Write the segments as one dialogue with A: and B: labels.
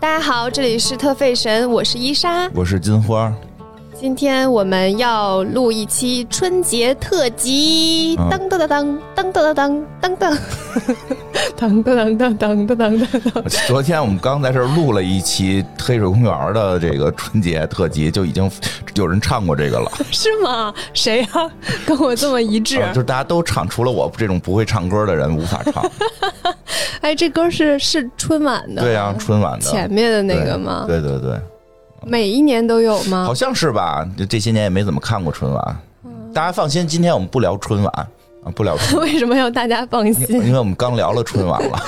A: 大家好，这里是特费神，我是伊莎。
B: 我是金花，
A: 今天我们要录一期春节特辑，
B: 嗯
A: 当当当当当当当当当，当当当当当当当当。
B: 昨天我们刚在这儿录了一期《黑水公园》的这个春节特辑，就已经有人唱过这个了，
A: 是吗？谁呀、跟我这么一致？
B: 啊就是大家都唱，除了我这种不会唱歌的人无法 唱。
A: 哎，这歌是是春晚的，
B: 对啊，春晚的
A: 前面的那个吗？
B: 对对对对，
A: 每一年都有吗
B: 好？像是吧？就这些年也没怎么看过春晚，大家放心，今天我们不聊春晚啊，不聊春晚。
A: 为什么要大家放
B: 因为
A: 心？
B: 因为我们刚聊了春晚了，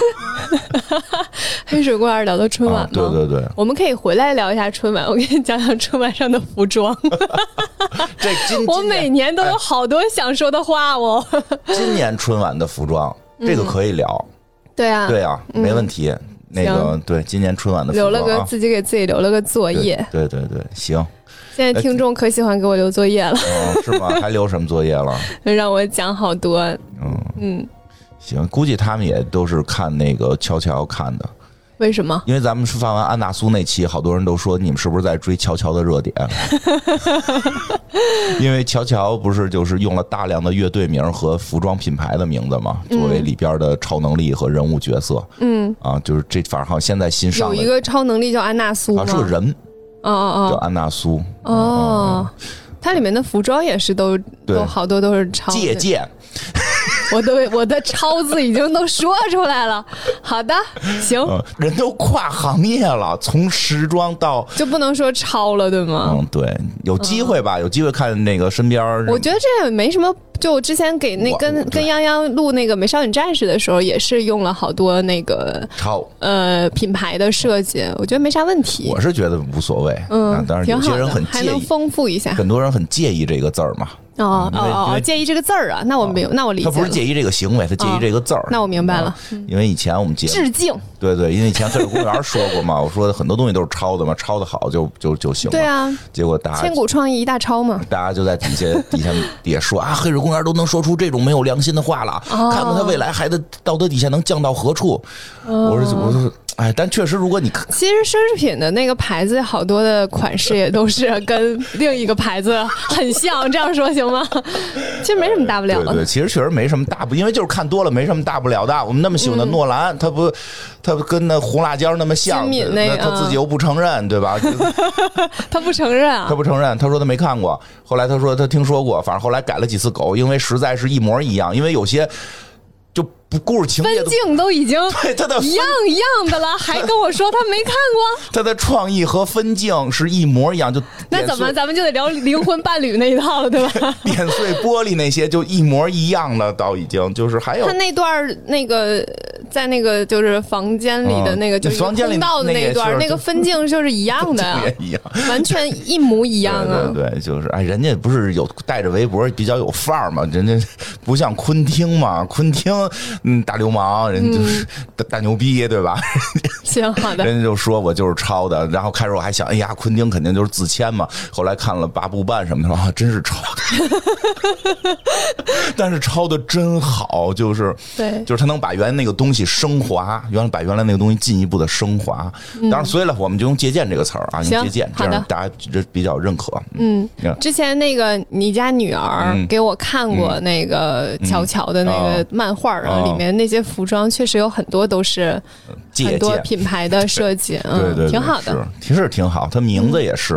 A: 黑水公园聊的 春晚
B: 啊
A: 吗？，哦
B: 对对对，
A: 我们可以回来聊一下春晚，我 给你讲讲春晚上的服装。
B: 这 今
A: 我
B: 今年
A: 每年都有好多想说的话哦。
B: 今年春晚的服装，这个可以聊，
A: 嗯对啊，
B: 对啊，没问题。那个对，今年春晚的服
A: 留
B: 装
A: 了个
B: 啊
A: 自己给自己留了个作业。
B: 对对对对，行，
A: 现在听众可喜欢给我留作业了，
B: 嗯，是吗？还留什么作业了？
A: 让我讲好多。
B: 嗯，
A: 嗯，
B: 行，估计他们也都是看那个乔乔看的，
A: 为什么？
B: 因为咱们是放完安娜苏那期，好多人都说你们是不是在追乔乔的热点？因为乔乔不是就是用了大量的乐队名和服装品牌的名字嘛，作为里边的超能力和人物角色。嗯，啊，就是这，反正好像现在新上
A: 有
B: 的
A: 一个超能力叫安娜苏吗
B: 好？像是个人
A: 哦
B: 叫
A: 哦
B: 安娜苏，
A: 哦哦，它里面的服装也是都
B: 对
A: 都好多都是超
B: 借鉴。
A: 我都我的超字已经都说出来了。好的， 行，
B: 嗯，人都跨行业了，从时装到
A: 就不能说超了，对吗？嗯
B: 嗯，对，有机会吧，有机会看那个身边儿。
A: 我觉得这也没什么。就我之前给那
B: 我
A: 跟
B: 对
A: 跟泱泱录那个《美少女战士》的时候，也是用了好多那个
B: 超，
A: 呃品牌的设计，我觉得没啥问题
B: 我。是觉得无所谓。啊
A: 嗯，
B: 当然
A: 挺
B: 有
A: 好
B: 些
A: 的，
B: 人很
A: 还
B: 介
A: 能
B: 意，
A: 丰富一下。
B: 很多人很介意这个字儿嘛，
A: 哦哦
B: 因为因
A: 哦
B: 为
A: 哦，介意这个字儿啊？那我没有，那我理解
B: 他不
A: 了。哦
B: 是介意这个行为，他介意这个字儿。
A: 那我明白了
B: 啊，因为以前我们节目
A: 致敬，
B: 对对，因为以前黑水公园说过嘛，我说很多东西都是抄的嘛，抄的好就就就行了。
A: 对，啊，
B: 结果大家
A: 千古创意一大抄嘛。
B: 大家就在底下底下底下说啊，黑水公园都能说出这种没有良心的话了，
A: 哦
B: 看看他未来还的道德底线能降到何处。我说我说，哎，但确实，如果你看
A: 其实奢侈品的那个牌子好多的款式也都是跟另一个牌子很像，这样说行吗？其实没什么大不了
B: 对
A: 的
B: 对，。其实确实没什么大不，因为就是看多了没什么大不了的。我们那么喜欢的诺兰，他不，他不跟那红辣椒那么像，
A: 金敏那
B: 那
A: 个
B: 他自己又不承认，对吧？
A: 他不承认 啊
B: 他。不承认，他说他没看过。后来他说他听说过，反正后来改了几次狗，因为实在是一模一样，因为有些就不故事情节
A: 分
B: 都
A: 镜都已经
B: 对他的
A: 一样一样的了，还跟我说他没看 过，
B: 他的创意和分镜是一模一样，就
A: 那怎么咱们就得聊灵魂伴侣那一套了，对吧？
B: 点碎玻璃那些就一模一样了，到已经就是还有
A: 他那段儿那个在那个就是房间里的那个
B: 嗯
A: 就是一个
B: 房间里
A: 通道的
B: 那个
A: 一段儿，
B: 也是
A: 那个分镜就是一样 的呀，
B: 一样。
A: 完全一模一样啊。
B: 对对对，就是哎，人家不是有带着围脖比较有范儿嘛，人家不像昆汀嘛，昆汀嗯大流氓，人就是
A: 嗯
B: 大、大牛逼，对吧？
A: 行，好的，
B: 人家就说我就是抄的，然后开始我还想，哎呀，昆汀肯定就是自谦嘛。后来看了八部半什么的， 啊，真是抄的， 但是抄的真好，就是
A: 对
B: 就是他能把原来那个东西升华，原来把原来那个东西进一步的升华。当然，所以了，我们就用借鉴这个词儿啊，
A: 嗯行
B: 用借鉴，这
A: 好的
B: 样大家这比较认可。嗯，
A: 之前那个你家女儿给我看过那个乔乔的那个漫画儿，然后
B: 嗯哦呃
A: 里面那些服装确实有很多都是
B: 借
A: 很多
B: 鉴，
A: 品牌的设计，
B: 对对
A: 嗯，
B: 对，
A: 挺好的。
B: 是，其实挺好。他名字也是，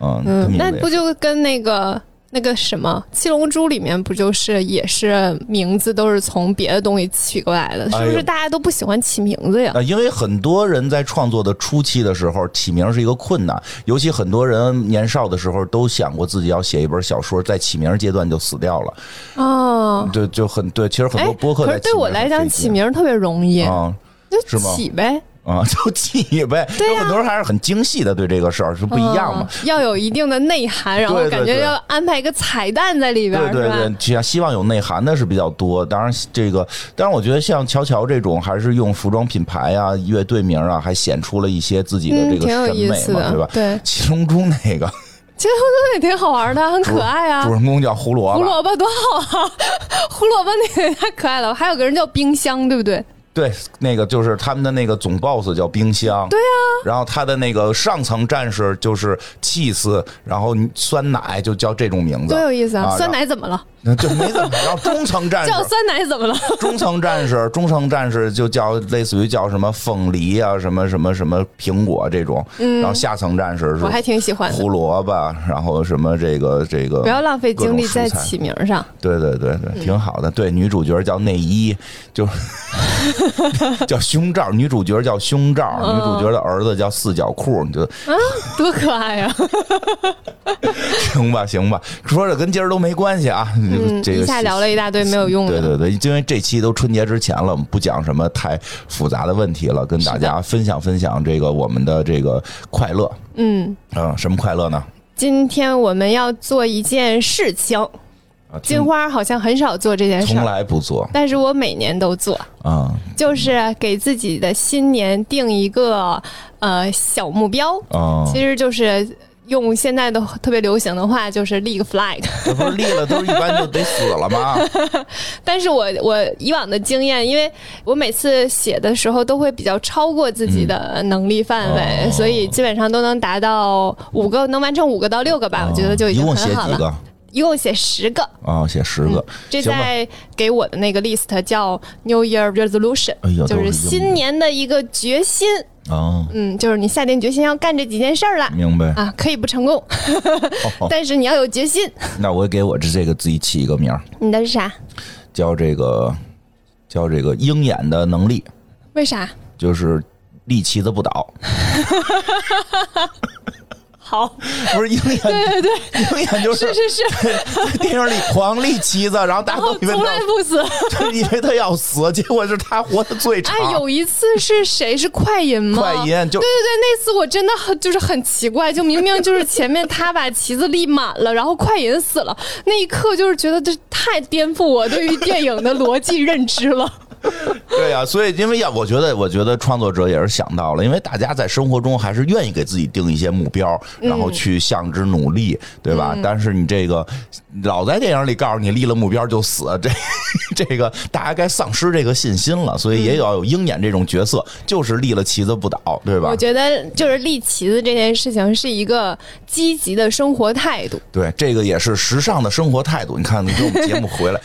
B: 嗯，他
A: 嗯，
B: 名
A: 那
B: 字也
A: 不
B: 是
A: 就跟那个那个什么《七龙珠》里面不就是也是名字都是从别的东西取过来的？是
B: 哎
A: 不
B: 呦
A: 是大家都不喜欢起名字呀？
B: 啊，因为很多人在创作的初期的时候，起名是一个困难，尤其很多人年少的时候都想过自己要写一本小说，在起名阶段就死掉了。
A: 哦，
B: 对，就很对，其实哎很
A: 哎
B: 多，播客
A: 可
B: 在
A: 是对我来讲起名特别容易，
B: 啊
A: 就是
B: 吗
A: 起呗，
B: 啊，就记呗。
A: 对呀
B: 有很多人还是很精细的，对这个事儿是不一样嘛。
A: 嗯要有一定的内涵，然后
B: 对对
A: 感觉
B: 对
A: 要安排一个彩蛋在里边
B: 对
A: 儿，
B: 对
A: 是
B: 对
A: 吧？，
B: 像希望有内涵的是比较多。当然，这个当然，我觉得像乔乔这种，还是用服装品牌啊、乐队名啊，还显出了一些自己的
A: 嗯
B: 这
A: 挺有
B: 个审
A: 意
B: 美
A: 思
B: 嘛，
A: 的
B: 对吧？
A: 对
B: 七龙珠那个
A: 其实我觉得也挺好玩的，很可爱啊
B: 主。人公叫胡萝
A: 胡
B: 卜，
A: 萝卜多好啊！胡萝卜那个太可爱了。还有个人叫冰箱，对不对？
B: 对，那个就是他们的那个总 boss 叫冰箱，
A: 对啊，
B: 然后他的那个上层战士就是气死，然后酸奶就叫这种名字，
A: 多有意思
B: 啊！
A: 酸奶怎么了？
B: 然后 就没怎么，然后中层战士
A: 叫酸奶怎么了？
B: 中层战士，中层战士就叫类似于叫什么凤梨啊，什么什么什么苹果这种，然后下层战士是
A: 嗯我还挺喜欢的。
B: 胡萝卜，然后什么这个这个，
A: 不要浪费精力在
B: 各种蔬菜
A: 起名上，
B: 对对对对，挺好的。对，女主角叫内衣，就是 叫胸罩，女主角叫胸罩，
A: 嗯
B: 女主角的儿子叫四角裤，你就
A: 啊多可爱啊呀、
B: 行吧行吧。说这跟今儿都没关系啊，
A: 嗯，
B: 这个
A: 一下聊了一大堆没有用的。
B: 对对对，因为这期都春节之前了，我们不讲什么太复杂的问题了，跟大家分享分享这个我们的这个快乐。
A: 嗯，
B: 嗯，什么快乐呢？
A: 今天我们要做一件事情，
B: 啊，
A: 金花好像很少做这件
B: 从
A: 事
B: 从
A: 儿，
B: 来不做
A: 但是我每年都做，
B: 啊
A: 就是给自己的新年定一个呃小目标，
B: 啊，
A: 其实就是。用现在的特别流行的话，就是立个 flag。
B: 这不是立了都一般就得死了吗？
A: 但是我我以往的经验，因为我每次写的时候都会比较超过自己的能力范围，
B: 嗯哦
A: 所以基本上都能达到五个，能完成五个到六个吧，我觉得就
B: 啊哦
A: 已
B: 一
A: 经
B: 共
A: 很
B: 写
A: 好
B: 几
A: 了。
B: 个
A: 一共写十个，
B: 啊？写十个，
A: 嗯这
B: 行吧。
A: 在给我的那个 list 叫 New Year Resolution，、
B: 哎呀，
A: 就是
B: 都
A: 新年的一个决心。
B: 啊，哦
A: 嗯，就是你下定决心要干这几件事儿了
B: 明白。
A: 啊，可以不成功，
B: 哦
A: 但是你要有决心。
B: 那我给我这这个自己起一个名儿，
A: 你的是啥？
B: 叫这个叫这个鹰眼的能力，
A: 为啥？
B: 就是力旗子不倒。
A: 好，
B: 不是鹰眼，对对对，鹰眼就是
A: 是是 是，
B: 电影里狂立旗子，然后大
A: 然
B: 家
A: 后
B: 都以为
A: 从来
B: 他
A: 不死。
B: 就是以为他要死，结果是他活得最长。
A: 哎，有一次是谁是快银吗？
B: 快银就
A: 对对对，那次我真的很就是很奇怪，就明明就是前面他把旗子立满了，然后快银死了，那一刻就是觉得这太颠覆我对于电影的逻辑认知了。
B: 对呀、所以因为呀，我觉得，我觉得创作者也是想到了，因为大家在生活中还是愿意给自己定一些目标，然后去向之努力，对吧？但是你这个老在电影里告诉你立了目标就死， 这这个大家该丧失这个信心了，所以也要有鹰眼这种角色，就是立了旗子不倒，对吧
A: 我？觉得就是立旗子这件事情是一个积极的生活态度。
B: 对，这个也是时尚的生活态度。你看，你给我们节目回来，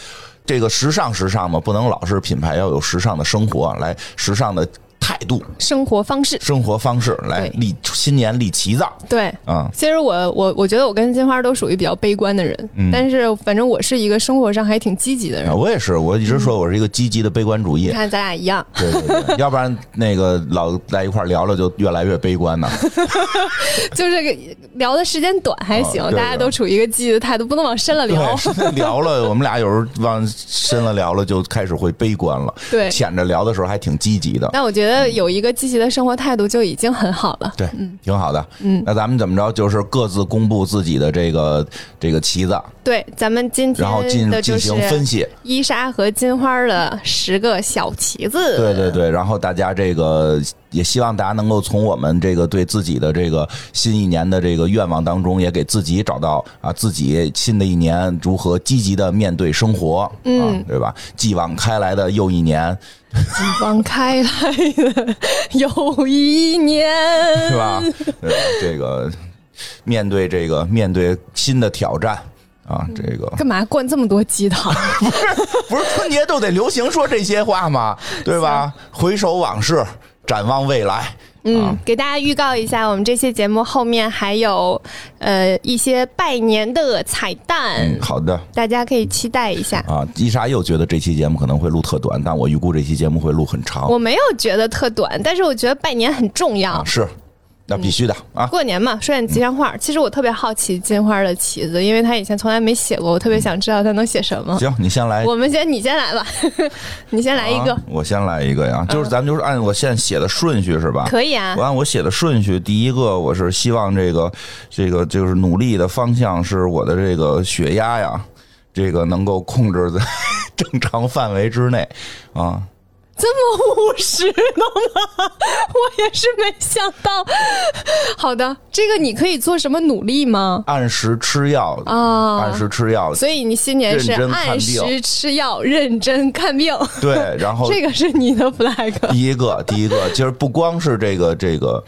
B: 这个时尚时尚嘛，不能老是品牌，要有时尚的生活，来时尚的态度、
A: 生活方式。
B: 生活方式来
A: 对
B: 立新年立旗子。
A: 对，
B: 啊，
A: 其实我我我觉得我跟金花都属于比较悲观的人，
B: 嗯
A: 但是反正我是一个生活上还挺积极的人。
B: 我也是，我一直说我是一个积极的悲观主义
A: 嗯你，看咱俩一样，
B: 对对对， 要不然那个老在一块儿聊聊就越来越悲观呢。
A: 就是聊的时间短还行，
B: 啊对
A: 大家都处于一个积极的态度，不能往深了 聊。
B: 对，聊了，我们俩有时候往深了聊了，就开始会悲观了。
A: 对
B: 浅着聊的时候还挺积极的。
A: 但我觉得有一个积极的生活态度就已经很好了。
B: 对，挺好的。嗯，那咱们怎么着？就是各自公布自己的这个这个旗子，
A: 对，咱们今
B: 然后进
A: 天的就
B: 进
A: 是
B: 行分析。
A: 伊莎和金花的十个小旗子。
B: 对对对，然后大家这个也希望大家能够从我们这个对自己的这个新一年的这个愿望当中，也给自己找到啊自己新的一年如何积极的面对生活，嗯、啊，对吧？继往开来的又一年，
A: 王开来的有一年，
B: 是吧？对吧？这个面对这个面对新的挑战啊，这个
A: 干嘛灌这么多鸡 汤？
B: 不是 春节就得流行说这些话吗？对吧？回首往事，展望未来。啊
A: 嗯，给大家预告一下，我们这期节目后面还有呃一些拜年的彩蛋，
B: 嗯，好的。
A: 大家可以期待一下。
B: 啊，伊莎又觉得这期节目可能会录特短，但我预估这期节目会录很长。
A: 我没有觉得特短，但是我觉得拜年很重要。
B: 啊，嗯是，那必须的、啊。
A: 过年嘛，说点吉祥话儿。其实我特别好奇金花的旗子，因为她以前从来没写过，我特别想知道她能写什么。
B: 行，你先来。
A: 嗯我们先，你先来吧， 你先来一个嗯
B: 啊，我先来一个呀，就是咱们就是按我现在写的顺序是吧？
A: 可以啊
B: 我。按我写的顺序，第一个我是希望这个这个就是努力的方向是我的这个血压 呀，这个能够控制在正常范围之内啊。
A: 这么务实的吗？ 我也是没想到。好的，这个你可以做什么努力吗？
B: 按时吃药，
A: 啊
B: 按时吃药，
A: 所以你新年是
B: 认真看病
A: 按时吃药，认真看病，
B: 对，然后
A: 这个是你的 flag。
B: 第一个，第一个，其实不光是这个这个。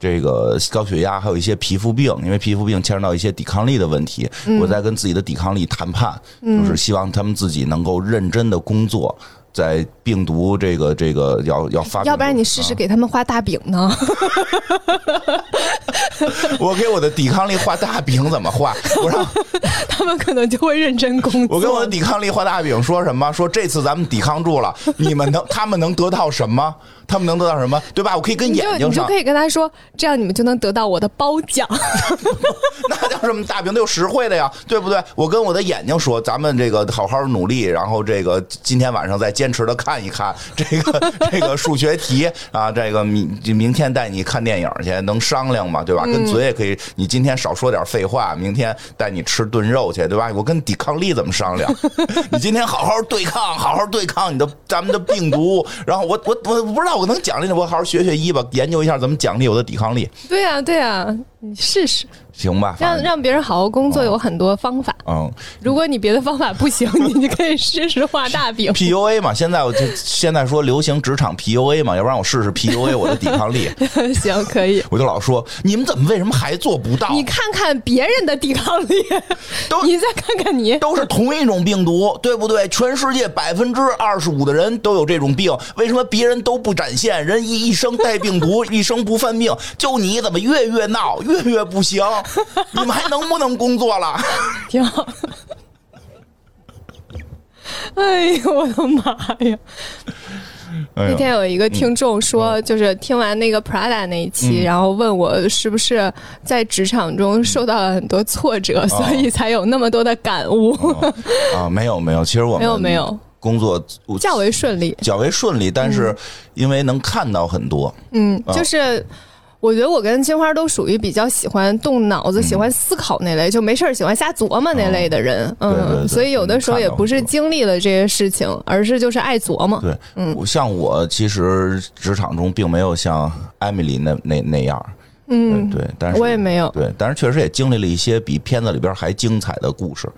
B: 这个高血压还有一些皮肤病，因为皮肤病牵扯到一些抵抗力的问题。
A: 嗯
B: 我在跟自己的抵抗力谈判，就是希望他们自己能够认真的工作，在病毒这个这个要要发病毒，啊
A: 要不然你试试给他们画大饼呢？
B: 我给我的抵抗力画大饼怎么画？我让
A: 他们可能就会认真工作。
B: 我跟我的抵抗力画大饼说什么？说这次咱们抵抗住了，你们能他们能得到什么？他们能得到什么？对吧？我可以跟
A: 你就
B: 眼
A: 你
B: 睛
A: 就
B: 上
A: 可，以跟他说，这样你们就能得到我的褒 奖。
B: 那叫什么大饼？得有实惠的呀，对不对？我跟我的眼睛说，咱们这个好好努力，然后这个今天晚上再坚持的看一看这个这个数学题啊，这个明明天带你看电影去，能商量嘛，对吧？跟嘴也可以，你今天少说点废话，明天带你吃顿肉去，对吧？我跟抵抗力怎么商量？ 你今天好好对抗，好好对抗你的咱们的病毒，然后我我我不知道我能奖励你，我好好学学医吧，研究一下怎么奖励我的抵抗力，
A: 对呀、对呀、啊你试试，
B: 行吧？反
A: 让
B: 正
A: 让别人好好工作有很多方法。
B: 嗯。
A: 如果你别的方法不行， 你就可以试试画大饼。
B: PUA 嘛，现在我就现在说流行职场 PUA 嘛，要不然我试试 PUA 我的抵抗力。
A: 行，可以。
B: 我就老说你们怎么为什么还做不到？
A: 你看看别人的抵抗力，
B: 都
A: 你再看看你，
B: 都是同一种病毒，对不对？全世界百分之二十五的人都有这种病，为什么别人都不展现？人一一生带病毒，一生不犯病，就你怎么越越闹，越越不行？你们还能不能工作了？
A: 挺好。哎呦我的妈
B: 哎
A: 呀！那
B: 呀
A: 天有一个听众说，
B: 嗯
A: 就是听完那个 Prada 那一期，然后问我是不是在职场中受到了很多挫
B: 哦
A: 折，所以才有那么多的感悟，
B: 啊，没有没有，其实我们
A: 没有没有
B: 工作
A: 较为顺利。
B: 较为顺利，但是因为能看到很多，
A: 嗯，
B: 啊
A: 就是。我觉得我跟金花都属于比较喜欢动脑
B: 嗯
A: 子、喜欢思考那类，就没事儿喜欢瞎琢磨那类的人。嗯，
B: 啊对对对
A: 所以有的时候也不是经历了这些事情，而是就是爱琢磨。
B: 对，
A: 嗯
B: 我像我其实职场中并没有像艾米丽那那那样，嗯，对，但是
A: 我也没有。
B: 对，但是确实也经历了一些比片子里边还精彩的故事，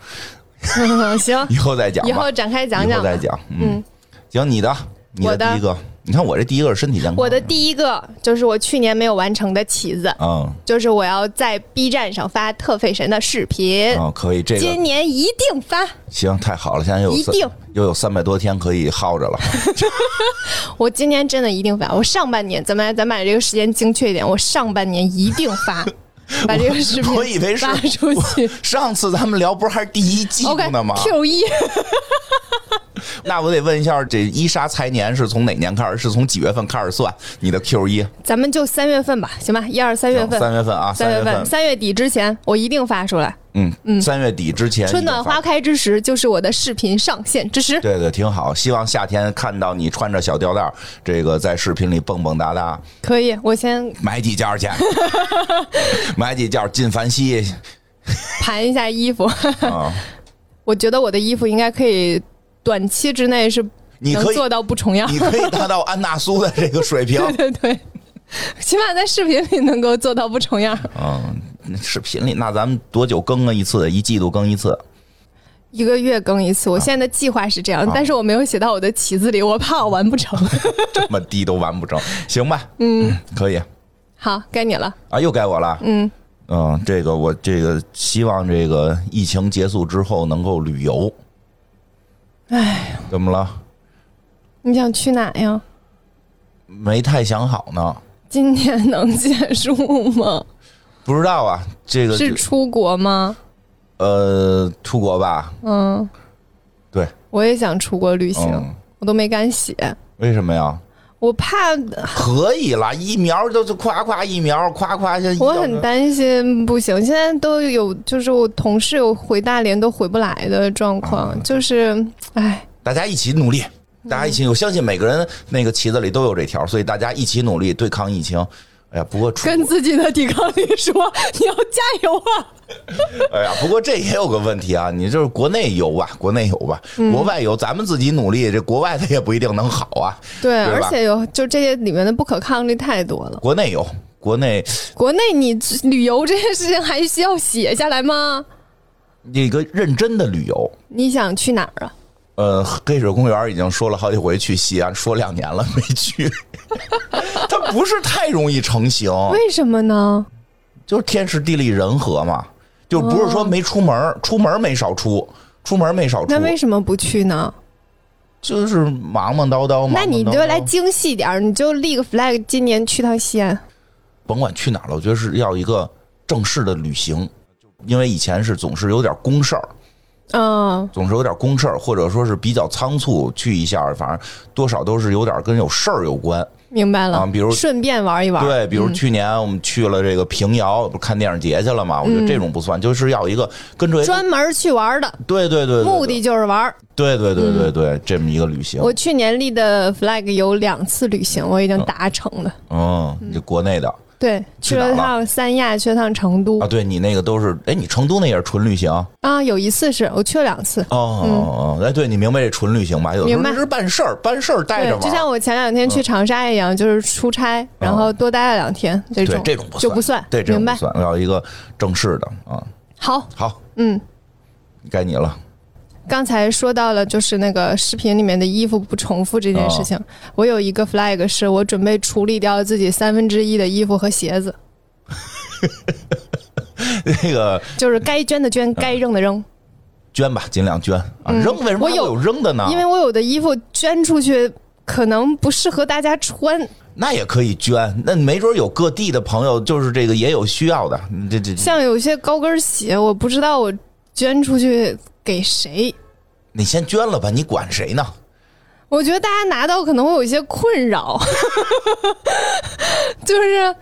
A: 行，
B: 以后再讲吧，
A: 啊以后展开讲
B: 以
A: 讲
B: 后
A: 吧
B: 再。讲，嗯，行，你的，你
A: 我的
B: 第一个，你看我这第一个是身体健康，
A: 嗯我的第一个就是我去年没有完成的旗子，
B: 嗯
A: 就是我要在 B 站上发特费神的视频，
B: 嗯，可以，这个
A: 今年一定发。
B: 行，太好了，现在又有
A: 一
B: 三
A: 定
B: 又有三百多天可以耗着了，
A: 我今年真的一定发。我上半年，咱们来咱把这个时间精确一点，我上半年一定 发，把这个视频
B: 我以为是
A: 发出去。
B: 上次咱们聊不是还是第一季度呢吗？
A: OK，Q 一，
B: 那我得问一下，这伊莎财年是从哪年开始？是从几月份开始算你的 Q 一？
A: 咱们就三月份吧，行吧？一二三月份，
B: 三月份啊，
A: 三
B: 月
A: 份，三月底之前我一定发出来。
B: 嗯嗯，三月底之前。
A: 春暖花。开之时，就是我的视频上线之时。
B: 对对，挺好。希望夏天看到你穿着小吊带儿，这个在视频里蹦蹦哒哒，
A: 可以，我先
B: 买几件儿 去，买几件儿进凡西
A: 盘一下衣服。
B: 啊！
A: 我觉得我的衣服应该可以短期之内是
B: 你
A: 能
B: 可以
A: 做到不重样。
B: 你可以达到安娜苏的这个水平。
A: 对对对， 起码在视频里能够做到不重样。
B: 嗯，那视频里那咱们多久更啊一次？一季度更一次？
A: 一个月更一次，我现在的计划是这样，但是我没有写到我的旗子里，我怕我完不成。
B: 这么低都完不成，行吧？嗯，可以。
A: 好，该你了。
B: 啊，又该我了。嗯这个我这个希望这个疫情结束之后能够旅游。哎，怎么了？
A: 你想去哪呀？
B: 没太想好呢，
A: 今年能结束吗？
B: 不知道啊。这个
A: 是出国吗？
B: 呃，出国吧？
A: 嗯，
B: 对，
A: 我也想出国旅行，
B: 嗯
A: 我都没敢写，
B: 为什么呀？
A: 我怕
B: 可以啦，疫苗都是夸夸疫苗，夸夸现在
A: 我很担心不行，现在都有就是我同事有回大连都回不来的状况，就是唉，
B: 大家一起努力，大家一起，我相信每个人那个旗子里都有这条，所以大家一起努力对抗疫情。哎呀，不过出
A: 跟自己的抵抗力说：“你要加油啊
B: 哎呀，不过这也有个问题啊，你就是国内游吧，国内游吧，
A: 嗯
B: 国外游，咱们自己努力，这国外它也不一定能好啊。！”
A: 对，
B: 吧
A: 而且有就这些里面的不可抗力太多了。
B: 国内游，国内
A: 国内你旅游这件事情还需要写下来吗？
B: 那个认真的旅游，
A: 你想去哪儿啊？
B: 呃，黑水公园已经说了好几回去西安，说两年了没 去，它不是太容易成型，
A: 为什么呢？
B: 就是天时地利人和嘛，就不是说没出门儿，出门儿没少出，出门儿没少出
A: 哦那，为什么不去呢？
B: 就是忙忙叨叨嘛。
A: 那你
B: 忙
A: 就
B: 忙叨叨
A: 来精细点儿，你就立个 flag，今年去趟西安。
B: 甭管去哪儿了，我觉得是要一个正式的旅行，因为以前是总是有点公事儿，
A: 嗯，
B: 总是有点公事儿，或者说是比较仓促去一下，反正多少都是有点跟有事儿有关。
A: 明白了。
B: 啊比如
A: 顺便玩一玩。嗯
B: 对，比如去年我们去了这个平遥，不是看电影节去了嘛？我觉得这种不算，就是要一个跟着
A: 嗯专门去玩的
B: 对对对对
A: 目的就是玩儿。
B: 对对对对对这么一个旅行。
A: 我去年立的 flag 有两次旅行，我已经达成了。
B: 嗯，你国内的
A: 对，
B: 去
A: 去
B: 哪儿
A: 了
B: 了
A: 趟三亚，去了趟成都
B: 啊，对你那个都是，哎，你成都那也是纯旅行哦
A: 啊，有一次是我去了两次。
B: 哦哦，哎，对你明白这纯旅行吧？有的时候
A: 嗯明白
B: 这是办事儿，办事儿带
A: 对
B: 着，玩
A: 就像
B: 儿。嗯
A: 我前两天去长沙一样，就是出差，然后多待了两天，这
B: 对
A: 种
B: 这种不算，
A: 就不算，
B: 对这种
A: 明
B: 不
A: 白？
B: 算，要一个正式的啊。
A: 好，
B: 好，
A: 嗯，
B: 该你了。
A: 刚才说到了，就是那个视频里面的衣服不重复这件
B: 哦
A: 事情，我有一个 flag，是我准备处理掉自己三分之一的衣服和鞋子，
B: 那个
A: 就是该捐的
B: 嗯
A: 捐，该扔的扔，
B: 捐吧，尽量捐啊。扔为什么
A: 嗯我
B: 还会
A: 有
B: 有扔的呢？
A: 因为我有的衣服捐出去可能不适合大家穿，
B: 那也可以捐，那没准有各地的朋友就是这个也有需要的，嗯这这
A: 像有些高跟鞋，我不知道我捐出去给谁。
B: 你先捐了吧，你管谁呢？
A: 我觉得大家拿到可能会有一些困扰， 就是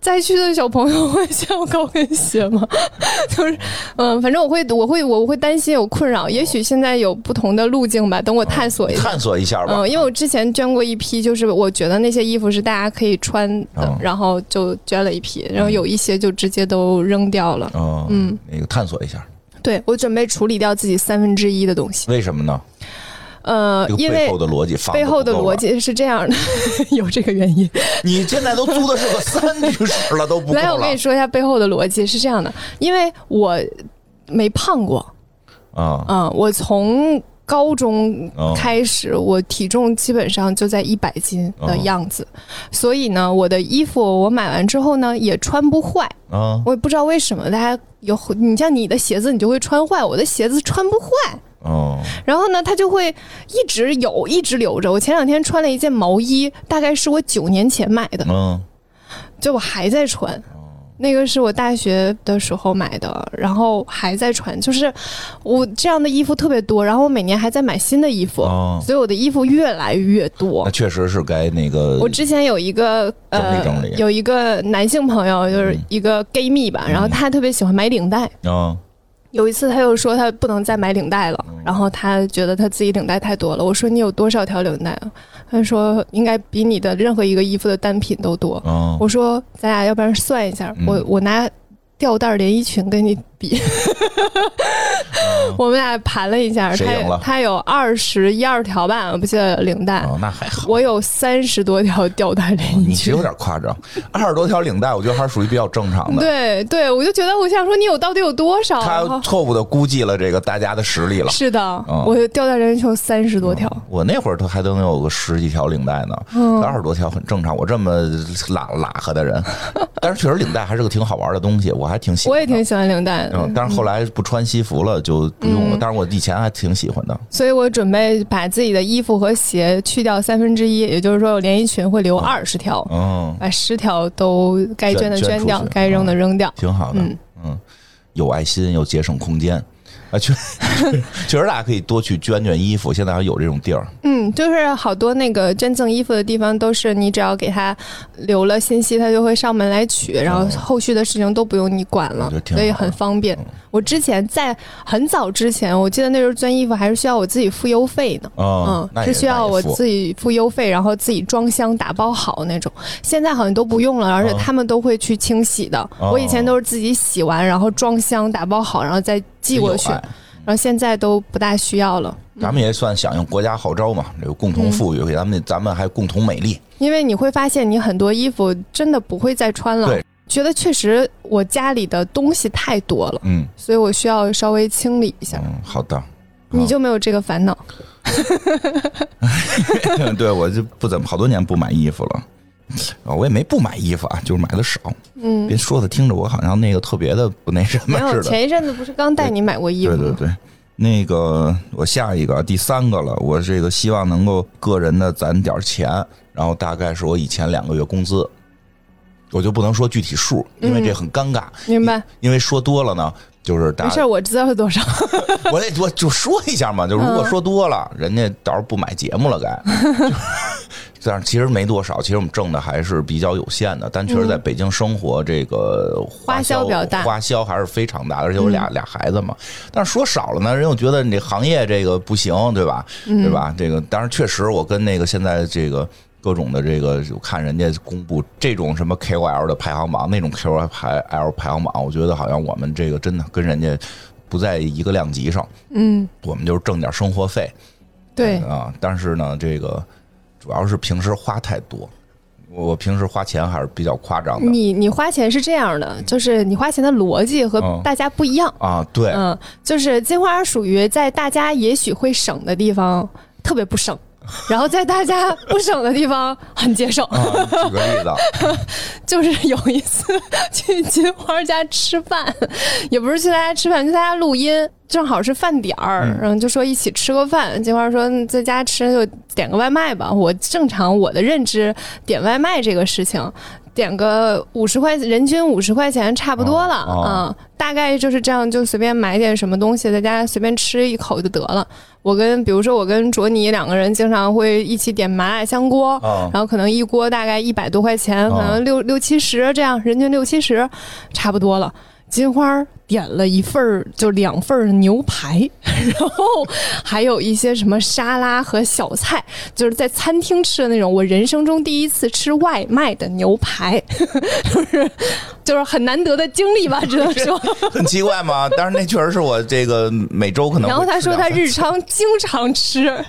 A: 灾区的小朋友会需要高跟鞋吗？ 就是，嗯，反正我会，我会，我会担心有困扰。也许现在有不同的路径吧，等我探索一下。
B: 探索一下吧。
A: 嗯，因为我之前捐过一批，就是我觉得那些衣服是大家可以穿的，
B: 嗯
A: 然后就捐了一批，然后有一些就直接都扔掉了。
B: 嗯嗯，那个探索一下，
A: 对我准备处理掉自己三分之一的东西，
B: 为什么呢？
A: 呃
B: 这个，
A: 因
B: 背
A: 为
B: 后的逻辑，
A: 背后的逻，辑是这样的， 有这个原 因。
B: 你现在都租的是个三居室了，都不
A: 来，
B: 够
A: 我
B: 了
A: 跟你说一下背后的逻辑是这样的，因为我没胖过，
B: 啊！
A: 嗯，我从高中
B: 哦
A: 开始，我体重基本上就在一百斤
B: 哦
A: 的样子，所以呢，我的衣服我买完之后呢，也穿不坏，
B: 啊
A: 我也不知道为什么，大家有你像你的鞋子，你就会穿坏，我的鞋子穿不坏。
B: 哦，
A: 然后呢，它就会一直有，一直留着。我前两天穿了一件毛衣，大概是我九年前买的，
B: 嗯哦
A: 就我还在穿。那个是我大学的时候买的，然后还在穿。就是我这样的衣服特别多，然后我每年还在买新的衣服，
B: 哦
A: 所以我的衣服越来越多
B: 那。确实是该那个
A: 我之前有一个呃
B: 呃整理整理嗯
A: 有一个男性朋友，就是一个 gay 蜜吧，然后他特别喜欢买领带。
B: 啊
A: 有一次他又说他不能再买领带了，
B: 哦
A: 然后他觉得他自己领带太多了。我说你有多少条领带啊？他说应该比你的任何一个衣服的单品都多。
B: 啊
A: 我说咱俩要不然算一下，
B: 嗯
A: 我我拿吊带连衣裙跟你比， 我们俩盘了一下，
B: 哦谁
A: 他
B: 赢了
A: 有他有二十一二条吧，我不记得领带，
B: 啊，那还好。哦
A: 我有三十多条吊带连衣
B: 你这
A: 裙
B: 有。点夸张，二十多条领带，我觉得还是属于比较正常的。
A: 对对，我就觉得我想说你有到底有多少？啊
B: 他
A: 然后
B: 错误的估计了这个大家的实力了。
A: 哦
B: 啊嗯
A: 是的，我吊带连衣裙有三十多条。
B: 我那会儿他还能有个十几条领带呢，
A: 嗯
B: 二十多条很正常。我这么拉拉呵的 人，但是确实领带还是个挺好玩的东西，我还挺喜欢。
A: 我也嗯挺。喜欢领带的，
B: 嗯，但是后来不穿西服了，就不用了。但是我以前还挺喜欢的。
A: 所以我准备把自己的衣服和鞋去掉三分之一，也就是说，我连衣裙会留二十条。
B: 啊嗯，
A: 把十条都该捐的
B: 捐
A: 捐
B: 出
A: 掉嗯
B: 去，啊
A: 该扔的扔掉。
B: 嗯挺好的。嗯，有爱心，又节省空间。啊，确 确实大家可以多去捐捐衣服，现在还有这种地儿。
A: 嗯，就是好多那个捐赠衣服的地方，都是你只要给他留了信息，他就会上门来取，然后后续的事情都不用你管了
B: 我觉得，哦挺好嗯
A: 所以很方便。我之前在很早之前，我记得那时候捐衣服还是需要我自己付邮费呢。
B: 嗯
A: 嗯，，
B: 那也
A: 是需要我
B: 己。
A: 自己付邮费，然后自己装箱打包好那种。现在好像都不用了，而且他们都会去清洗的。
B: 哦
A: 我以前都是自己洗完，然后装箱打包好，然后再寄过去。
B: 哎
A: 然后现在都不大需要了，
B: 咱们也算响应国家号召嘛，这个共
A: 嗯
B: 同富裕，给咱们咱们还共同美丽。
A: 因为你会发现你很多衣服真的不会再穿了
B: 对。
A: 觉得确实我家里的东西太多了，
B: 嗯
A: 所以我需要稍微清理一下。
B: 嗯，好的。
A: 你就没有这个烦恼？
B: 对我就不怎么好多年不买衣服了，啊我也没不买衣服啊，就是买的少。
A: 嗯，
B: 别说的听着我好像那个特别的不那什么
A: 没有。
B: 似的。
A: 前一阵子不是刚带你买过衣服
B: 对
A: 吗？
B: 对对，那个我下一个第三个了，我这个希望能够个人的攒点钱，然后大概是我以前两个月工资，我就不能说具体数，因
A: 嗯
B: 为这很尴尬，
A: 明白？
B: 因为说多了呢。就是大
A: 没事
B: 家，
A: 儿，我知道是多少。
B: 我得多就说一下嘛。就如果
A: 嗯
B: 说多了，人家到时候不买节目了， 该。但是其实没多少，其实我们挣的还是比较有限的。但确实在北京生活，这个
A: 花销比较嗯大嗯
B: 花销还是非常大的。而且我俩、俩孩子嘛，但是说少了呢，人又觉得你这行业这个不行，对吧？
A: 嗯
B: 对吧？这个当然确实，我跟那个现在这个。各种的这个，我看人家公布这种什么 KOL 的排行榜，那种 KOL 排 L 排行榜，我觉得好像我们这个真的跟人家不在一个量级上，
A: 嗯，
B: 我们就是挣点生活费，
A: 对，
B: 啊，但是呢，这个主要是平时花太多，我我平时花钱还是比较夸张的
A: 你你花钱是这样的，就是你花钱的逻辑和
B: 嗯
A: 大家不一样。
B: 啊，对，
A: 嗯，就是金花属于在大家也许会省的地方特别不省，然后在大家不省的地方很节省。
B: 啊，举个例子，
A: 就是有一次 去金花家吃饭，也不是去他家吃饭，去他家录音，正好是饭点儿，
B: 嗯
A: 然后就说一起吃个饭。金花说嗯在家吃就点个外卖吧。我正常我的认知，点外卖这个事情。点个五十块，人均五十块钱差不多了啊、
B: 哦哦
A: 嗯大概就是这样，就随便买点什么东西，在家随便吃一口就得了。我跟比如说我跟卓尼两个人经常会一起点麻辣香锅，
B: 啊，
A: 然后可能一锅大概一百多块钱，
B: 哦
A: 可能六六七十这样，人均六七十，差不多了。金花儿点了一份儿，就两份儿牛排， 然后还有一些什么沙拉和小菜，就是在餐厅吃的那种。我人生中第一次吃外卖的牛排， 就是就是很难得的经历吧，只能 说。
B: 很奇怪吗？但是那确实是我这个每周可能会吃两。
A: 然后他说他日常经常吃，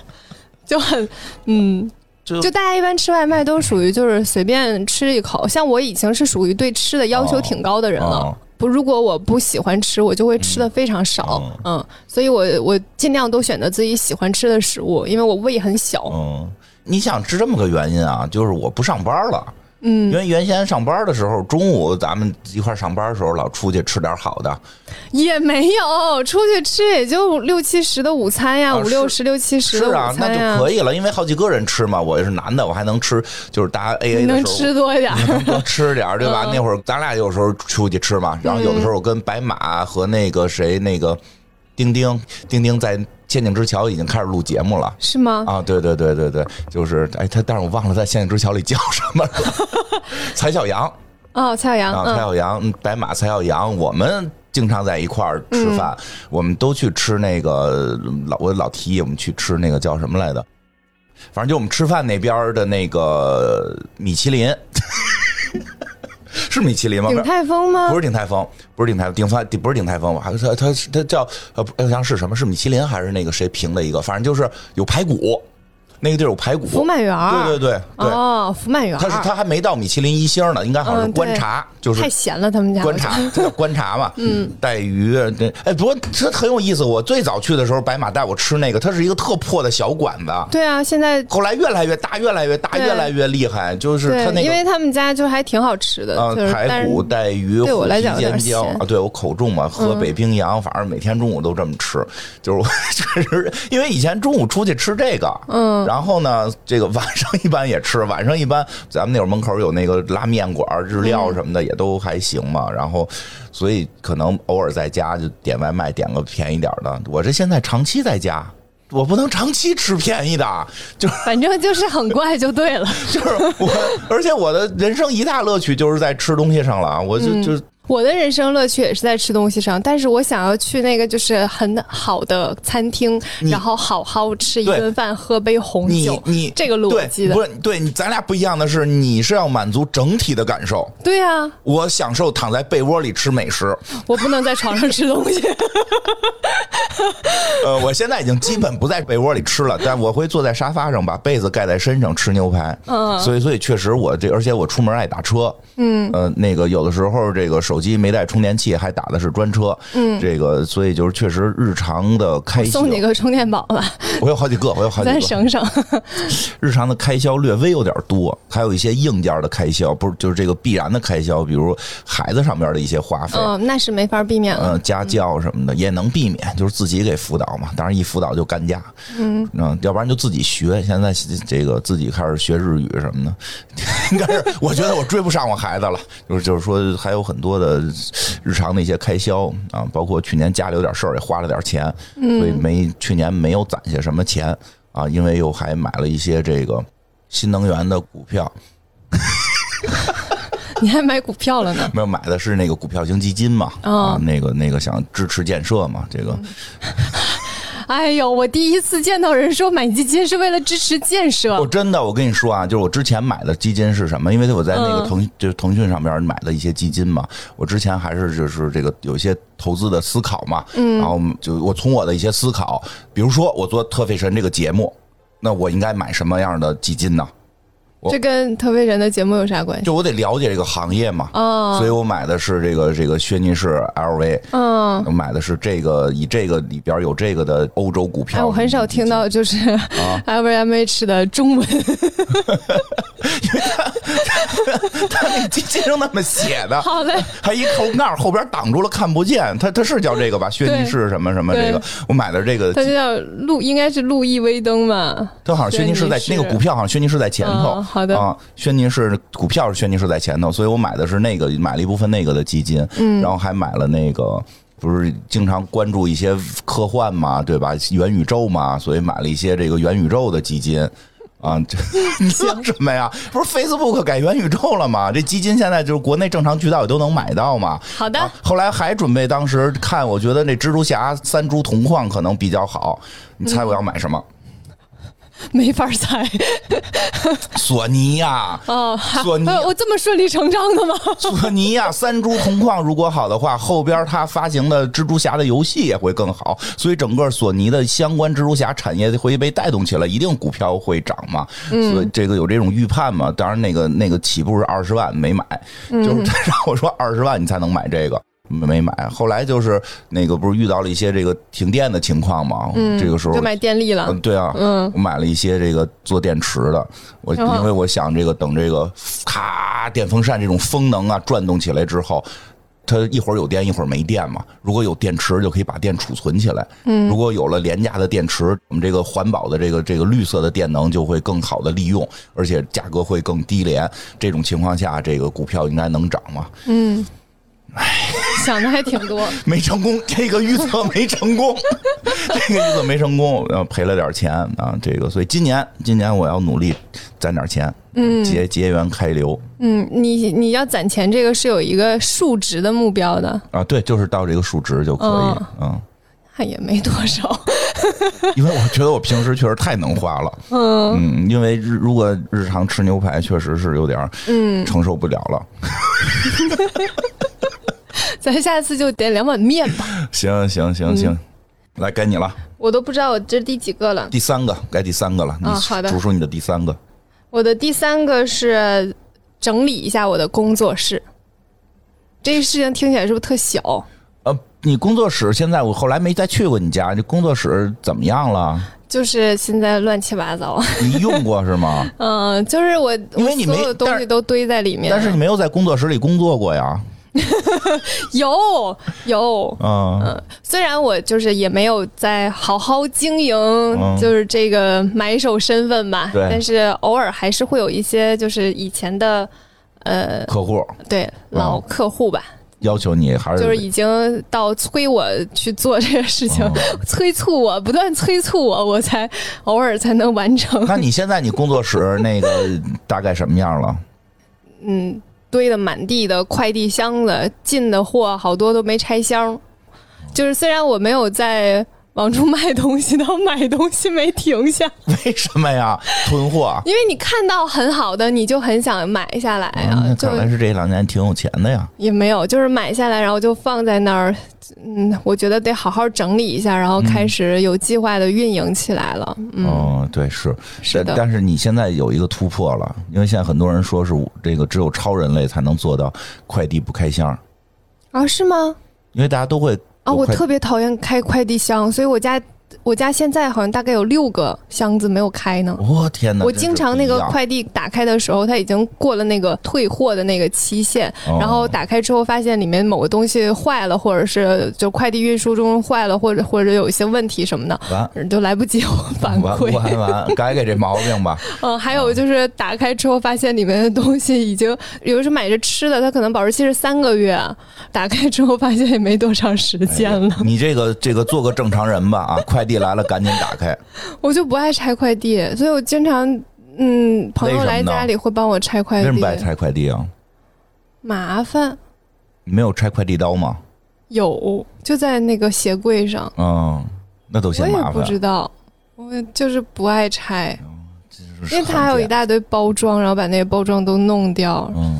A: 就很嗯，
B: 就
A: 就大家一般吃外卖都属于就是随便吃一口，像我以前是属于对吃的要求挺高的人了。
B: 哦
A: 不，如果我不喜欢吃，我就会吃的非常少，嗯，所以我我尽量都选择自己喜欢吃的食物，因为我胃很小，
B: 嗯，你想是这么个原因啊，就是我不上班了。嗯，因为原先上班的时候，中午咱们一块儿上班的时候，老出去吃点好的，
A: 也没有出去吃也就六七十的午餐呀，
B: 啊
A: 五
B: 是
A: 六十、六七十
B: 是
A: 的
B: 啊
A: 午，
B: 那
A: 餐呀
B: 就，可以了。因为好几个人吃嘛，我是男的，我还能吃，就是大家 A
A: 你
B: A 的时
A: 能
B: 候，
A: 吃多一点儿。
B: 能多吃点儿，对吧？
A: 嗯
B: 那会儿咱俩有时候出去吃嘛，然后有的时候我跟白马和那个谁那个丁丁，丁丁在《仙境之桥》已经开始录节目了。
A: 是吗？
B: 啊，对对对对对，就是哎，他但是我忘了在《仙境之桥》里叫什么 了。 蔡小阳
A: 哦，蔡小
B: 啊，
A: 阳，
B: 蔡
A: 嗯，
B: 小阳、嗯白马、蔡小阳，我们经常在一块儿吃饭，
A: 嗯
B: 我们都去吃那个老我老提议我们去吃那个叫什么来的，反正就我们吃饭那边儿的那个米其林， 是米其林吗？
A: 鼎泰丰吗
B: 不？是鼎泰丰，不是鼎泰，鼎泰不是鼎泰丰，我还他他他叫呃，不好像是什么？是米其林还是那个谁评的一个？反正就是有排骨，那个地儿有排骨。
A: 福满园儿，
B: 对对对对，
A: 哦，福满园儿，
B: 他是他还没到米其林一星呢，应该好像是
A: 嗯
B: 观
A: 对
B: 察，就是
A: 太闲了，他们家
B: 观察， 这叫观察嘛。嗯，带鱼这哎，不过这很有意思。我最早去的时候，白马带我吃那个，它是一个特破的小馆子，
A: 对啊，现在
B: 后来越来越大，越来越大，
A: 对
B: 越来越厉害，就是它那
A: 因
B: 个。
A: 为他们家就还挺好吃的，
B: 啊
A: 就是，但
B: 排
A: 是
B: 骨、带鱼、
A: 对我来讲
B: 虎皮
A: 有点
B: 尖椒
A: 咸嗯
B: 啊，对我口重嘛，河北冰洋， 反正每天中午都这么吃，就是我确实，因为以前中午出去吃这个，
A: 嗯，
B: 然后呢，这个晚上一般也吃，晚上一般咱们那会儿门口有那个拉面馆、日料什么的，也都还行嘛。然后，所以可能偶尔在家就点外卖，点个便宜点儿的。我这现在长期在家。我不能长期吃便宜的，就是
A: 反正就是很怪就对了。
B: 就是我，而且我的人生一大乐趣就是在吃东西上了啊！我就就
A: 嗯我的人生乐趣也是在吃东西上，但是我想要去那个就是很好的餐厅，然后好好吃一顿饭，喝杯红
B: 你
A: 酒，
B: 你
A: 这个
B: 对
A: 逻辑的
B: 不，是对你咱俩不一样的是，你是要满足整体的感受，
A: 对呀、啊，
B: 我享受躺在被窝里吃美食。
A: 我不能在床上吃东西。
B: 呃，我现在已经基本不在被窝里吃了，但我会坐在沙发上，把被子盖在身上吃牛排。嗯，所以所以确实我这，而且我出门爱打车。嗯，呃，那个有的时候这个手机没带充电器，还打的是专车。嗯，这个所以就是确实日常的开销，
A: 送你个充电宝吧，
B: 我有好几个，我有好几
A: 咱
B: 个。
A: 省省。
B: 日常的开销略微有点多，还有一些硬件的开销，不是就是这个必然的开销，比如孩子上面的一些花费，
A: 嗯、那是没法避免了。
B: 嗯，家教什么的也能避免，就是自己给辅导嘛。当然一辅导就干架，嗯要不然就自己学。现在这个自己开始学日语什么的，应该是我觉得我追不上我孩子了。就是就是说还有很多的日常的一些开销啊，包括去年家里有点事儿也花了点钱，所以没去年没有攒下什么钱啊，因为又还买了一些这个新能源的股票。
A: 你还买股票了 呢？
B: 没有买的是那个股票型基金嘛，
A: 哦
B: 啊，那个那个想支持建设嘛，这个
A: 哎呦，我第一次见到人说买基金是为了支持建
B: 我
A: 设。
B: 哦真的，我跟你说啊，就是我之前买的基金是什么？因为我在那个腾、就是腾讯上面买的一些基金嘛，我之前还是就是这个有一些投资的思考嘛，嗯，然后就我从我的一些思考，比如说我做特费神这个节目，那我应该买什么样的基金呢？我
A: 这跟特飞人的节目有啥关系？
B: 就我得了解这个行业嘛，
A: 哦
B: 所以我买的是这个这个轩尼诗 LV，
A: 嗯，
B: 我买的是这个以这个里边有这个的欧洲股票。
A: 哎，我很少听到就是
B: 啊
A: LVMH 的中文。
B: 他那基金上那么写的，
A: 好嘞，
B: 还一头盖儿后边挡住了看不见。他他是叫这个吧？轩尼诗什么什么这个
A: 对，
B: 我买的这个
A: 它，就叫路，应该是路易威登吧？
B: 他好像轩尼诗在
A: 轩尼诗
B: 那个股票好像轩尼诗在前头。
A: 嗯好的
B: 啊，轩尼诗股票是轩尼诗在前头，所以我买的是那个，买了一部分那个的基金，
A: 嗯
B: 然后还买了那个。不是经常关注一些科幻嘛，对吧？元宇宙嘛，所以买了一些这个元宇宙的基金啊。 这你想什么呀？不是 Facebook 改元宇宙了吗？这基金现在就是国内正常渠道也都能买到嘛。
A: 好的，
B: 啊，后来还准备当时看，我觉得那蜘蛛侠三株同框可能比较好。你猜我要买什么？
A: 没法猜。
B: 索尼呀、
A: 哦，
B: 索尼
A: 呃我这么顺理成章的吗？
B: 索尼呀、三株同框如果好的话，后边它发行的蜘蛛侠的游戏也会更好，所以整个索尼的相关蜘蛛侠产业会被带动起来，一定股票会涨嘛。
A: 嗯
B: 所以这个有这种预判嘛。当然，那个那个起步是二十万，没买，
A: 嗯
B: 就是他让我说二十万你才能买这个。没买，后来就是那个不是遇到了一些这个停电的情况嘛，这个时候
A: 嗯就买电力了
B: 嗯，。对啊，嗯，我买了一些这个做电池的，我
A: 然后
B: 因为我想这个等这个咔电风扇这种风能啊转动起来之后。它一会儿有电，一会儿没电嘛。如果有电池，就可以把电储存起来。嗯，如果有了廉价的电池，我们这个环保的这个这个绿色的电能就会更好的利用，而且价格会更低廉。这种情况下，这个股票应该能涨嘛？
A: 嗯， 想的还挺 多。
B: 没成功，这个预测没成 功，这个预测没成功，然后赔了点钱啊。这个，所以今年今年我要努力攒点钱，嗯，节节源开流
A: 嗯，你你要攒钱，这个是有一个数值的目标的，
B: 啊。对，就是到这个数值就可
A: 哦
B: 以，嗯，
A: 那也没多少。
B: 因为我觉得我平时确实太能花了，
A: 哦
B: 嗯因为日如果日常吃牛排，确实是有点儿
A: 嗯，
B: 承受不了了。
A: 咱下次就点两碗面吧。
B: 行行行行，
A: 嗯
B: 来该你了，
A: 我都不知道我这是第几个了。
B: 第三个该第三个了，你
A: 啊好的
B: 数数你的第三个。
A: 我的第三个是整理一下我的工作室。这个事情听起来是不是特小？
B: 呃，你工作室现在我后来没再去过你家，这工作室怎么样了？
A: 就是现在乱七八糟，？
B: 你用过是吗
A: 嗯，就是我，
B: 因为你
A: 我
B: 没
A: 所有东
B: 但
A: 西
B: 是
A: 都堆在里面，
B: 但是你没有在工作室里工作过呀？
A: 有有，
B: 嗯，
A: 嗯，虽然我就是也没有在好好经营，
B: 嗯
A: 就是这个买手身份吧，
B: 对
A: 但是偶尔还是会有一些就是以前的，呃，
B: 客户
A: 对老客户吧，
B: 要求你还是
A: 就是已经到催我去做这个事情，
B: 嗯
A: 催促我，不断催促我，我才偶尔才能完成。
B: 那你现在你工作室那个大概什么样了？
A: 嗯，堆的满地的快递箱子，进的货好多都没拆箱。就是虽然我没有在往出卖东西，但我买东西没停下，
B: 为什么呀？囤 货？啊
A: 因为你看到很好的，你就很想买下来啊，
B: 嗯那
A: 就
B: 看来是这两年挺有钱的呀。
A: 也没有，就是买下来，然后就放在那儿。嗯，我觉得得好好整理一下，然后开始有计划的运营起来了。嗯，
B: 嗯，对，是，
A: 是
B: 但
A: 的，
B: 但是你现在有一个突破了，因为现在很多人说是这个只有超人类才能做到快递不开箱，
A: 啊，是吗？
B: 因为大家都会
A: 啊，
B: 有
A: 我
B: 快
A: 特别讨厌开快递箱，所以我家我家现在好像大概有六个箱子没有开呢。
B: 我天哪！
A: 我
B: 真
A: 经
B: 是
A: 常
B: 不
A: 那
B: 一
A: 个
B: 样
A: 快递打开的时候，它已经过了那个退货的那个期限，
B: 哦
A: 然后打开之后发现里面某个东西坏了，或者是就快递运输中坏了，或者或者有一些问题什么的，
B: 完
A: 就来不及 反
B: 完
A: 馈。
B: 完完，改改这毛病 吧。
A: 嗯，还有就是打开之后发现里面的东西已经，有的是买着吃的，它可能保质期是三个月，打开之后发现也没多长时间了。
B: 你这个这个做个正常人吧啊！快递来了赶紧打开，
A: 我就不爱拆快递，所以我经常。嗯，朋友
B: 为什么
A: 来
B: 呢
A: 家里会帮我拆
B: 为
A: 快
B: 什么
A: 递
B: 不，爱拆快递啊？
A: 麻烦。
B: 你没有拆快递刀吗？
A: 有，就在那个鞋柜上，
B: 嗯，那都
A: 我
B: 嫌
A: 也
B: 麻
A: 不
B: 烦。哦
A: 知道，我也就是不爱拆，
B: 就是
A: 因为它还有一大堆包装，然后把那些包装都弄掉，
B: 嗯，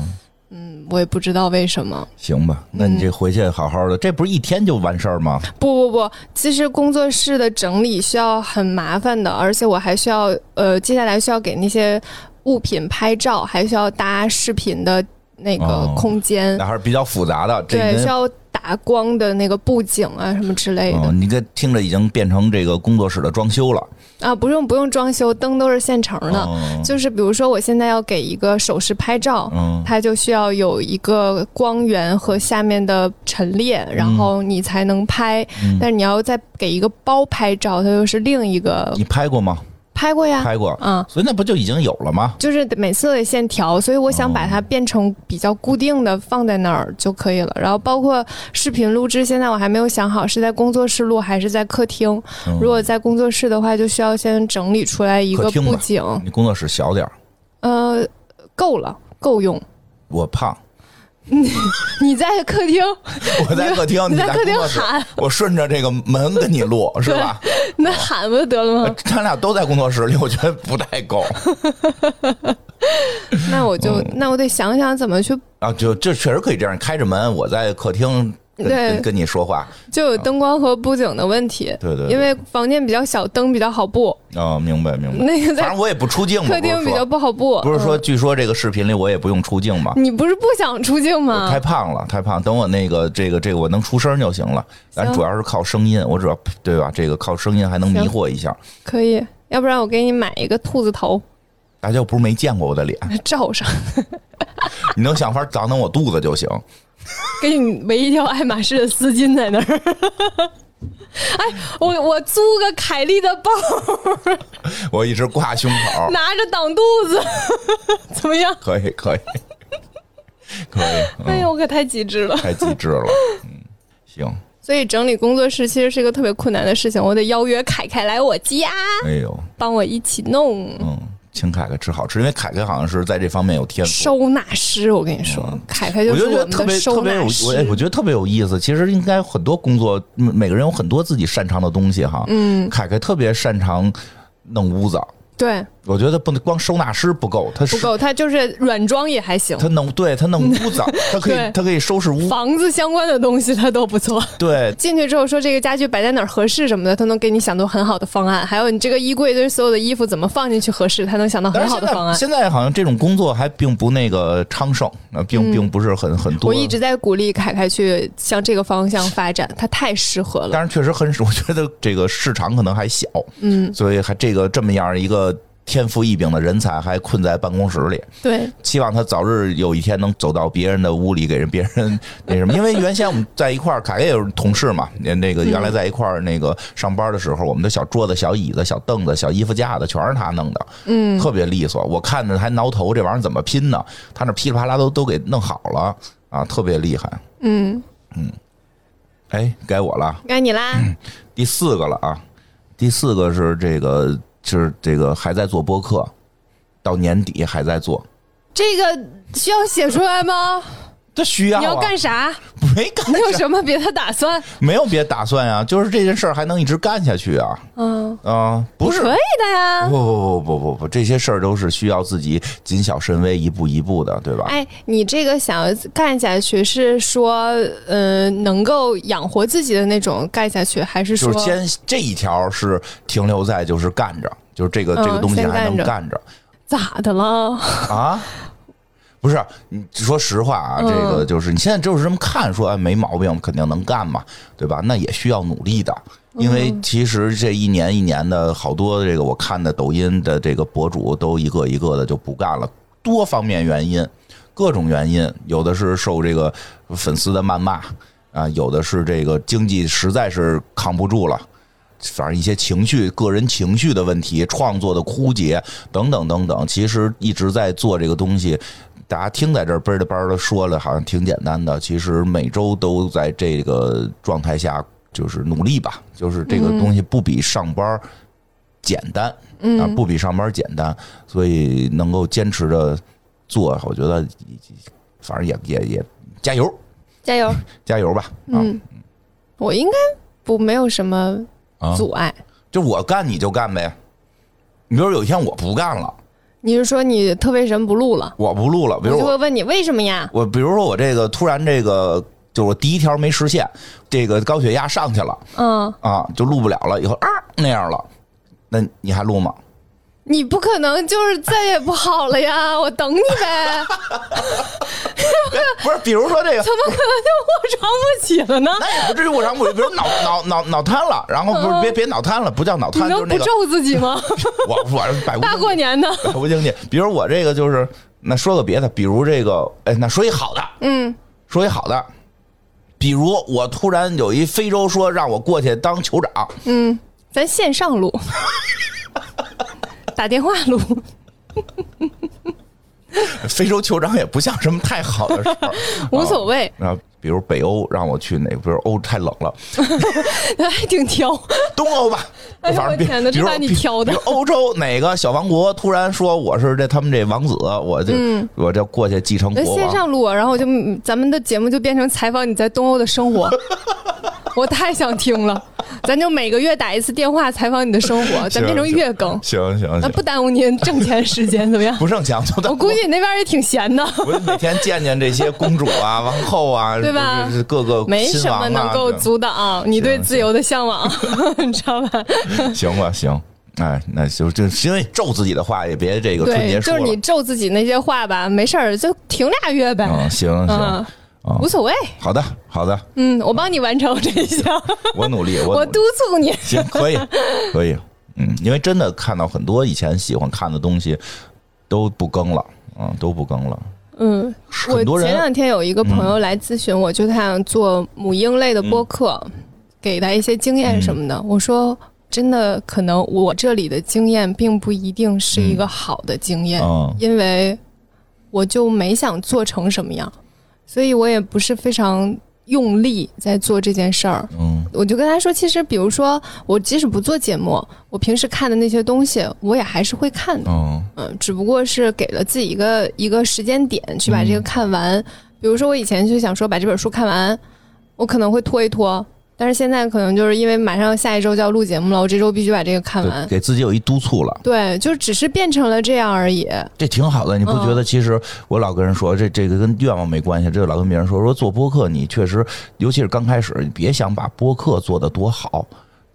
A: 嗯，我也不知道为什么。
B: 行吧，那你
A: 嗯
B: 这回去好好的，这不是一天就完事儿吗？
A: 不不不，其实工作室的整理需要很麻烦的，而且我还需要呃，接下来需要给那些物品拍照，还需要搭视频的那个
B: 哦
A: 空间，
B: 那还是比较复杂的。这
A: 嗯对，
B: 您
A: 需要打光的那个布景啊什么之类的、
B: 嗯，你这听着已经变成这个工作室的装修了。
A: 啊，不用不用装修，灯都是现成的。
B: 嗯
A: 就是比如说，我现在要给一个首饰拍照，
B: 嗯
A: 它就需要有一个光源和下面的陈列，然后你才能拍。
B: 嗯，
A: 但是你要再给一个包拍照，它又是另一个
B: 你拍过吗？
A: 拍过呀，
B: 拍过，
A: 嗯。
B: 所以那不就已经有了吗？
A: 就是每次都得线条，所以我想把它变成比较固定的放在那儿就可以了。然后包括视频录制，现在我还没有想好是在工作室录还是在客厅。
B: 嗯
A: 如果在工作室的话，就需要先整理出来一
B: 客
A: 个
B: 厅吧
A: 布景，
B: 你工作室小点儿，
A: 呃，够了，够用。
B: 我胖，
A: 你在客厅，
B: 我在客厅，
A: 你在
B: 在
A: 客厅
B: 工作室
A: 喊，
B: 我顺着这个门跟你录是吧？
A: 你那喊不就 得了吗？
B: 咱俩都在工作室里，我觉得不太够
A: 那我
B: 嗯
A: 就，那我得想想怎么去，
B: 啊。就这确实可以这样，开着门，我在客厅跟
A: 对
B: 跟跟你说话。
A: 就有灯光和布景的问题。
B: 对对对
A: 因为房间比较小，灯比较好布，
B: 哦，明白明白。
A: 那个在
B: 反正我也不出镜嘛，
A: 客厅比较不好嗯布。嗯
B: 不是说不是说，据说这个视频里我也不用出镜嘛。
A: 你不是不想出镜
B: 我
A: 吗
B: 太？胖了，太胖。等我那个这个这个我能出声就行了，咱
A: 行
B: 主要是靠声音，我主要对吧？这个靠声音还能迷
A: 行
B: 惑一下。
A: 可以，要不然我给你买一个兔子头
B: 大家又不是没见过我的脸，
A: 罩上，
B: 嗯你能想法长到我肚子就行。
A: 给你围一条爱马仕的丝巾在那儿。 哎，我我租个凯莉的包，
B: 我一直挂胸口，
A: 拿着挡肚子， 怎么样？
B: 可以，可以，可以，嗯
A: 哎呦，我可太极致了。
B: 太极致了。嗯，行，
A: 所以整理工作室其实是一个特别困难的事情，我得邀约凯凯来我家，
B: 哎呦，
A: 帮我一起弄。
B: 嗯，请凯凯吃好吃，因为凯凯好像是在这方面有天赋。
A: 收纳师，我跟你说，凯凯
B: 嗯
A: 就
B: 我
A: 哎是
B: 就觉得
A: 我们
B: 特
A: 的
B: 别特
A: 收
B: 别有
A: 纳，
B: 我哎我
A: 师。
B: 觉得特别有意思。其实应该很多工作，嗯每个人有很多自己擅长的东西哈。嗯，凯凯特别擅长弄屋子，
A: 对，
B: 我觉得不能光收纳师不够，他
A: 不
B: 是
A: 够，他就是软装也还行，
B: 他弄对他弄屋子，他可以
A: 对
B: 他可以收拾屋，
A: 房子相关的东西他都不错。
B: 对
A: 进去之后说这个家具摆在哪儿合适什么的，他能给你想出很好的方案。还有你这个衣柜就是所有的衣服怎么放进去合适，他能想到
B: 但
A: 很
B: 是现
A: 好的
B: 在
A: 方案。
B: 现在好像这种工作还并不那个昌盛，呃，并并不是很很多。
A: 嗯我一，直在鼓励凯凯去向这个方向发展，他太适合了。
B: 但是确实很，我觉得这个市场可能还小，嗯，所以还这个这么样一个。天赋异禀的人才还困在办公室里。
A: 对，
B: 希望他早日有一天能走到别人的屋里，给人别人那什么。因为原先我们在一块儿，凯爷也是同事嘛，那个原来在一块儿那个上班的时候，我们的小桌子、小椅子、小凳子、小衣服架子，全是他弄的，嗯，特别利索。我看着还挠头，这玩意儿怎么拼呢？他那噼里啪啦都都给弄好了啊，特别厉害。
A: 嗯，
B: 哎，该我了，
A: 该你啦。
B: 嗯第四个了啊，第四个是这个，就是这个还在做播客，到年底还在做。
A: 这个需要写出来吗？
B: 这需要、啊、
A: 你要干啥？
B: 没干
A: 你有
B: 啥
A: 什么别的打算？
B: 没有别的打算呀，就是这件事儿还能一直干下去啊。
A: 嗯，
B: 啊、不是，
A: 可以的呀
B: 不。不不不不不，这些事儿都是需要自己谨小慎微，一步一步的，对吧？
A: 哎，你这个想要干下去是说，呃，能够养活自己的那种干下去，还是
B: 就是
A: 说
B: 先这一条是停留在就是干着，就是这个、这个
A: 嗯
B: 东西
A: 先
B: 还能
A: 干着
B: 干着
A: 咋的了？
B: 啊。不是，你说实话啊，这个就是你现在就是这么看说，哎，没毛病，肯定能干嘛，对吧？那也需要努力的，因为其实这一年一年的好多这个我看的抖音的这个博主都一个一个的就不干了，多方面原因，各种原因，有的是受这个粉丝的谩骂啊，有的是这个经济实在是扛不住了。反正一些情绪、个人情绪的问题、创作的枯竭等等等等，其实一直在做这个东西。大家听在这儿嘣儿的嘣儿的说了，好像挺简单的，其实每周都在这个状态下，就是努力吧，就是这个东西不比上班儿简单、啊，不比上班儿简单，所以能够坚持着做，我觉得反正也也也加油
A: 加油！
B: 加油吧，啊、
A: 嗯，我应该不没有什么
B: 啊，
A: 阻碍。
B: 就我干你就干呗，你比如有一天我不干了。
A: 你是说你特为神不录了？
B: 我不录了，比
A: 我
B: 如
A: 就
B: 我
A: 会问你为什么呀？
B: 我比如说我这个突然这个就是我第一条没实现，这个高血压上去了
A: 嗯，
B: 啊，就录不了了，以后啊那样了，那你还录吗？
A: 你不可能就是再也不好了呀！ 我等你呗，
B: 不是，比如说这个
A: 怎。么可能 就卧床不起了呢？
B: 那也不至于卧床不起，比如脑脑脑脑瘫了，然后不是别别脑瘫了，不叫脑
A: 嗯你
B: 瘫，就
A: 能
B: 是
A: 不
B: 那个
A: 咒自己吗？
B: 我我是百无
A: 大过年的，
B: 百 无禁忌。比如哎我这个就是，那说个别的，比如这个，哎，那说一好的，
A: 嗯，
B: 说一好的，比如我突然有一非洲说让我过去当酋长，
A: 嗯咱线上录， 打电话录，
B: 非洲酋长也不像什么太好的事儿，
A: 无所
B: 谓。
A: 谓，
B: 然后比如北欧让我去哪个，比如欧太冷了，
A: 他还哎挺挑。
B: 东欧吧，
A: 哎
B: 反
A: 呦
B: 正比
A: 我天哪
B: 比如
A: 这把你挑的
B: 比如欧洲哪个小王国突然说我是这他们这王子，我就我就过去继承
A: 嗯那
B: 国
A: 线
B: 王。
A: 上录，啊然后就嗯咱们的节目就变成采访你在东欧的 生活。我太想听了，咱就每个月打一次电话采访你的生 活，咱变成月更，
B: 行行
A: 那
B: 行
A: 不，耽误您挣钱时间，怎么样？
B: 不挣钱，就
A: 我估计你那边也挺闲的，
B: 我 每天见见这些公主啊、王后啊，
A: 对吧
B: 就是各个
A: 没
B: 亲
A: 什
B: 王
A: 么
B: 啊
A: 能够
B: 这
A: 阻挡你对自由的向往， 你知道吧？
B: 行吧行。哎，那就就因为咒自己的话，也别这个春
A: 对，
B: 节说
A: 就是
B: 了。
A: 你咒自己那些话吧，没事儿就停俩月呗，
B: 嗯，行
A: 嗯
B: 行，啊
A: 无所谓。
B: 好的好的，
A: 嗯，我帮你完成这 一项，
B: 我努力，我
A: 我
B: 努力
A: 督促你。
B: 行， 可以，可以，嗯，因为真的看到很多以前喜欢看的东西都不更了，嗯，都不更了，
A: 嗯，
B: 很
A: 我
B: 多
A: 前
B: 人
A: 两天有一个朋友来咨询我，就他想做母婴类的播客，给他一些经验什么
B: 嗯
A: 的。我说，真的，可能我这里的经验并不一定是一个好的经验，
B: 嗯
A: 因为我就没想做成什么样，所以我也不是非常用力在做这件事儿。
B: 嗯
A: 我就跟他说，其实比如说，我即使不做节目，我平时看的那些东西，我也还是会看的。
B: 嗯
A: 嗯，只不过是给了自己一个一个时间点去把这个看完。
B: 嗯
A: 比如说，我以前就想说把这本书看完，我可能会拖一拖，但是现在可能就是因为马上下一周就要录节目了，我这周必须把这个看
B: 对，
A: 完。
B: 给自己有一督促了，
A: 对，就只是变成了这样而已。
B: 这挺好的，你不觉
A: 嗯
B: 得？其实我老跟人说，这这个跟愿望没关系，这老跟别人说说做播客，你确实，尤其是刚开始，你别想把播客做得多好。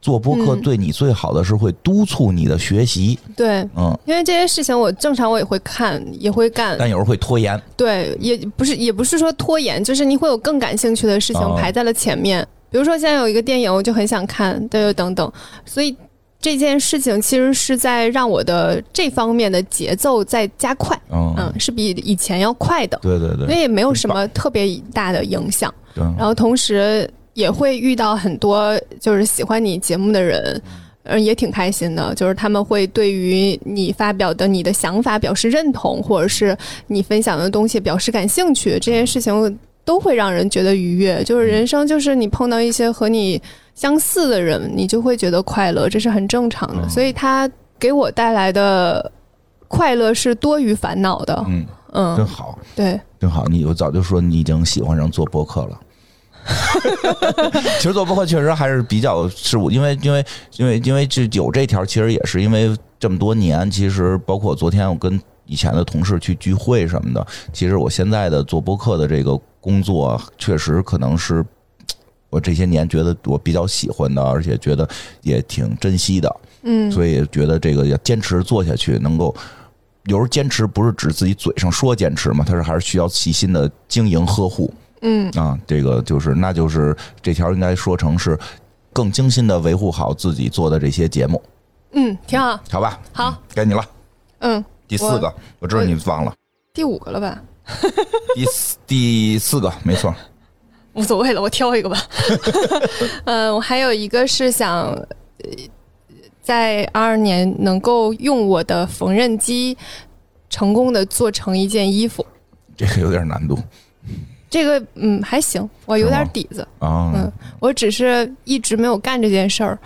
B: 做播
A: 嗯
B: 客对你最好的是会督促你的学习，
A: 对，
B: 嗯，
A: 因为这些事情我正常我也会看，也会干。
B: 但有时候会拖延，
A: 对，也不是也不是说拖延，就是你会有更感兴趣的事情
B: 哦
A: 排在了前面。比如说现在有一个电影，我就很想看，对，等等，所以。这件事情其实是在让我的这方面的节奏在加快，
B: 嗯
A: 嗯，是比以前要快的，
B: 对对
A: 所以
B: 对，
A: 也没有什么特别大的影响。
B: 嗯
A: 然后同时也会遇到很多就是喜欢你节目的人，嗯，也挺开心的。就是他们会对于你发表的你的想法表示认同，或者是你分享的东西表示感兴趣，这件事情都会让人觉得愉悦。就是人生，就是你碰到一些和你相似的人，你就会觉得快乐，这是很正常的。
B: 嗯
A: 所以他给我带来的快乐是多于烦恼的。
B: 嗯，真
A: 嗯，
B: 好，
A: 对，
B: 真好。你我早就说你已经喜欢上做播客了。 其实做播客确实还是比较是我，因为因为因为因为这有这条，其实也是因为这么多年，其实包括昨天我跟以前的同事去聚会什么的，其实我现在的做播客的这个工作，确实可能是我这些年觉得我比较喜欢的，而且觉得也挺珍惜的。
A: 嗯，
B: 所以觉得这个要坚持做下去，能够有时候坚持不是指自己嘴上说坚持嘛，它是还是需要细心的经营呵护
A: 嗯
B: 啊。这个就是那就是这条应该说成是更精心的维护好自己做的这些节目，
A: 嗯，挺好，
B: 好吧？
A: 好，
B: 该你了。
A: 嗯。
B: 第四个，我知道你忘了，
A: 第五个了吧？
B: 第四第四个没错，
A: 无所谓了， 我挑一个吧。嗯，我还有一个是想，呃在二二年能够用我的缝纫机成功的做成一件衣服，
B: 这个有点难度
A: 这个嗯还行，我有点底子。
B: 啊。
A: 嗯，我只是一直没有干这件事儿。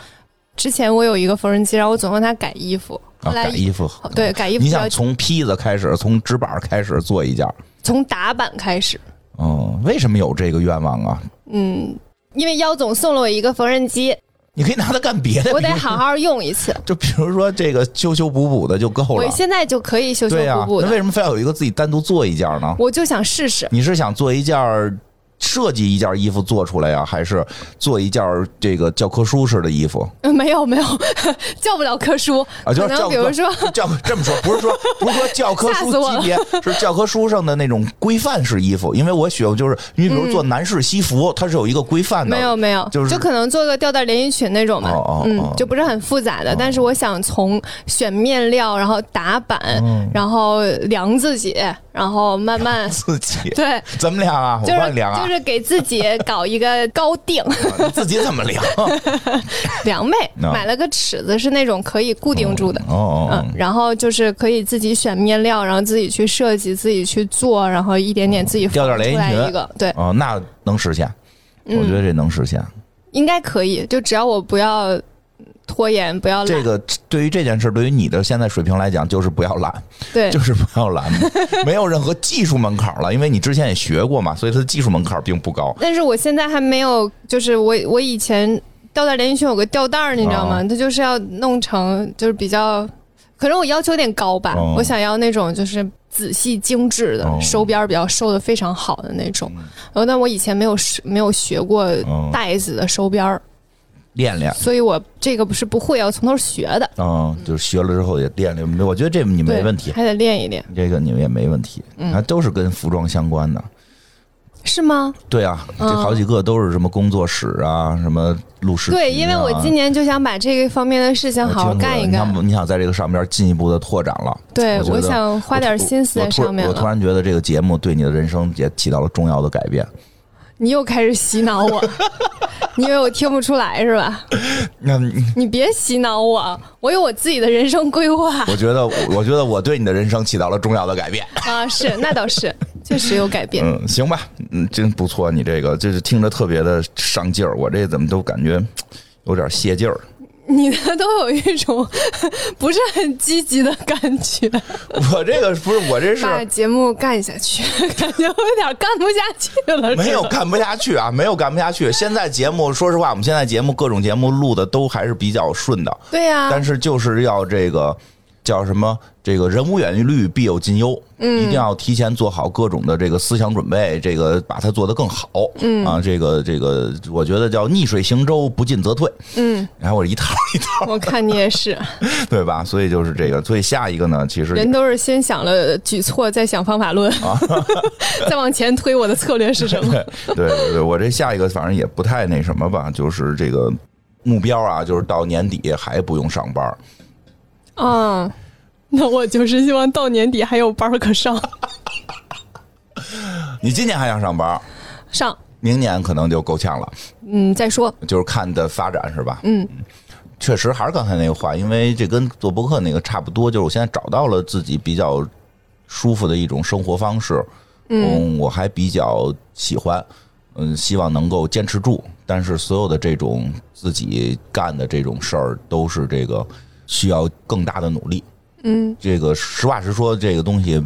A: 之前我有一个缝纫机，然后我总让它改衣服，后
B: 啊，
A: 来
B: 改衣服，
A: 对改衣服
B: 你
A: 比较
B: 想从坯子开始，从纸板开始做一件儿，
A: 从打板开始。
B: 嗯，为什么有这个愿望啊？
A: 嗯，因为妖总送了我一个缝纫机，
B: 你可以拿它干别的，
A: 我得
B: 比如
A: 好好用 一次。
B: 就比如说这个修修补补的就够
A: 我
B: 了，
A: 现在就可以修修
B: 对呀、
A: 补补
B: 那为
A: 的，
B: 什么非要有一个自己单独做一件呢？
A: 我就想试试。
B: 你是想做一件儿设计一件衣服做出来呀、还是做一件儿这个教科书式的衣服？
A: 嗯，没有没 有，叫不了科书，
B: 啊就是
A: 可
B: 叫
A: 能
B: 不
A: 比如
B: 了
A: 说，
B: 教这么说不是说不是说教科
A: 吓死我
B: 书
A: 了
B: 级别，是教科书上的那种规范式衣服。因为我选就是，你比如做男士西服，它是有一个规范的。
A: 嗯没有没有，
B: 就是
A: 可能做个吊带连衣裙那种嘛，
B: 哦哦哦
A: 嗯，就不是很复杂的。但是我想从选面料，然后打板，然后量自己，然后慢慢
B: 嗯 自己，
A: 对，
B: 怎么量啊？我
A: 就
B: 帮
A: 是
B: 你量啊，哦
A: 就是给自己搞一个高 定
B: 你自己怎么量？
A: 量呗，
B: 啊
A: 买了个尺子是那种可以固定住的。
B: 哦哦，哦
A: 嗯，然后就是可以自己选面料，然后自己去设计，自己去做，然后一点点自己
B: 吊带
A: 缝
B: 连衣
A: 出来
B: 裙
A: 一个，对，嗯
B: 哦，那能实现，我觉得这能实现。
A: 应该可以，就只要我不要拖延，不要懒，
B: 这个对于这件事，对于你的现在水平来讲，就是不要懒，
A: 对，
B: 就是不要懒， 没有任何技术门槛了，因为你之前也学过嘛，所以它的技术门槛并不高。
A: 但是我现在还没有，就是我我以前吊带连衣裙有个吊带儿，你知道吗？
B: 哦
A: 它就是要弄成就是比较，可能我要求有点高吧，
B: 哦
A: 我想要那种就是仔细精致的，
B: 哦嗯
A: 收边儿比较收的非常好的那种。然后，但我以前没有是没有学过
B: 哦
A: 带子的收边儿，
B: 练练，
A: 所以我这个不是不会，要从头学的。
B: 嗯，就是学了之后也练练，我觉得这你
A: 对
B: 没问题，
A: 还得嗯练一练，
B: 这个你们也没问题，它都是跟服装相关的。
A: 是吗？
B: 对啊，
A: 嗯
B: 这好几个都是什么工作室啊，什么录视频啊、
A: 对，因为我今年就想把这个方面的事情
B: 我
A: 好好
B: 听
A: 干
B: 过
A: 一
B: 你
A: 干。
B: 想你想在这个上边进一步的拓展了，
A: 对，
B: 我觉
A: 我
B: 得
A: 想花点心思
B: 我
A: 在
B: 突
A: 上面
B: 我突
A: 了。
B: 然觉得这个节目对你的人生也起到了重要的改变。
A: 你又开始洗脑我，你以为我听不出来是吧？
B: 那你
A: 你别洗脑我，我有我自己的人生 规划
B: 我觉得，我觉得我对你的人生起到了重要的 改变。
A: 啊。是，那倒是，确实有改变。
B: 嗯，行吧，嗯，真不错，你这个就是听着特别的上劲儿，我这怎么都感觉有点泄劲儿。
A: 你的都有一种 不是很积极的感觉，
B: 我这个不是，我这是
A: 把节目干下去， 感觉我有点干不下去 了。
B: 没有
A: 是吧
B: 干不下去啊，没有干不下去。现在节目，说实话，我们现在节目各种节目录的都还是比较顺的，
A: 对呀、
B: 但是就是要这个叫什么？这个人无远虑，必有近忧。嗯，一定要提前做好各种的这个思想准备，这个把它做得更好。嗯啊，这个这个，我觉得叫逆水行舟，不进则退。
A: 嗯，
B: 然后我一套一套，
A: 我看你也是，
B: 对吧？所以就是这个，所以下一个呢，其实
A: 人都是先想了举措，再想方法论，
B: 啊
A: 再往前推我 的策略是什么？
B: 对对对，我这下一个反正也不太那什么吧，就是这个。目标啊，就是到年底还不用上班儿。
A: 嗯，那我就是希望到年底还有班儿可上，
B: 你今年还想上班儿，
A: 上，
B: 明年可能就够呛了，
A: 嗯，再说，
B: 就是看的发展是吧？
A: 嗯，
B: 确实还是刚才那个话，因为这跟做博客那个差不多，就是我现在找到了自己比较舒服的一种生活方式，嗯，我还比较喜欢，嗯，希望能够坚持住。但是所有的这种自己干的这种事儿，都是这个需要更大的努力。
A: 嗯，
B: 这个实话实说，这个东西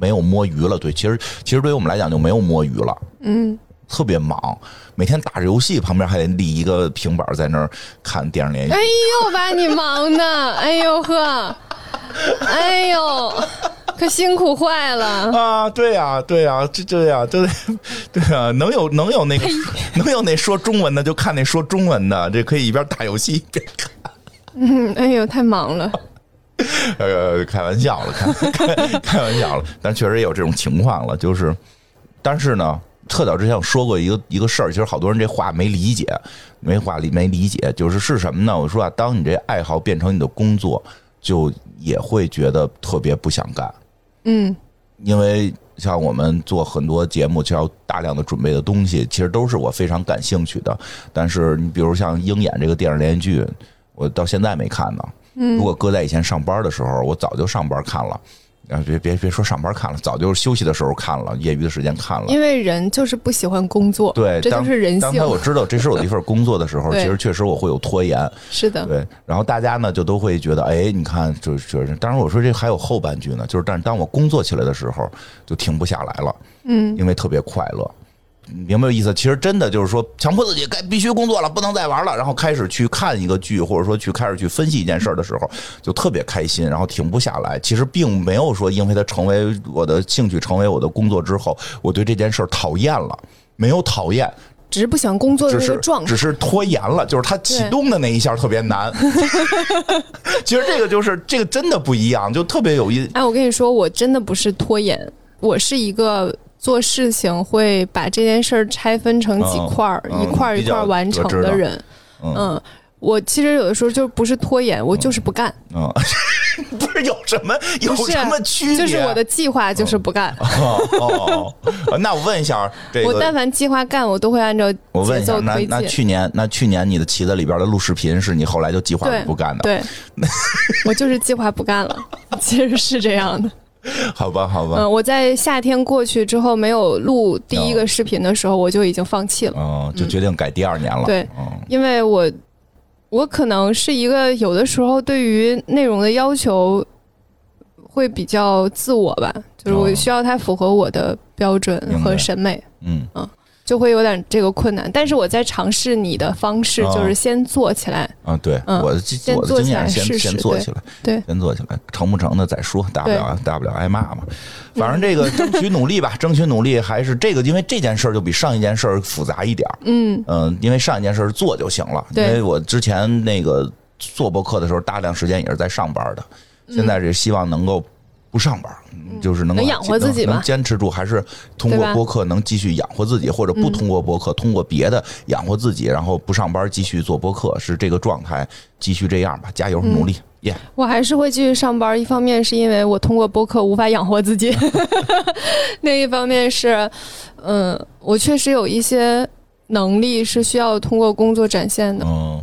B: 没有摸鱼了。对，其实其实对于我们来讲就没有摸鱼了。
A: 嗯，
B: 特别忙，每天打着游戏，旁边还得立一个平板在那儿看电视连续剧
A: 哎。呦，把你忙的，哎呦呵，哎呦， 可辛苦坏了。
B: 啊，对呀、对呀、这这呀、这 对呀、能有能有
A: 哎
B: 那个 能有那说中文的，就看那说中文的，这可以一边打游戏一边看。
A: 嗯，哎呦，太忙了。
B: 呃，开玩笑了，开 开开玩笑了，但确实也有这种情况了，就是，但是呢，特早之前我说过一个一个事儿，其实好多人这话没理解，没话理没理解，就是是什么呢？我说啊，当你这爱好变成你的工作，就也会觉得特别不想干，
A: 嗯
B: 因为像我们做很多节目，就要大量的准备的东西，其实都是我非常感兴趣的。但是你比如像《鹰眼》这个电视连续剧，我到现在没看呢。
A: 嗯
B: 如果搁在以前上班的时候，我早就上班看了。啊，别别别说上班看了，早就是休息的时候看了，业余的时间看了。
A: 因为人就是不喜欢工作，
B: 对，
A: 这就是人
B: 当当他
A: 性。
B: 我知道这是我的一份工作的时候，其
A: 对
B: 实确实我会有拖延。
A: 是的，
B: 对，然后大家呢就都会觉得，哎，你看，就是就是，当然我说这还有后半句呢，就是，但是当我工作起来的时候，就停不下来了，
A: 嗯，
B: 因为特别快乐。你明白我意思？其实真的就是说，强迫自己该必须工作了，不能再玩了。然后开始去看一个剧，或者说去开始去分析一件事儿的时候，就特别开心，然后停不下来。其实并没有说，因为它成为我的兴趣，成为我的工作之后，我对这件事儿讨厌了，没有讨厌，
A: 只是不想工作的
B: 只
A: 那个
B: 是
A: 状态
B: 只。是拖延了，就是它启动的那一下特别 难。其实这个就是这个真的不一样，就特别有意。
A: 哎，我跟你说，我真的不是拖延，我是一个做事情会把这件事儿拆分成几块儿、
B: 嗯嗯
A: 一块儿一块儿完成
B: 比较
A: 的
B: 我知道
A: 人。嗯，我其实有的时候就不是拖延，我就是不干，
B: 嗯，不是有什么有
A: 不是啊
B: 什么区别？
A: 就是我的计划就是不干。
B: 哦哦哦，那我问一下这
A: 我但
B: 个。
A: 凡计划干，我都会按照
B: 我问
A: 节
B: 一下，
A: 奏
B: 那
A: 推
B: 那
A: 进。
B: 去年那去年你的旗子里边的录视频是你后来就计划
A: 对，
B: 不干的，
A: 对，我就是计划不干了，其实是这样的。
B: 好吧好吧，
A: 嗯，我在夏天过去之后没有录第
B: 哦
A: 一个视频的时候，我就已经放弃了，
B: 嗯，就决定改第二年了，
A: 对
B: 嗯
A: 因为我我可能是一个有的时候对于内容的要求会比较自我吧，就是我
B: 哦
A: 需要它符合我的标准
B: 明白
A: 和审美。
B: 嗯
A: 就会有点这个困难，但是我在尝试你的方式，
B: 哦
A: 就是先做起来。
B: 啊，对，
A: 嗯
B: 我的
A: 先
B: 我的
A: 做
B: 经
A: 起
B: 验
A: 来
B: 是先
A: 试
B: 先
A: 试
B: 做
A: 对
B: 起来，
A: 对
B: 先做起来，成不成的再说，大不了啊大不了挨骂嘛。反正这个
A: 嗯
B: 争取努力吧， 争取努力还是这个，因为这件事儿就比上一件事儿复杂一点儿。
A: 嗯
B: 嗯，因为上一件事儿做就行了，因
A: 对
B: 为我之前那个做播客的时候，大量时间也是在上班的，现在是希望能够。不上班，就是能够
A: 嗯能养活自己吧
B: 能坚持住，还是通
A: 对
B: 过
A: 吧
B: 播客能继续养活自己，或者不通过播客，通过别的养活自己，然后不上班继续做播客，是这个状态，继续这样吧，加
A: 嗯
B: 油努力，耶！
A: 我还是会继续上班，一方面是因为我通过播客无法养活自己， 另一方面是，嗯，我确实有一些能力是需要通过工作展现的。
B: 嗯，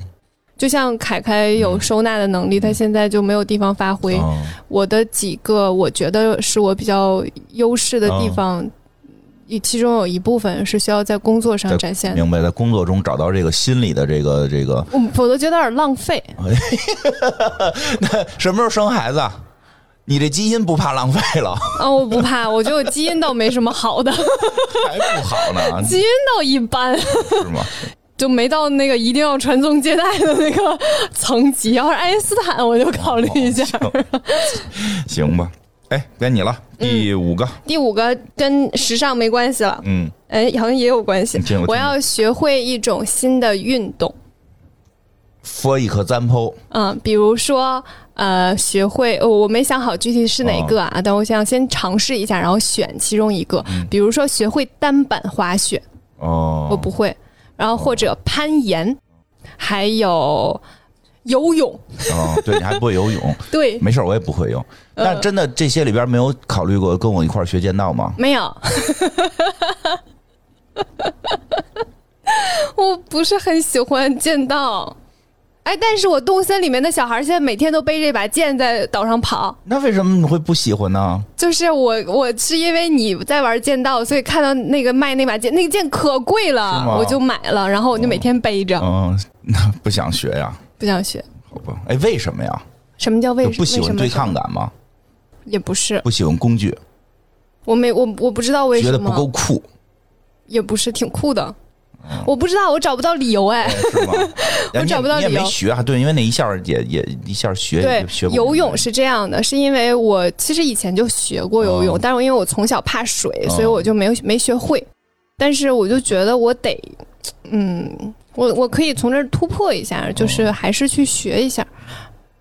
A: 就像凯凯有收纳的能力，他现在就没有地方发挥。
B: 嗯
A: 我的几个我觉得是我比较优势的地
B: 哦
A: 方，一其中有一部分是需要在工作
B: 在
A: 上展现的。
B: 明白，在工作中找到这个心理的这个这个，
A: 嗯，否则觉得有点浪费。
B: 什么时候生孩子啊？你这基因不怕浪费了，
A: 啊、我不怕，我觉得我基因倒没什么好的，
B: 还不好呢，
A: 基因倒一般，
B: 是吗？
A: 就没到那个一定要传宗接代的那个层级。要是爱因斯坦，我就考虑一下。
B: 行吧，哎，该你了，第
A: 嗯
B: 五个，
A: 第五个跟时尚没关系了，
B: 嗯，
A: 哎，好像也有关系
B: 你听我。听
A: 我要学会一种新的运动，
B: for example，
A: 嗯，比如说。呃，学会、哦我没想好具体是哪个啊，
B: 哦
A: 但我想先尝试一下，然后选其中一个。比如说，学会单板滑雪，
B: 嗯哦，
A: 我不会，然后或者攀岩，还有游泳，
B: 哦，对你还不会游泳，
A: 对，
B: 没事儿，我也不会游。
A: 呃
B: 但真的这些里边没有考虑过跟我一块儿学剑道吗？
A: 没有，我不是很喜欢剑道。哎，但是我动森里面的小孩现在每天都背这把剑在岛上跑，
B: 那为什么你会不喜欢呢？
A: 就是我我是因为你在玩剑道，所以看到那个卖那把剑，那个剑可贵
B: 是
A: 了
B: 吗，
A: 我就买了，然后我就每天背着，
B: 嗯，那不想学呀，
A: 不想学。
B: 好吧？哎，为什么呀？
A: 什么叫为
B: 就
A: 什
B: 不喜
A: 为什
B: 欢
A: 么
B: 对
A: 什么
B: 抗感吗？
A: 也不是，
B: 不喜欢工具，
A: 我没我我不知道为
B: 觉
A: 什
B: 得
A: 么
B: 不够酷，嗯
A: 也不是挺酷的，我不知道，我找不到理由哎。
B: 是 吗？
A: 我找不到
B: 你也
A: 理
B: 没
A: 由
B: 学啊，对，因为那一下儿也也一下儿学
A: 对
B: 也学，不
A: 游
B: 明白
A: 泳是这样的，是因为我其实以前就学过游泳，
B: 哦
A: 但是我因为我从小怕水，
B: 哦
A: 所以我就没有没学会。但是我就觉得我得，嗯，我我可以从这儿突破一下，就是
B: 哦
A: 还是去学一下。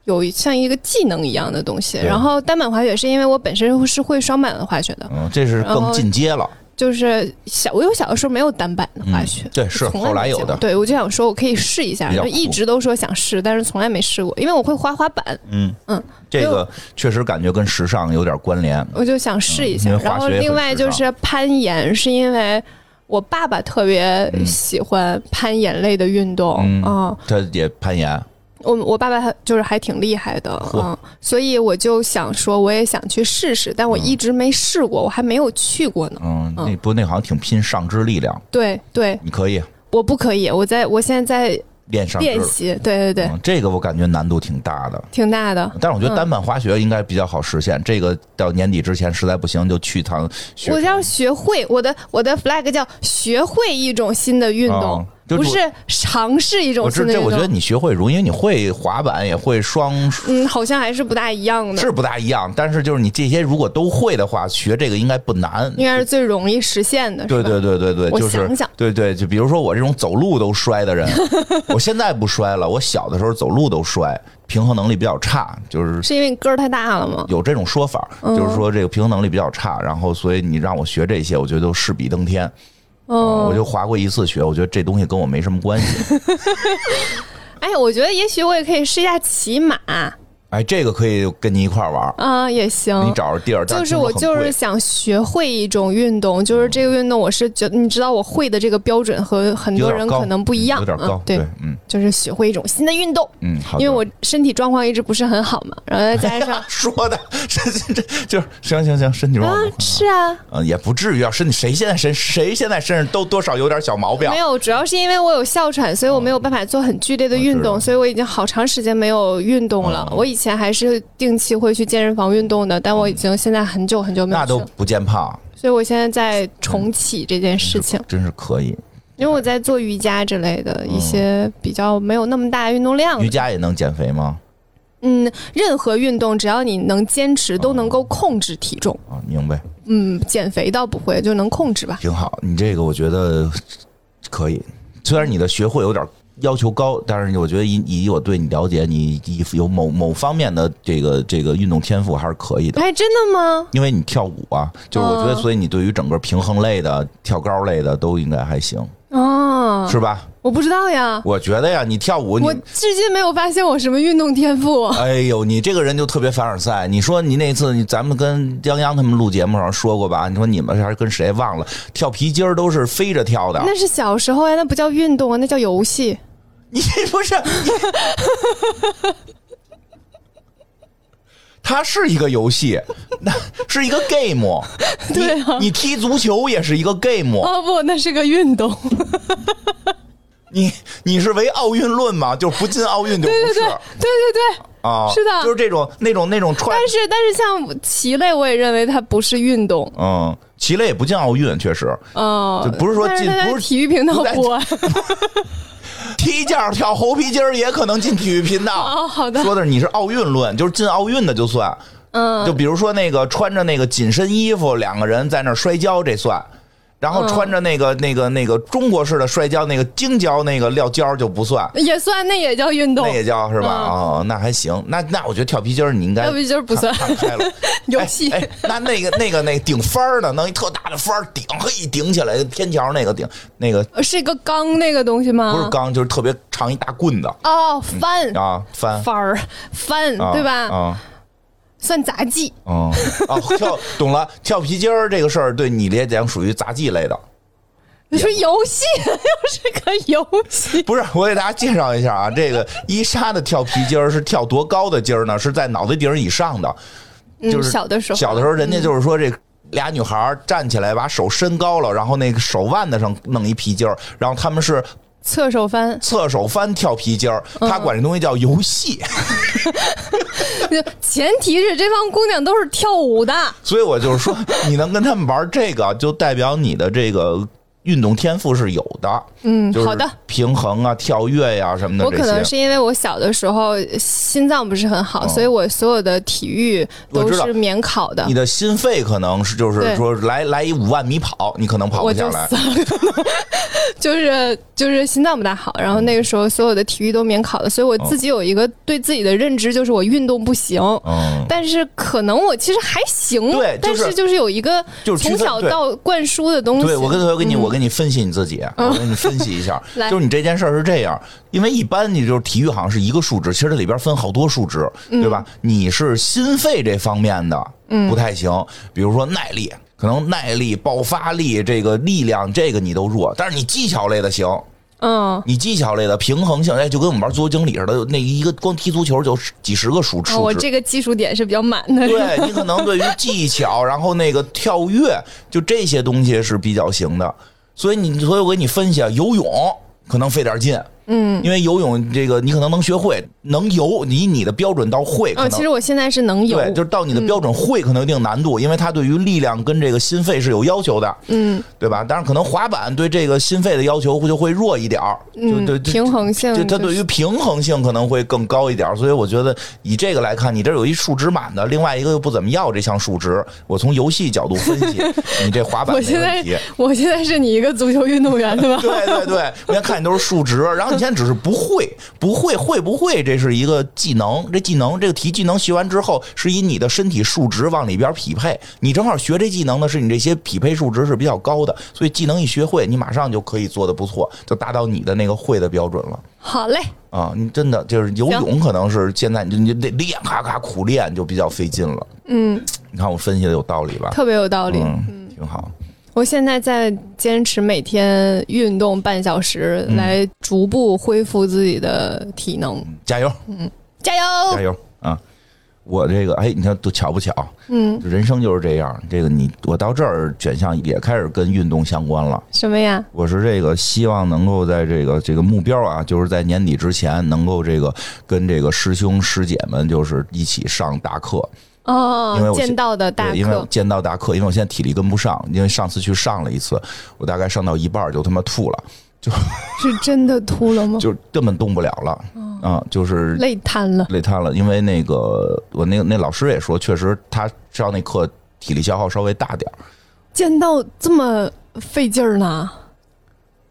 A: 有一像一个技能一样的东西，
B: 对
A: 然后单板滑雪是因为我本身是会双板滑雪的，
B: 嗯，这是
A: 然
B: 更
A: 后
B: 进阶了。
A: 就是小我有小的时候没有单板的滑雪，
B: 嗯对是
A: 从没
B: 后来有
A: 见过
B: 的
A: 对我就想说我可以试一下，
B: 比较
A: 就
B: 酷
A: 一直都说想试，但是从来没试过，因为我会滑滑板，
B: 嗯
A: 嗯，
B: 这个确实感觉跟时尚有点关联。
A: 我就想试一
B: 嗯
A: 下。
B: 因为滑雪
A: 然后
B: 也很
A: 另外就是攀岩，是因为我爸爸特别喜欢攀岩类的运动
B: 嗯
A: 啊、
B: 他也攀岩，
A: 我我爸爸还就是还挺厉害的
B: 嚯
A: 嗯，所以我就想说我也想去试试，但我一直没试过，我还没有去过呢。
B: 嗯，那不那好像挺拼上肢力量，
A: 对对，
B: 你可以
A: 我不可以，我在我现在在
B: 练上肢
A: 练
B: 了。
A: 习，对对对，
B: 嗯，这个我感觉难度挺大的，
A: 挺大的。嗯
B: 但是我觉得单板滑雪应该比较好实现。这个到年底之前实在不行就去趟雪
A: 我要学会我的我的 flag 叫学会一种新的运动
B: 哦，就
A: 不
B: 是
A: 是尝试一种
B: 我这
A: 新的
B: 这，
A: 运
B: 我觉得
A: 动。
B: 你学会如，因为你会滑板，也会双，
A: 嗯，好像还是不大一样的，
B: 是不大一样。但是就是你这些如果都会的话，学这个应该不难。
A: 应该是最容易实现的，
B: 对
A: 是吧？
B: 对对对对，
A: 我
B: 就是
A: 想想
B: 对对，就比如说我这种走路都摔 的人，我现在不摔了，我小的时候走路都摔，平衡能力比较差，就是
A: 是因为你嗯个儿太大了吗？
B: 有这种说法，就是说这个平衡能力比较差，然后所以你让我学这些，我觉得都是比登天。
A: 嗯，
B: 我就滑过一次雪，我觉得这东西跟我没什么关系。
A: 哎，我觉得也许我也可以试一下骑马，啊、
B: 哎，这个可以跟你一块儿玩儿，
A: 也
B: 你
A: 行。
B: 找着地儿，但
A: 就是
B: 听说
A: 我
B: 很
A: 就是
B: 贵嗯
A: 想学会一种运动，就是这个运动，我是觉得你知道我会的这个标准和很
B: 有
A: 多
B: 点
A: 人
B: 高
A: 可能不一样，
B: 有点
A: 嗯
B: 高，
A: 对，，
B: 嗯
A: 就是学会一种新的运动。
B: 嗯，好的。
A: 因为我身体状况一直不是很好嘛，然后再加上
B: 说的，这这这就是行行行，身体状
A: 啊
B: 况，
A: 是啊，
B: 嗯，也不至于啊，身体谁现在身谁现在身上都多少有点小毛病
A: 没，有，主要是因为我有哮喘，所以我没有办法做很剧烈的运
B: 我知道
A: 动，所以我已经好长时间没有运动了。
B: 嗯
A: 我以前还是定期会去健身房运动的，但我已经现在很久很久没有
B: 那
A: 去
B: 都
A: 了，
B: 不见胖，
A: 所以我现在在重启这件事情，
B: 真嗯是可以。
A: 因为我在做瑜伽之类的一些比较没有那么大运动量
B: 瑜
A: 的。
B: 伽也能减肥吗？
A: 嗯，任何运动只要你能坚持，都能够控制体重。
B: 啊，明白，
A: 嗯，减肥倒不会，就能控制吧。
B: 挺好。你这个我觉得可以，虽然你的学会有点要求高，但是我觉得以以我对你了解，你你有某某方面的这个这个运动天赋还是可以的。
A: 哎，真的吗？
B: 因为你跳舞啊，就是我觉得，
A: 嗯
B: 所以你对于整个平衡类的、跳高类的都应该还行，
A: 哦，
B: 是吧？
A: 我不知道呀，
B: 我觉得呀，你跳舞，你
A: 我至今没有发现我什么运动 天赋。
B: 哎呦，你这个人就特别凡尔赛。你说你那次你咱们跟江央他们录节目上说过吧？你说你们还是跟谁忘了跳皮筋儿都是飞着跳的。
A: 那是小时候呀，那不叫运动啊，那叫游戏。
B: 你不是你，它是一个游戏， 那是一个 game。
A: 对啊
B: 你你踢足球也是一个 game。
A: 哦不，那是个运动。
B: 你你是为奥运论吗？就不进奥运就不
A: 对
B: 是
A: 对对对对对。
B: 啊，
A: 是的
B: 就是这种那种那种穿
A: 但。是但是像棋类，我也认为它不是运动。
B: 嗯，齐磊也不进奥运，确实。
A: 哦，
B: 就不是说
A: 但是
B: 进
A: 它在
B: 不是
A: 体育频道
B: 不在
A: 播。
B: 踢毽跳猴皮筋儿也可能进体育频道。
A: 哦，好的。
B: 说的是你是奥运论，就是进奥运的就算。
A: 嗯
B: 就比如说那个穿着那个紧身衣服，两个人在那儿摔跤，这算。然后穿着那个、那个那个中国式的摔跤，那个京胶那个撂跤就不算，
A: 也算，那也叫运动
B: 那，也叫是吧？
A: 嗯
B: 哦，那还行。那那我觉得跳皮筋儿你应该
A: 要不就是不算
B: 看开了。
A: 游戏
B: 哎，哎那那个那个那个顶幡儿呢？弄一特大的幡儿顶，嘿，顶起来，天桥那个顶，那个
A: 呃是一个钢那个东西吗？
B: 不是钢，就是特别长一大棍子
A: 哦，翻
B: 啊，翻，
A: 翻儿翻
B: 啊
A: 对吧？
B: 啊，
A: 算杂技，
B: 嗯，哦，跳懂了，跳皮筋儿这个事儿对你来讲属于杂技类的。
A: 你说游戏 又是个游戏，
B: 不是，我给大家介绍一下啊，这个伊莎的跳皮筋儿是跳多高的筋儿呢？是在脑袋顶儿以上的，就
A: 嗯，
B: 是
A: 小的时候，嗯
B: 小的时候，人家就是说这。俩女孩儿站起来，把手伸高了，然后那个手腕子上弄一皮筋儿，然后他们是
A: 侧手翻，嗯
B: 侧手翻跳皮筋儿，他管这东西叫游戏，
A: 就前提是这帮姑娘都是跳舞的，
B: 所以我就是说，你能跟他们玩这个， 就代表你的这个运动天赋是有的。
A: 嗯
B: 就，是
A: 好的。
B: 平衡啊、跳跃呀、什么的
A: 我
B: 这
A: 可
B: 些。
A: 能是因为我小的时候心脏不是很好，
B: 嗯
A: 所以我所有的体育
B: 我
A: 都
B: 知道
A: 是免考的
B: 你。的心肺可能是就是
A: 对
B: 说来来一五万米跑，你可能跑
A: 我
B: 不下
A: 就
B: 来
A: 死。了， 可能就是就是心脏不大好，
B: 嗯
A: 然后那个时候所有的体育都免考了，所以
B: 哦
A: 我自己有一个对自己的认知，就是我运动不行。
B: 嗯，
A: 但是可能我其实还行，
B: 对就
A: 但
B: 是
A: 是就是有一个
B: 就是区
A: 从
B: 分
A: 小
B: 对
A: 到灌输的东西。
B: 对，我跟我跟你我给你分析你自己，我给你分析一下
A: 嗯 来，
B: 就是你这件事儿是这样，因为一般你就是体育好像是一个数值，其实这里边分好多数值，
A: 嗯
B: 对吧？你是心肺这方面的不太行，比如说耐力，可能耐力、爆发力、这个力量这个你都弱，但是你技巧类的行，
A: 嗯，
B: 你技巧类的平衡性，哎，就跟我们玩足球经理似的，那一个光踢足球就几十个数
A: 啊我
B: 数值。
A: 这个技术点是比较满 的。
B: 对你可能对于技巧，然后那个跳跃，就这些东西是比较行的。所以你，所以我给你分析啊，游泳可能费点劲，嗯，因为游泳这个你可能能学会，能游，你以你的标准到会，可
A: 嗯，
B: 能、
A: 其实我现在是能有，
B: 对，就是到你的标准会可能有一定难度，因为它对于力量跟这个心肺是有要求的，
A: 嗯
B: 对吧？当然，可能滑板对这个心肺的要求会就会弱一点儿，就对
A: 嗯，
B: 就
A: 平衡性
B: 就它
A: 是
B: 对于平衡性可能会更高一点儿，所以我觉得以这个来看，你这儿有一数值满的，另外一个又不怎么要这项数值。我从游戏角度分析，你这滑板
A: 我
B: 没
A: 现在
B: 问题。
A: 我现在是你一个足球运动员对吧？
B: 对对对，我先看你都是数值，然后你现在只是不会，不会会不会，这是一个技能，这技能这个题技能学完之后，是以你的身体数值往里边匹配，你正好学这技能呢，是你这些匹配数值是比较高的，所以技能一学会，你马上就可以做的不错，就达到你的那个会的标准了。
A: 好嘞，
B: 啊，你真的就是游
A: 行
B: 泳，可能是现在你就你就得练，咔咔苦练就比较费劲了。
A: 嗯，
B: 你看我分析的有道理吧？
A: 特别有道理。
B: 嗯，挺好。
A: 我现在在坚持每天运动半小时，
B: 嗯
A: 来逐步恢复自己的体能。
B: 加油，
A: 嗯加油
B: 嗯加！油
A: 哦
B: 啊！我这个哎，你看都巧不巧？嗯，人生就是这样。这个你我到这儿选项也开始跟运动相关了。
A: 什么呀？
B: 我是这个希望能够在这个这个目标啊，就是在年底之前能够这个跟这个师兄师姐们就是一起上大课，因为
A: 哦，
B: 我
A: 见到的大
B: 对，因为我
A: 课，
B: 见到大课，因为我现在体力跟不上，因为上次去上了一次，我大概上到一半儿就他妈吐了，
A: 是真的秃了吗？
B: 就根本动不了了，啊，就是
A: 哦累瘫了。
B: 累瘫了。因为那个我那个那老师也说，确实他上那课体力消耗稍微大点儿。
A: 见到这么费劲儿呢，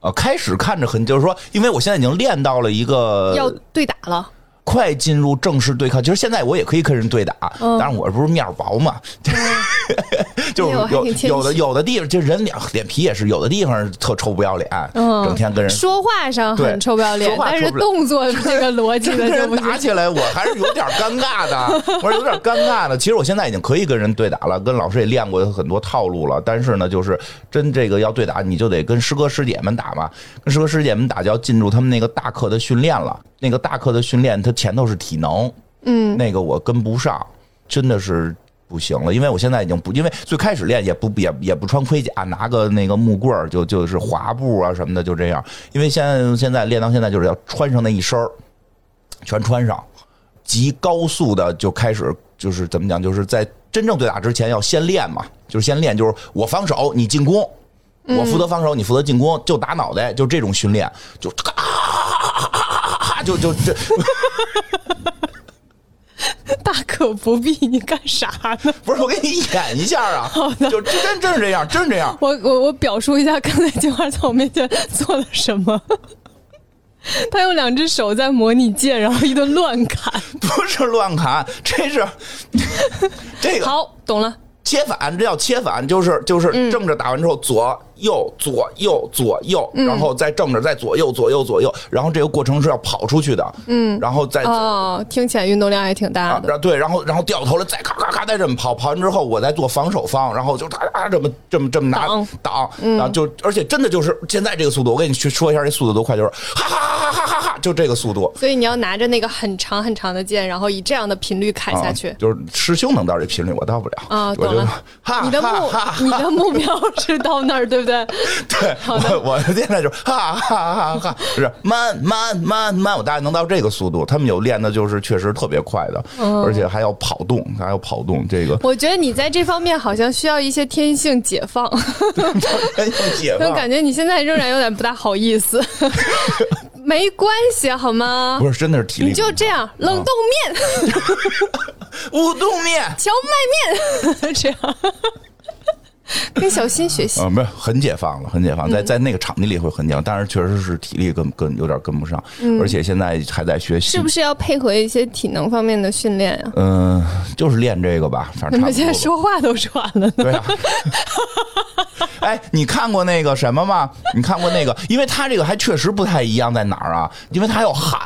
B: 呃，开始看着很，就是说，因为我现在已经练到了一个
A: 要对打了。
B: 快进入正式对抗。其实现在我也可以跟人对打，当
A: 嗯
B: 然我不是面儿薄嘛， 就是
A: 哎呦还
B: 有
A: 挺谦
B: 有的
A: 虚
B: 有的地方，就人脸脸皮也是有的地方特臭不要脸，
A: 嗯
B: 整天跟人
A: 说话上
B: 对
A: 很臭不要脸
B: 说，话
A: 但
B: 臭
A: 是
B: 不了
A: 动作这个逻辑
B: 真
A: 的
B: 跟
A: 就
B: 人
A: 不
B: 打
A: 行。
B: 起来，我还是有点尴尬 的，我是有点尴尬的。其实我现在已经可以跟人对打了，跟老师也练过很多套路了。但是呢，就是真这个要对打，你就得跟师哥师姐们打嘛，跟师哥师姐们打就要进入他们那个大课的训练了。那个大课的训练，它前头是体能，
A: 嗯，
B: 那个我跟不上，真的是。不行了，因为我现在已经不，因为最开始练也不也也不穿盔甲，拿个那个木棍儿就就是滑步啊什么的，就这样。因为现在现在练到现在就是要穿上那一身儿，全穿上，极高速的就开始就是怎么讲，就是在真正对打之前要先练嘛，就是先练，就是我防守你进攻，我负责防守你负责进攻，就打脑袋，就这种训练，就咔咔咔咔咔咔咔，就就这
A: 大可不必，你干啥呢？
B: 不是我给你演一下 啊，就真真真是这样，真是这样。
A: 我我我表述一下刚才金花在我面前做了什么。 他用两只手在模拟剑，然后一顿乱砍。
B: 不是乱砍，这 是这个
A: 好，懂了。嗯
B: 切反，这叫切反，就是就是正着打完之后，左右左右左右，
A: 嗯
B: 然后再正着再左右左右左右，然后这个过程是要跑出去的，嗯，然后再
A: 哦，听起来运动量还挺大
B: 啊，
A: 的。
B: 然对，然后然后掉头了，再咔咔咔再这么跑，跑完之后我再做防守方，然后就咔咔这么这么这么拿
A: 挡嗯
B: 挡，然后就而且真的就是现在这个速度，我跟你去说一下这速度多快，就是哈哈哈哈哈哈，就这个速度。
A: 所以你要拿着那个很长很长的剑，然后以这样的频率砍下去
B: 啊、。就是师兄能到这频率，我到不了
A: 啊
B: 我
A: 懂
B: 觉得
A: 了
B: 哈，
A: 你的
B: 哈
A: 目
B: 哈哈，
A: 你的目标是到那儿，对不对？
B: 对，我 我现在就是 哈哈哈哈，是慢慢慢慢，我大概能到这个速度。他们有练的，就是确实特别快的，
A: 哦
B: 而且还要跑动，还要跑动。这 个
A: 我觉得你在这方面好像需要一些天性解放，
B: 真有解
A: 但
B: 放
A: 我。 感觉你现在仍然有点不大好意思。 没关系，好吗？
B: 不是，真的是体力啊
A: 你。就这样，冷冻面、
B: 乌冬啊面
A: 荞麦面， 这样跟小新学习。
B: 啊，没有，很解放了，很解
A: 嗯
B: 放，在在那个场地里会很解放，但是确实是体力跟跟有点跟不上，而且现在还在学习
A: 嗯是不。是要配合一些体能方面的训练呀、
B: 嗯，就是练这个吧，反
A: 怎
B: 啊正差不
A: 么
B: 多
A: 现在
B: 吧。
A: 说话都喘了呢？
B: 对啊。哎，你看过那个什么吗？你看过那个？因为他这个还确实不太一样，在哪儿啊？因为他要喊，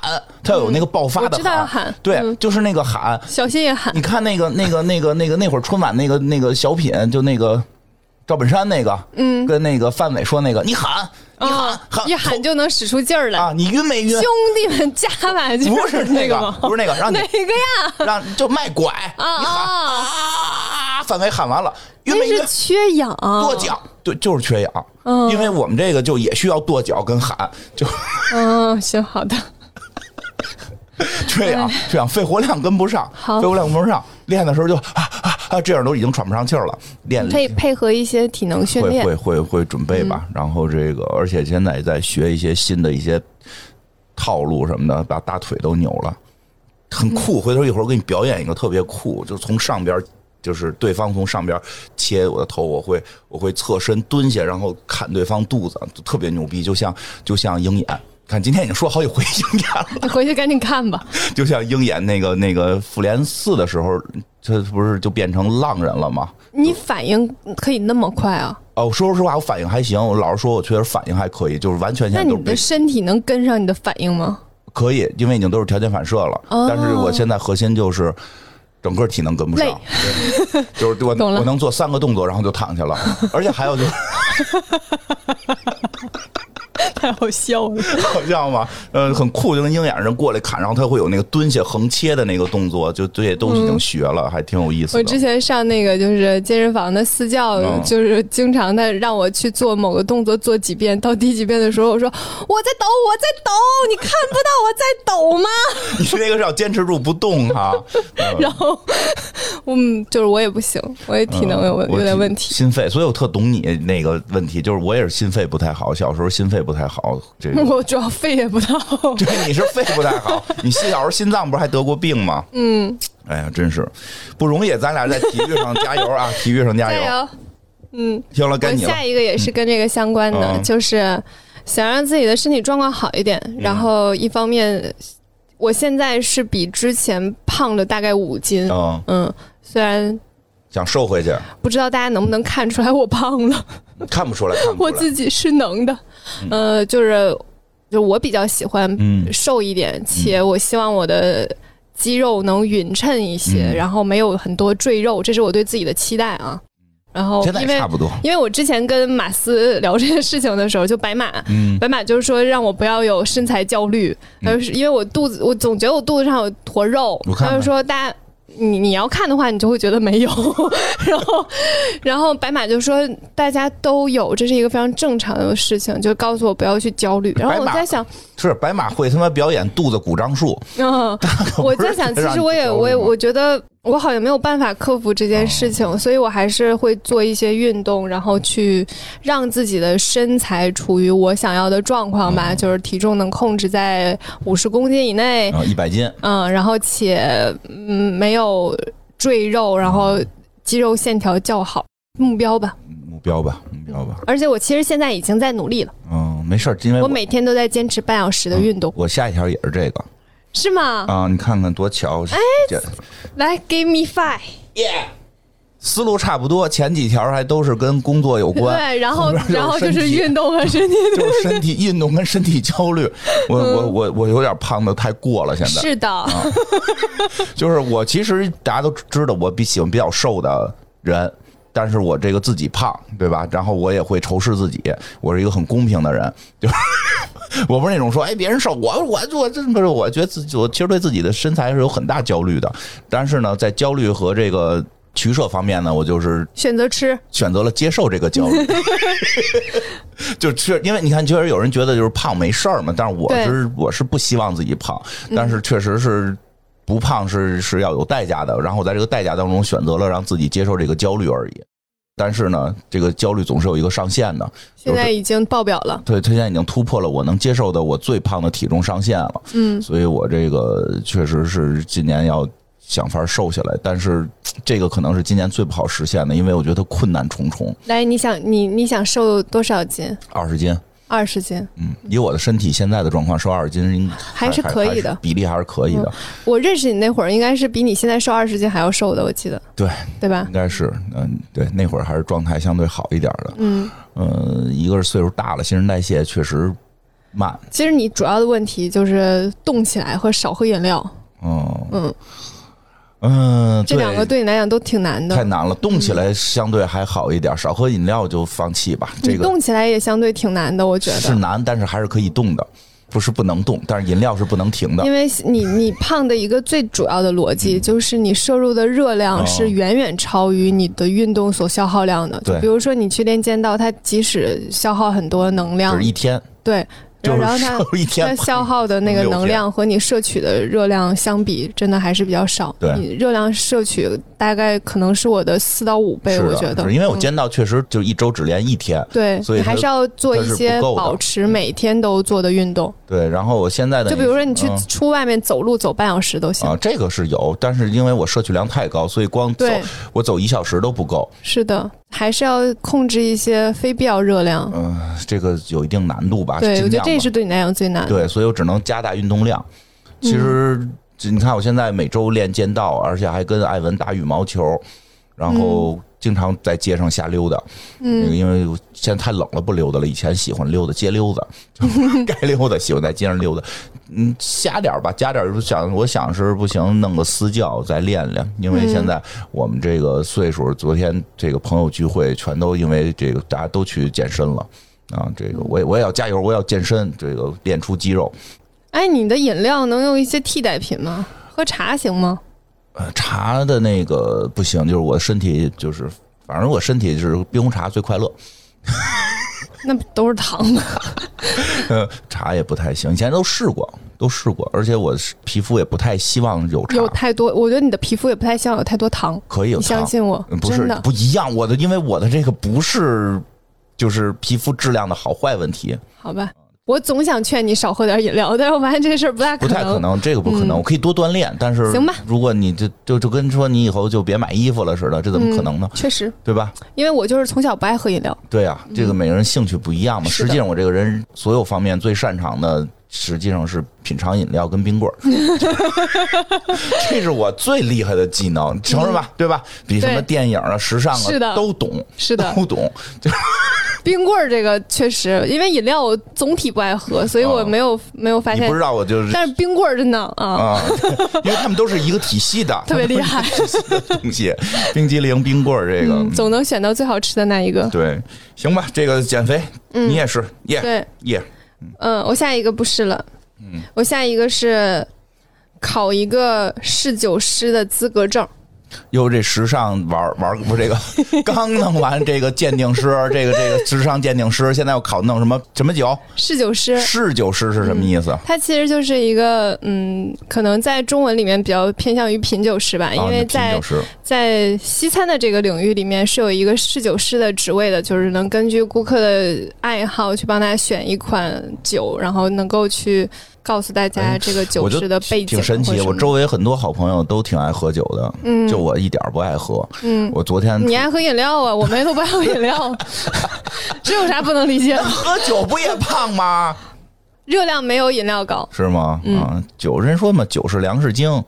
B: 他有那个爆发
A: 嗯我
B: 的喊。
A: 知道要喊
B: 对，就是那个喊。
A: 嗯小新也喊
B: 你看那个、那个、那个、那个那会儿春晚那个那个小品，就那个赵本山那个，嗯，跟那个范伟说那个，你喊，你喊，
A: 啊，
B: 喊，
A: 一喊就能使出劲儿来。
B: 啊，你晕没晕
A: 兄？弟们，加把 劲！
B: 不是那
A: 那
B: 个
A: 吗？
B: 不是那个让你
A: 哪个呀？
B: 让就卖拐，
A: 啊
B: 你喊
A: 啊
B: 啊！范伟喊完了，晕
A: 真
B: 没晕
A: 是？缺氧，
B: 跺脚，对，就是缺氧，因为我们这个就也需要跺脚跟喊， 就
A: 嗯，行，好的。
B: 缺氧， 缺氧，肺活量跟不上，
A: 好
B: 肺活量跟不上，练的时候就啊啊啊，这样都已经喘不上气儿了，练
A: 可以配合一些体能训
B: 会
A: 练。嗯
B: 会会会准备吧，然后这个，而且现在也在学一些新的一些套路什么的，把大腿都扭了，很
A: 嗯
B: 酷。回头一会儿我给你表演一个特别酷，就从上边儿，就是对方从上边儿切我的头，我会我会侧身蹲下，然后砍对方肚子，就特别牛逼，就像就像鹰眼。看，今天已经说好几回鹰眼了，
A: 你回去赶紧看吧。
B: 就像鹰眼那个那个复联四的时候，他不是就变成浪人了吗？
A: 你反应可以那么快啊？
B: 哦，说实话，我反应还行。我老实说，我确实反应还可以，就是完全现
A: 那
B: 在都
A: 你
B: 是被
A: 的身体能跟上你的反应吗？
B: 可以，因为已经都是条件反射了。
A: 哦
B: 但是我现在核心就是整个体能跟不上
A: 累，
B: 对就是我
A: 懂了
B: 我能做三个动作，然后就躺下了，而且还有就是
A: 太好笑了。
B: 好笑吗？呃，很酷，就跟鹰眼人过来砍，然后他会有那个蹲下横切的那个动作，就这些都已经学了，还挺有意思
A: 嗯我
B: 的。
A: 之前上那个就是健身房的私教，
B: 嗯
A: 就是经常他让我去做某个动作做几遍，到第几遍的时候，我说我在抖，我在抖，你看不到我在抖吗？
B: 你那个是要坚持住不动哈、嗯
A: 然后， 嗯，就是我也不行，我也哎体能有
B: 嗯我
A: 有点问题。
B: 心肺，所以我特懂你那个问题，就是我也是心肺不太好，小时候心肺不太好，这 个
A: 我主要肺也不到，
B: 对，你是肺不太好，你小时候心脏不是还得过病吗？嗯，哎呀，真是不容易，咱俩在体育上加油啊，体育上加
A: 加
B: 油。
A: 油！嗯
B: 行了，该
A: 我
B: 你了
A: 下。一个也是跟这个相关的，
B: 嗯
A: 就是想让自己的身体状况好一点，然后一方面，我现在是比之前胖了大概五斤，
B: 嗯，
A: 嗯，虽然
B: 想瘦回去，
A: 不知道大家能不能看出来我胖了，
B: 看不出来，看不
A: 我
B: 出来。
A: 自己是能的，呃，就是就我比较喜欢
B: 嗯
A: 瘦一点，且我希望我的肌肉能匀称一些，
B: 嗯
A: 然后没有很多赘肉，这是我对自己的期待啊。然后
B: 现在
A: 因
B: 也
A: 为
B: 差不多。
A: 因为我之前跟马斯聊这件事情的时候，就白马，
B: 嗯
A: 白马就是说让我不要有身材焦虑，而是因为我肚子，我总觉得我肚子上有坨肉
B: 我，看
A: 他
B: 看
A: 就说大家。你你要看的话，你就会觉得没有。 然后， 然后白马就说大家都有，这是一个非常正常的事情，就告诉我不要去焦虑。然后
B: 白
A: 我
B: 马
A: 在想，
B: 是白马会他妈表演肚子鼓胀术，
A: 嗯，
B: 不是
A: 我在想，其实我也，
B: 让你
A: 我
B: 焦虑
A: 也，
B: 吗哦
A: 我觉得我好像没有办法克服这件事情，所以我还是会做一些运动，然后去让自己的身材处于我想要的状况
B: 哦
A: 吧，就是体重能控制在五十公斤以内，
B: 啊，一百斤，
A: 嗯，然后且嗯没有赘肉，然后肌肉线条较好，目标吧。
B: 目标吧，目标吧，
A: 而且我其实现在已经在努力了，
B: 嗯，没事儿，因为
A: 我每天都在坚持半小时的运动，
B: 我下一条也是这个
A: 是吗？
B: 啊，你看看多巧，
A: 哎
B: 这
A: 来，give me five。
B: 思路差不多，前几条还都是跟工作有关，
A: 对，然后
B: 边就是
A: 然后就
B: 身
A: 是
B: 体
A: 运动和身体
B: 就是身体运动跟身体焦 虑，我我我我有点胖的太过了，现在啊
A: 是的，
B: 就是我其实大家都知道，我比喜欢比较瘦的人。但是我这个自己胖，对吧？然后我也会仇视自己，我是一个很公平的人，就是 我不是那种说，哎，别人瘦，我我我真不是，我觉得自己，我其实对自己的身材是有很大焦虑的。但是呢，在焦虑和这个取舍方面呢，我就是
A: 选择吃，
B: 选择了接受这个焦虑，就是因为你看，确实有人觉得就是胖没事儿嘛，但是我
A: 对嗯
B: 是我是不希望自己胖，但是确实是。不胖是是要有代价的，然后我在这个代价当中选择了让自己接受这个焦虑而已。但是呢，这个焦虑总是有一个上限的，
A: 现在已经爆表了。
B: 对，它现在已经突破了我能接受的我最胖的体重上限了。
A: 嗯，
B: 所以我这个确实是今年要想法瘦下来，但是这个可能是今年最不好实现的，因为我觉得困难重重，
A: 来，你想你你想瘦多少斤？
B: 二十斤。
A: 二十斤，
B: 嗯，以我的身体现在的状况，瘦二十斤应
A: 还是可以的
B: 还
A: 嗯
B: 是比例还是可以的。
A: 我认识你那会儿应该是比你现在瘦二十斤还要瘦的，我记得，
B: 对，
A: 对吧
B: 应？该是，嗯，对，那会儿还是状态相对好一点的。嗯，呃，一个是岁数大了，新陈代谢确实慢。
A: 其实你主要的问题就是动起来和少喝饮料，
B: 嗯
A: 嗯
B: 嗯，
A: 这两个对你来讲都挺难
B: 太
A: 的。嗯
B: 难了，动起来相对还好一点，少喝饮料就放弃吧。
A: 你
B: 这个
A: 动起来也相对挺难的，我觉
B: 是
A: 得，
B: 难，但是还是可以动的，不是不能动，但是饮料是不能停的嗯
A: 因。为你你胖的一个最主要的逻辑就是你摄入的热量
B: 哦
A: 是远远超于你的运动所消耗量的。
B: 对
A: 就比如说你去练剑道，它即使消耗很多能
B: 就
A: 量
B: 是，一天，
A: 对，
B: 就是
A: 然后它
B: 瘦一
A: 它
B: 天，
A: 消耗的那个能量和你摄取的热量相比，真的还是比较少。
B: 对
A: 你热量摄取大概可能是我的四到五倍，
B: 是
A: 我
B: 的
A: 觉
B: 是
A: 得。
B: 因为我
A: 嗯
B: 见到确实就一周只练一天，
A: 对
B: 所以
A: 你
B: 它
A: 还是要做一
B: 它是
A: 些
B: 不够的嗯
A: 保持每天都做的运动，
B: 对。然后我现在的
A: 就比如说你去
B: 嗯
A: 出外面走路走半小时都行。
B: 啊，这个是有，但是因为我摄取量太高，所以光走
A: 对
B: 我走一小时都不够，
A: 是的，还是要控制一些非必要热量。
B: 嗯、这个有一定难度吧，
A: 对，
B: 尽
A: 我觉得
B: 量
A: 这
B: 吧
A: 也是对你来讲最难嗯的。
B: 对，所以我只能加大运动量。其实这你看，我现在每周练剑道，而且还跟艾文打羽毛球，然后经常在街上瞎溜达。那个
A: 嗯，
B: 因为我现在太冷了，不溜达了。以前喜欢溜达街溜达， 该溜达喜欢在街上溜达。嗯，瞎点儿吧，加点儿。想我想是不行，弄个私教再练练。因为
A: 嗯
B: 现在我们这个岁数，昨天这个朋友聚会，全都因为这个大家都去健身了。啊，这个我也我也要加油，我要健身，这个练出肌肉。
A: 哎，你的饮料能用一些替代品吗？喝茶行吗？
B: 呃，茶的那个不行，就是我身体就是，反正我身体是冰红茶最快乐。
A: 那不都是糖吗？
B: 呃，茶也不太行，以前都试过，都试过，而且我是皮肤也不太希望有茶，
A: 有太多，我觉得你的皮肤也不太像有太多糖。
B: 可以有
A: 你
B: 茶，
A: 相信我
B: 嗯，不
A: 真
B: 是
A: 的
B: 不一样，我的因为我的这个不是就是皮肤质量的好坏问题，
A: 好吧？我总想劝你少喝点饮料，但是我发现这事儿不大
B: 不太可能，这个不可能，我可以多锻炼，但是
A: 嗯行吧
B: 如果你就就就跟说你以后就别买衣服了似的，这怎么可能呢？
A: 嗯确实，
B: 对吧？
A: 因为我就是从小不爱喝饮料。
B: 对啊，这个每个人兴趣不一样嘛。
A: 是
B: 实
A: 的
B: 际上，我这个人所有方面最擅长的，实际上是品尝饮料跟冰 棍儿，这是我最厉害的技能，承认吧？对吧？比什么
A: 嗯对
B: 电影啊、时尚
A: 是
B: 啊
A: 的
B: 都懂，
A: 是的
B: 都懂。
A: 冰棍儿这个确实，因为饮料我总体不爱喝，所以我没有、没有发
B: 哦你
A: 现
B: 不。知道，我就是
A: 但是冰棍儿真的啊，
B: 啊，因为他们都是一个体系的，
A: 特别厉害，
B: 东西，冰激凌、冰棍儿 这个。
A: 嗯，总能选到最好吃的那一个。
B: 对，行吧，这个减肥，你也是，耶
A: 嗯对，
B: 耶，
A: 嗯，我下一个不是了，
B: 嗯
A: 我下一个是考一个侍酒师的资格证。
B: 哟，这时尚玩玩不是这个， 刚弄完这个鉴定师，这个这个时尚鉴定师，现在又考弄什么什么酒？
A: 侍酒师，
B: 侍酒师是什么意思？
A: 它其实就是一个嗯，可能在中文里面比较偏向于品酒师吧，因
B: 啊
A: 为
B: 那品
A: 在
B: 酒师
A: 在西餐的这个领域里面是有一个侍酒师的职位的，就是能根据顾客的爱好去帮大家选一款酒，然后能够去告诉大家
B: 哎
A: 嗯这个酒
B: 我就
A: 师的背景
B: 挺
A: 或什么
B: 神
A: 的。
B: 奇，我周围很多好朋友都挺爱喝酒的，
A: 嗯
B: 就我一点儿不爱喝。
A: 嗯，
B: 我昨天
A: 你爱喝饮料啊？我们都不爱喝 饮料，这有啥不能理解的？
B: 喝酒不也胖吗？
A: 热量没有饮料高，
B: 是吗？
A: 嗯
B: 啊，酒人说嘛，酒是粮食精。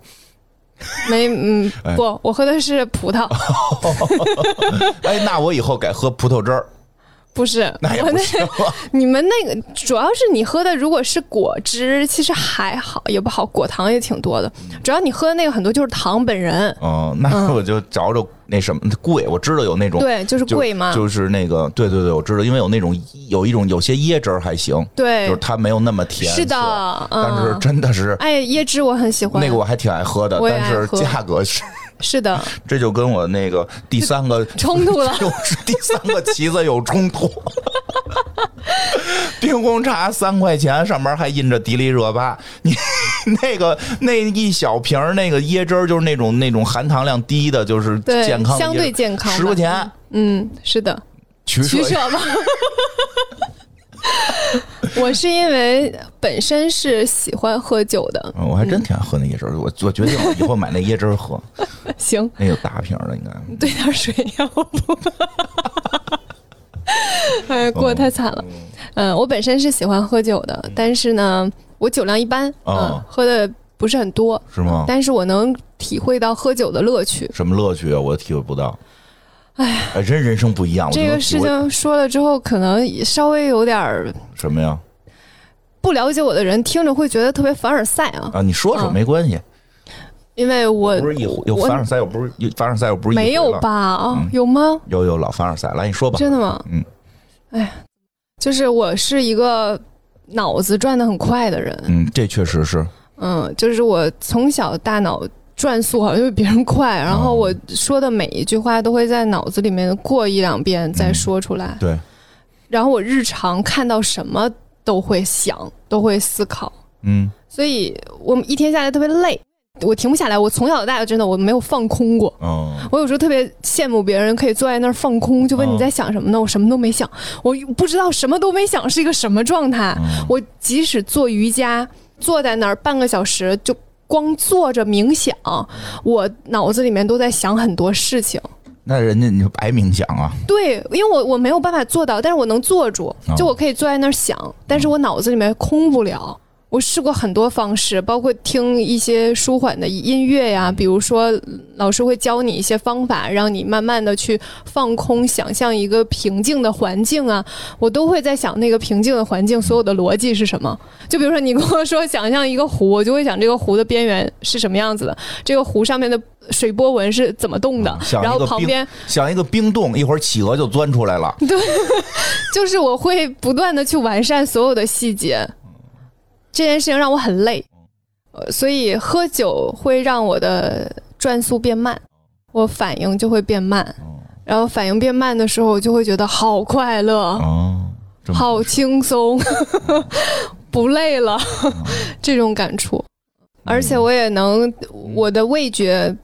A: 没嗯不，我喝的是葡 萄，
B: 哎，那我以后改喝葡萄汁儿，
A: 不是
B: 那也
A: 我
B: 不
A: 那
B: 行啊了。
A: 你们那个主要是你喝的如果是果汁，其实还好，也不好，果糖也挺多的。主要你喝的那个很多就是糖本人，
B: 嗯，那我就找找那什么贵，我知道有那种
A: 对，就是
B: 就
A: 贵嘛，
B: 就是那个，对对对，我知道，因为有那种有一种有些椰汁儿还行，就
A: 对
B: 是，它没有那么甜，
A: 是的
B: 涩，但是
A: 嗯，
B: 真的是。
A: 哎，椰汁我很喜欢，
B: 那个我还挺爱喝的，
A: 我也
B: 但
A: 爱
B: 是
A: 喝
B: 价格是，
A: 是的，
B: 这就跟我那个第三个
A: 冲突了
B: 就是第三个旗子有冲突。 冰红茶三块钱，上面还印着迪丽热巴。你那个那一小瓶儿那个椰汁儿，就是那种那种含糖量低的，就是
A: 对
B: 健康的椰汁儿，
A: 相对健康吧
B: 十块钱，
A: 嗯，是的，
B: 取
A: 取舍吧。 我是因为本身是喜欢喝酒的，
B: 嗯，我还真挺爱喝那椰汁儿，我我决定了以后买那椰汁儿喝，
A: 行，
B: 那有大瓶儿的应该。
A: 兑点水要不？ 哎，过得太惨
B: 哦
A: 了。嗯，我本身是喜欢喝酒的，但是呢，我酒量一般，
B: 嗯哦
A: 嗯，喝的不是很多，
B: 是吗？
A: 但是我能体会到喝酒的乐趣。
B: 什么乐趣啊？我体会不到。哎，真人生不一样。我就
A: 这个
B: 能体
A: 事
B: 会
A: 情说了之后，可能稍微有点儿
B: 什么呀？
A: 不了解我的人听着会觉得特别凡尔赛啊，
B: 啊，你说说
A: 嗯
B: 没关系，
A: 因为我
B: 不是一回有
A: 我
B: 凡尔赛，又不是有凡尔赛，又不是一
A: 没
B: 回
A: 有
B: 了？
A: 吧哦
B: 嗯？
A: 有吗？
B: 有有老凡尔赛，来你说吧。
A: 真的吗？
B: 嗯，
A: 哎呀，就是我是一个脑子转的很快的人，
B: 嗯，这确实是，
A: 嗯，就是我从小大脑转速好像就比别人快，然
B: 哦
A: 后我说的每一句话都会在脑子里面过一两遍再说出
B: 嗯
A: 来，
B: 对，
A: 然后我日常看到什么都会想，都会思考，
B: 嗯，
A: 所以我们一天下来特别累，我停不下来，我从小到大真的我没有放空过。
B: 哦，
A: 我有时候特别羡慕别人可以坐在那儿放空，就问你在想什么呢？我什么都没想，我不知道什么都没想是一个什么状态。
B: 嗯
A: 我即使做瑜伽，坐在那儿半个小时就。光坐着冥想，我脑子里面都在想很多事情。
B: 那人家你就白冥想啊，
A: 对，因为我我没有办法做到，但是我能坐住，
B: 哦
A: 就我可以坐在那儿想，但
B: 嗯
A: 是我脑子里面空不了。我试过很多方式，包括听一些舒缓的音乐呀，比如说老师会教你一些方法，让你慢慢的去放空，想象一个平静的环境啊。我都会在想那个平静的环境所有的逻辑是什么。就比如说你跟我说想象一个湖，我就会想这个湖的边缘是什么样子的，这个湖上面的水波纹是怎么动的，
B: 啊想
A: 然
B: 一
A: 后
B: 个
A: 旁边嗯
B: 冰，想一个冰冻，一会儿企鹅就钻出来了。
A: 就是我会不断的去完善所有的细节，这件事情让我很累，呃，所以喝酒会让我的转速变慢，我反应就会变慢，
B: 哦
A: 然后反应变慢的时候，我就会觉得好快乐，
B: 哦，这么
A: 好轻松，不累了，
B: 嗯
A: 这种感触，而且我也能，我的味觉。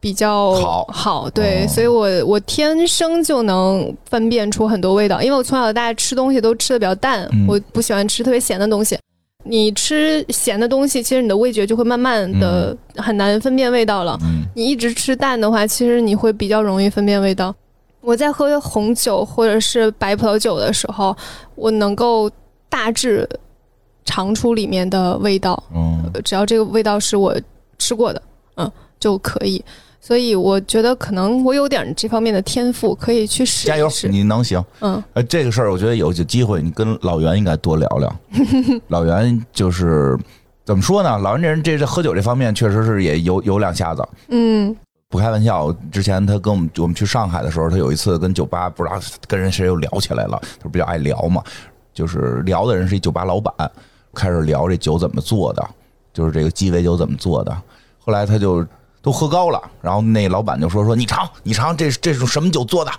A: 比较
B: 嗯好
A: 对，
B: 哦
A: 所以我我天生就能分辨出很多味道，因为我从小到大吃东西都吃的比较淡，
B: 嗯
A: 我不喜欢吃特别咸的东西。你吃咸的东西，其实你的味觉就会慢慢的很难分辨味道了。
B: 嗯
A: 你一直吃淡的话，其实你会比较容易分辨味道。我在喝红酒或者是白葡萄酒的时候，我能够大致尝出里面的味道，
B: 嗯，
A: 呃只要这个味道是我吃过的，嗯，就可以。所以我觉得可能我有点这方面的天赋，可以去试
B: 加油
A: 一，试。
B: 哎你能行。
A: 嗯，
B: 呃，这个事儿我觉得有有机会，你跟老袁应该多聊聊。老袁就是怎么说呢？老袁这人这这喝酒这方面确实是也有有两下子。
A: 嗯，
B: 不开玩笑，之前他跟我们我们去上海的时候，他有一次跟酒吧不知道跟人谁又聊起来了，他比较爱聊嘛，就是聊的人是一酒吧老板，开始聊这酒怎么做的，就是这个鸡尾酒怎么做的。后来他就都喝高了，然后那老板就说说你尝你尝这是这是什么酒做的？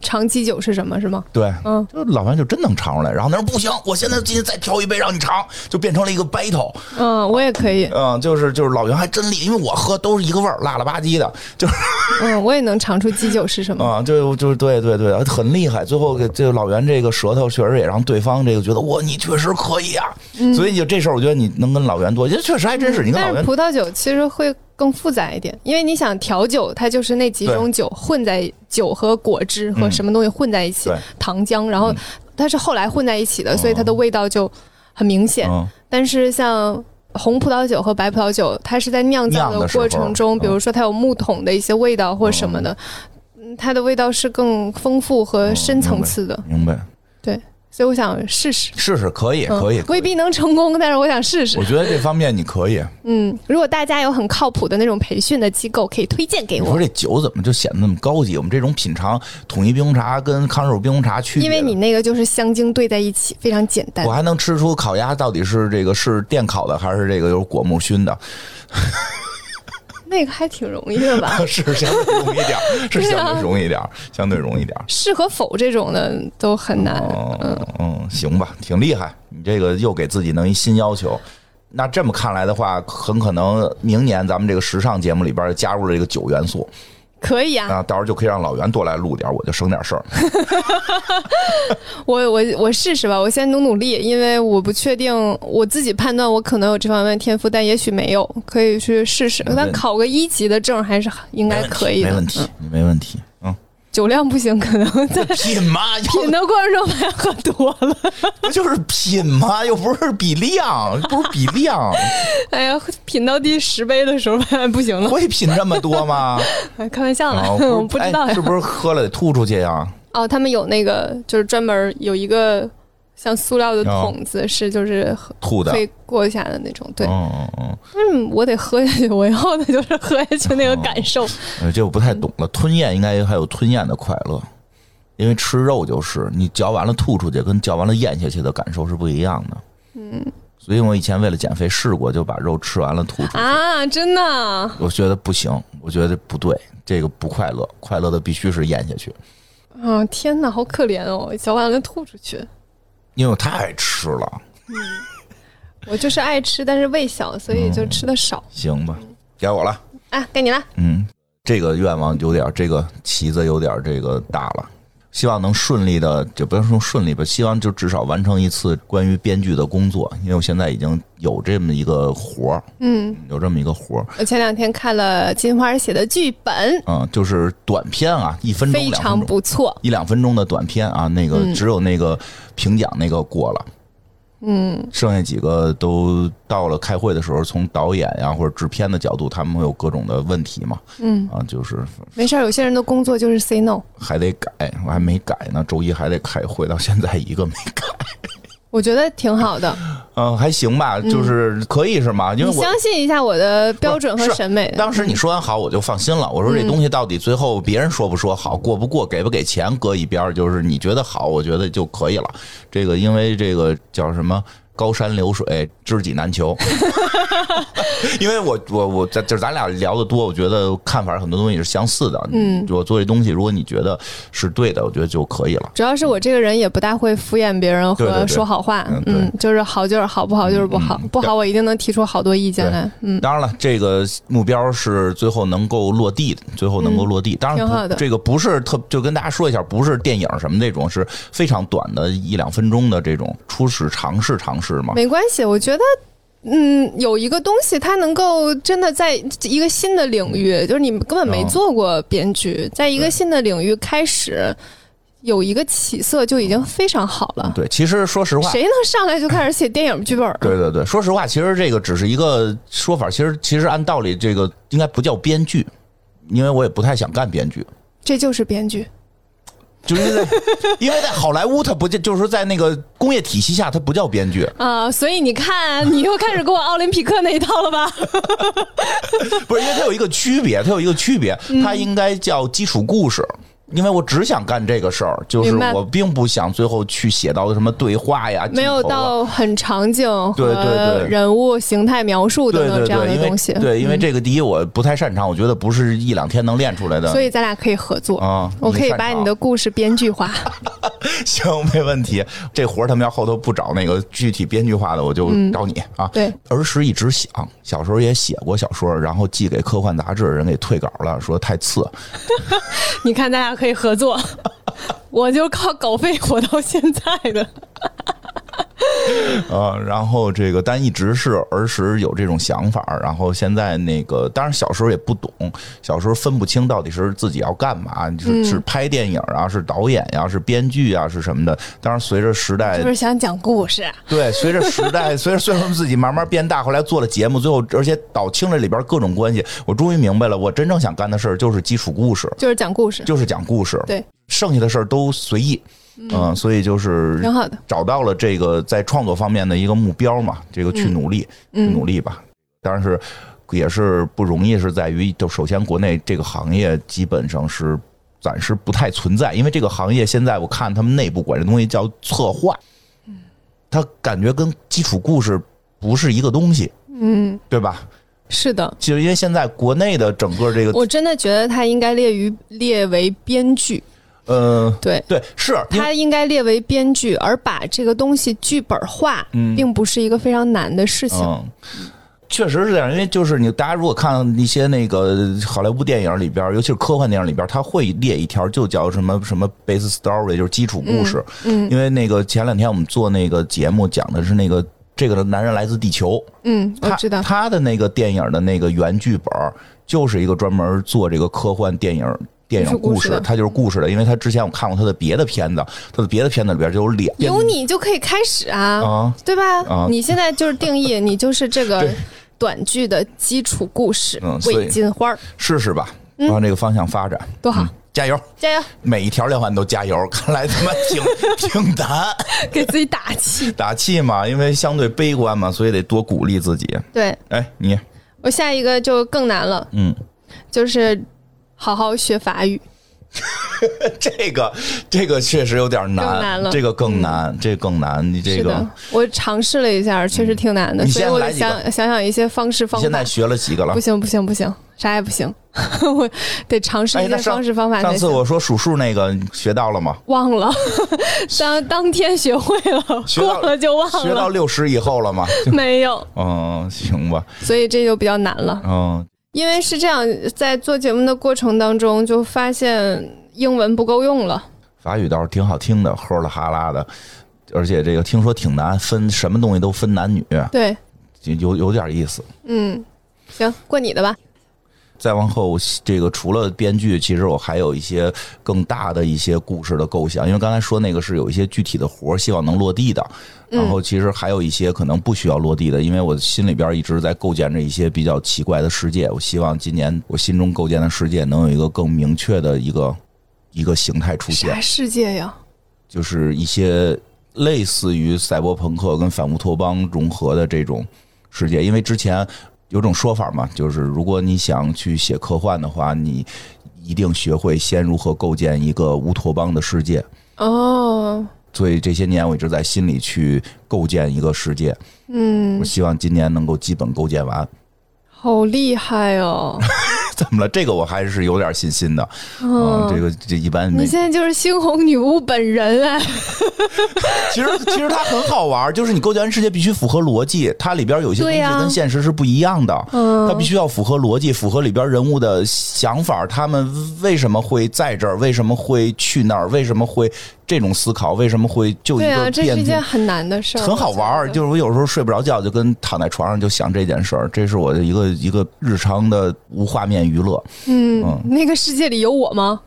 A: 长基酒是什么？是吗？
B: 对，
A: 嗯，
B: 就老白就真能尝出来。然后他说不行，我现在今天再调一杯让你尝，就变成了一个 battle。
A: 嗯，我也可以，
B: 嗯，就是就是老袁还真厉害，因为我喝都是一个味儿，辣了吧唧的，就是
A: 嗯，我也能尝出基酒是什么。
B: 啊，就就是对对对，很厉害。最后给这个老袁这个舌头确实也让对方这个觉得哇，你确实可以啊。所以就这事儿，我觉得你能跟老袁做，其实确实还真是。你跟老
A: 嗯但是
B: 袁
A: 葡萄酒其实会更复杂一点，因为你想调酒，它就是那几种酒混在酒和果汁和
B: 嗯
A: 什么东西混在一起，
B: 对嗯哦
A: 糖浆，然后它是后来混在一起的，所以它的味道就很明显。
B: 嗯
A: 但是像红葡萄酒和白葡萄酒，它是在酿造
B: 酿的时候嗯
A: 过程中，比如说它有木桶的一些味道或什么的，嗯它的味道是更丰富和深层次的。
B: 哦明白，
A: 对，所以我想试试，
B: 试试可以
A: 嗯
B: 可以。可以
A: 未必能成功，但是我想试试
B: 我。觉得这方面你可以。
A: 嗯，如果大家有很靠谱的那种培训的机构，可以推荐给
B: 你
A: 我
B: 说，这酒怎么就显得那么高级？我们这种品尝统一冰红茶跟康师傅冰红茶区别
A: 因
B: 的，
A: 为你那个就是香精兑在一起，非常简单
B: 我。还能吃出烤鸭到底是这个是电烤的还是这个有果木熏的，？
A: 那个还挺容易的吧
B: 是 相对容易点儿，是
A: 对啊
B: 相对容易点儿，相对容易点儿。
A: 是和否这种的都很难。
B: 哦，嗯，行吧，挺厉害，你这个又给自己弄一新要求。那这么看来的话，很可能明年咱们这个时尚节目里边加入了这个酒元素
A: 可以啊，
B: 啊，到时候就可以让老袁多来录点儿，我就省点事儿。
A: 我我我试试吧，我先努努力，因为我不确定我自己判断我可能有这方面天赋，但也许没有，可以去试试。
B: 没问题
A: 但考个一级的证还是应该可以的，
B: 没问题
A: 嗯。，
B: 你没问题。嗯，
A: 酒量不行，可能 在
B: 品嘛，
A: 品的过程中还喝多了。
B: 不就是品吗？又不是比量，不是比量，
A: 哎呀，品到第十杯的时候 发现不行了，
B: 会品这么多 吗？
A: 哎开玩笑啦，
B: 啊，
A: 我不
B: 是
A: 知道
B: 哎
A: 呀
B: 是。不是喝了得吐出去呀？
A: 哦，他们有那个就是专门有一个像塑料的
B: 哦
A: 桶子，是就是喝
B: 吐的
A: 可。以过一下的那种。对，
B: 嗯嗯嗯
A: 嗯，我得喝下去，我要的就是喝下去那个感受。
B: 呃，这我不太懂了。吞咽应该还有吞咽的快乐，因为吃肉就是你嚼完了吐出去，跟嚼完了咽下去的感受是不一样的。嗯，所以我以前为了减肥试过，就把肉吃完了吐出去，
A: 啊，真的啊，
B: 我觉得不行，我觉得不对，这个不快乐，快乐的必须是咽下去。
A: 啊天哪，好可怜哦！嚼完了吐出去。
B: 因为我太爱吃了，
A: 我就是爱吃，但是胃小，所以
B: 嗯
A: 就吃的少。
B: 行吧，该我了。
A: 啊，该你了。
B: 嗯，这个愿望有点儿，这个旗子有点儿这个大了。希望能顺利的，就不要说顺利吧，希望就至少完成一次关于编剧的工作，因为我现在已经有这么一个活儿，
A: 嗯，
B: 有这么一个活儿，
A: 我前两天看了金花写的剧本，
B: 嗯，就是短片啊，一分钟、
A: 非
B: 两分
A: 常
B: 钟、
A: 不错。
B: 一两分钟的短片啊，那个只有那个评奖那个过了，嗯，剩下几个都到了开会的时候，从导演呀、或者制片的角度，他们会有各种的问题嘛，嗯，啊，就是
A: 没事儿，有些人的工作就是 say no。
B: 还得改，我还没改呢，周一还得开会，到现在一个没改。
A: 我觉得挺好的，
B: 嗯，还行吧，就是可以是吗？因为
A: 你
B: 我
A: 相信一下我的标准和
B: 是
A: 审美。
B: 当时你说完好，我就放心了。我说这东西到底最后别人说不说好，过不过，给不给钱搁一边儿，就是你觉得好，我觉得就可以了。这个因为这个叫什么？高山流水，知己难 求。因为我我我，咱就是咱俩聊的多，我觉得看法很多东西是相似的。嗯，我做这东西，如果你觉得是对的，我觉得就可以了。
A: 主要是我这个人也不大会敷衍别人
B: 对对
A: 和
B: 对
A: 说好话，
B: 嗯对嗯
A: 嗯，就是好就是好，不好就是不好，不好我一定能提出好多意见来，嗯，
B: 当然了，这个目标是最后能够落地的，最后能够落地。当然
A: 嗯挺好
B: 不，
A: 的
B: 这个不是特，就跟大家说一下，不是电影什么那种，是非常短的一两分钟的这种初始尝试尝试嘛。
A: 没关系，我觉得。嗯，有一个东西，它能够真的在一个新的领域，就是你根本没
B: 哦
A: 做过编剧，在一个
B: 对
A: 新的领域开始有一个起色，就已经非常好了。
B: 对，其实嗯说实话，啊
A: 谁能上来就开始写电影剧本儿？
B: 对对对，说实话，其实这个只是一个说法，其实其实按道理这个应该不叫编剧，因为我也不太想干编剧。
A: 这就是编剧。
B: 啊就是在，因为在好莱坞，它不就就是说在那个工业体系下，它不叫编剧，
A: 啊、所以你看，你又开始给我奥林匹克那一套了吧？
B: 不是，因为它有一个区别，它有一个区别，它应该叫基础故事。因为我只想干这个事儿，就是
A: 明白
B: 我并不想最后去写到什么对话呀，
A: 没有
B: 镜头啊
A: 到很场景
B: 对对
A: 和
B: 对
A: 人物形态描述等
B: 对
A: 等
B: 对
A: 这样
B: 对，因
A: 的
B: 为
A: 东西。嗯
B: 对，因为这个第一我不太擅长，我觉得不是一两天能练出来的。
A: 所以咱俩可以合作
B: 啊
A: 我可
B: 你
A: 以
B: 擅
A: 把
B: 长
A: 你的故事编剧化。
B: 行，没问题。这活儿他们要后头不找那个具体编剧化的，我就找你啊。
A: 嗯对，
B: 儿时一直想，小时候也写过小说，然后寄给科幻杂志，人给退稿了，说太次。
A: 你看，咱俩可以合 作。我就靠稿费活到现在的。
B: 呃，然后这个，但一直是儿时有这种想法，然后现在那个，当然小时候也不懂，小时候分不清到底是自己要干嘛，
A: 嗯
B: 就是是拍电影啊，是导演呀、是编剧啊，是什么的。当然，随着时代
A: 就是想讲故事，
B: 哎对，随着时 代，随着岁数自己慢慢变大，后来做了节目，最后而且搞清了里边各种关系，我终于明白了，我真正想干的事儿就是基础故事，
A: 就是讲故事，
B: 就是讲故事，
A: 对，
B: 剩下的事儿都随意，嗯、所以就是
A: 挺好的。
B: 找到了这个在创作方面的一个目标嘛，这个去努力，
A: 嗯
B: 去努力吧，当然是。也是不容易，是在于就首先国内这个行业基本上是暂时不太存在，因为这个行业现在我看他们内部管这东西叫策划，
A: 嗯
B: 它感觉跟基础故事不是一个东西，
A: 嗯，
B: 对吧？
A: 是的，
B: 就因为现在国内的整个这个，
A: 我真的觉得他应该列于列为编剧，
B: 呃，
A: 对
B: 对，是因为
A: 他应该列为编剧，而把这个东西剧本化，
B: 嗯
A: 并不是一个非常难的事情。
B: 嗯。确实是这样，因为就是你，大家如果看一些那个好莱坞电影里边，尤其是科幻电影里边，它会列一条，就叫什么什么 base story，就是基础故事。
A: 嗯
B: 因为那个前两天我们做那个节目，讲的是那个这个的男人来自地球，
A: 嗯，我
B: 他
A: 知道，
B: 他的那个电影的那个原剧本儿就是一个专门做这个科幻电影。电影
A: 故
B: 故
A: 事的
B: 事，他就是故事的，因为他之前我看过他的别的片子，他的别的片子里边就有脸
A: 有你就可以开始啊，
B: 啊，
A: 对吧？
B: 啊
A: 你现在就是定义，你就是这 个
B: 对
A: 短剧的基础故事
B: 嗯
A: 《
B: 所以
A: 魏金花》，
B: 试试吧，往这个方向发展，
A: 多好
B: 嗯，加油！
A: 加油，
B: 每一条连环都加油， 看来他妈挺 挺难，
A: 给自己打 气。
B: 打气嘛，因为相对悲观嘛，所以得多鼓励自己。
A: 对
B: 哎， 你，
A: 我下一个就更难了，
B: 嗯，
A: 就是好好学法语。
B: 这个这个确实有点
A: 更
B: 难，
A: 难了嗯
B: 这个更难，这个更难，你这
A: 是
B: 个
A: 的，我尝试了一下，确实挺难的，
B: 嗯你
A: 所以
B: 先
A: 我
B: 来
A: 得
B: 几个
A: 想想想一些方式方
B: 你现在
A: 法。
B: 学了几个了
A: 不？行不行不行，啥也不行， 我得尝试
B: 哎
A: 一些
B: 那上
A: 方式方法才行。
B: 上次我说数数那个你学到了吗？
A: 忘了， 当当天学会了，
B: 学到
A: 过了就忘
B: 学到
A: 了，
B: 六十以后了吗？
A: 没有，
B: 嗯，行吧，
A: 所以这就比较难了。
B: 嗯，
A: 因为是这样，在做节目的过程当中，就发现英文不够用了。
B: 法语倒是挺好听的，齁了哈啦的，而且这个听说挺难，分什么东西都分男女，
A: 对，
B: 有有点意思。
A: 嗯，行，过你的吧。
B: 再往后，这个除了编剧，其实我还有一些更大的一些故事的构想，因为刚才说那个是有一些具体的活儿，希望能落地的。
A: 嗯
B: 然后其实还有一些可能不需要落地的，因为我心里边一直在构建着一些比较奇怪的世界。我希望今年我心中构建的世界能有一个更明确的一个一个形态出现
A: 啥，世界呀？
B: 就是一些类似于赛博朋克跟反乌托邦融合的这种世界。因为之前有种说法嘛，就是如果你想去写科幻的话，你一定学会先如何构建一个乌托邦的世界。
A: 哦，
B: 所以这些年我一直在心里去构建一个世界，
A: 嗯
B: 我，希望今年能够基本构建完。
A: 好厉害哦！
B: 怎么了？这个我还是有点信心的。嗯，这
A: 嗯，
B: 个这一般没
A: 你现在就是猩红女巫本人哎。
B: 其实其实它很好玩儿，就是你构建世界必须符合逻辑，它里边有一些东
A: 对
B: 西
A: 呀
B: 跟现实是不一样的，
A: 嗯
B: 它必须要符合逻辑，符合里边人物的想法，他们为什么会在这儿，为什么会去那儿，为什么会这种思考，为什么会就一
A: 对啊，
B: 个
A: 这是一
B: 变
A: 件
B: 动。
A: 很难的事儿，
B: 很好玩
A: 我
B: 儿，
A: 觉得
B: 就是我有时候睡不着觉，就跟躺在床上就想这件事儿，这是我的一个一个日常的无画面娱乐。
A: 嗯
B: 嗯，
A: 那个世界里有我吗？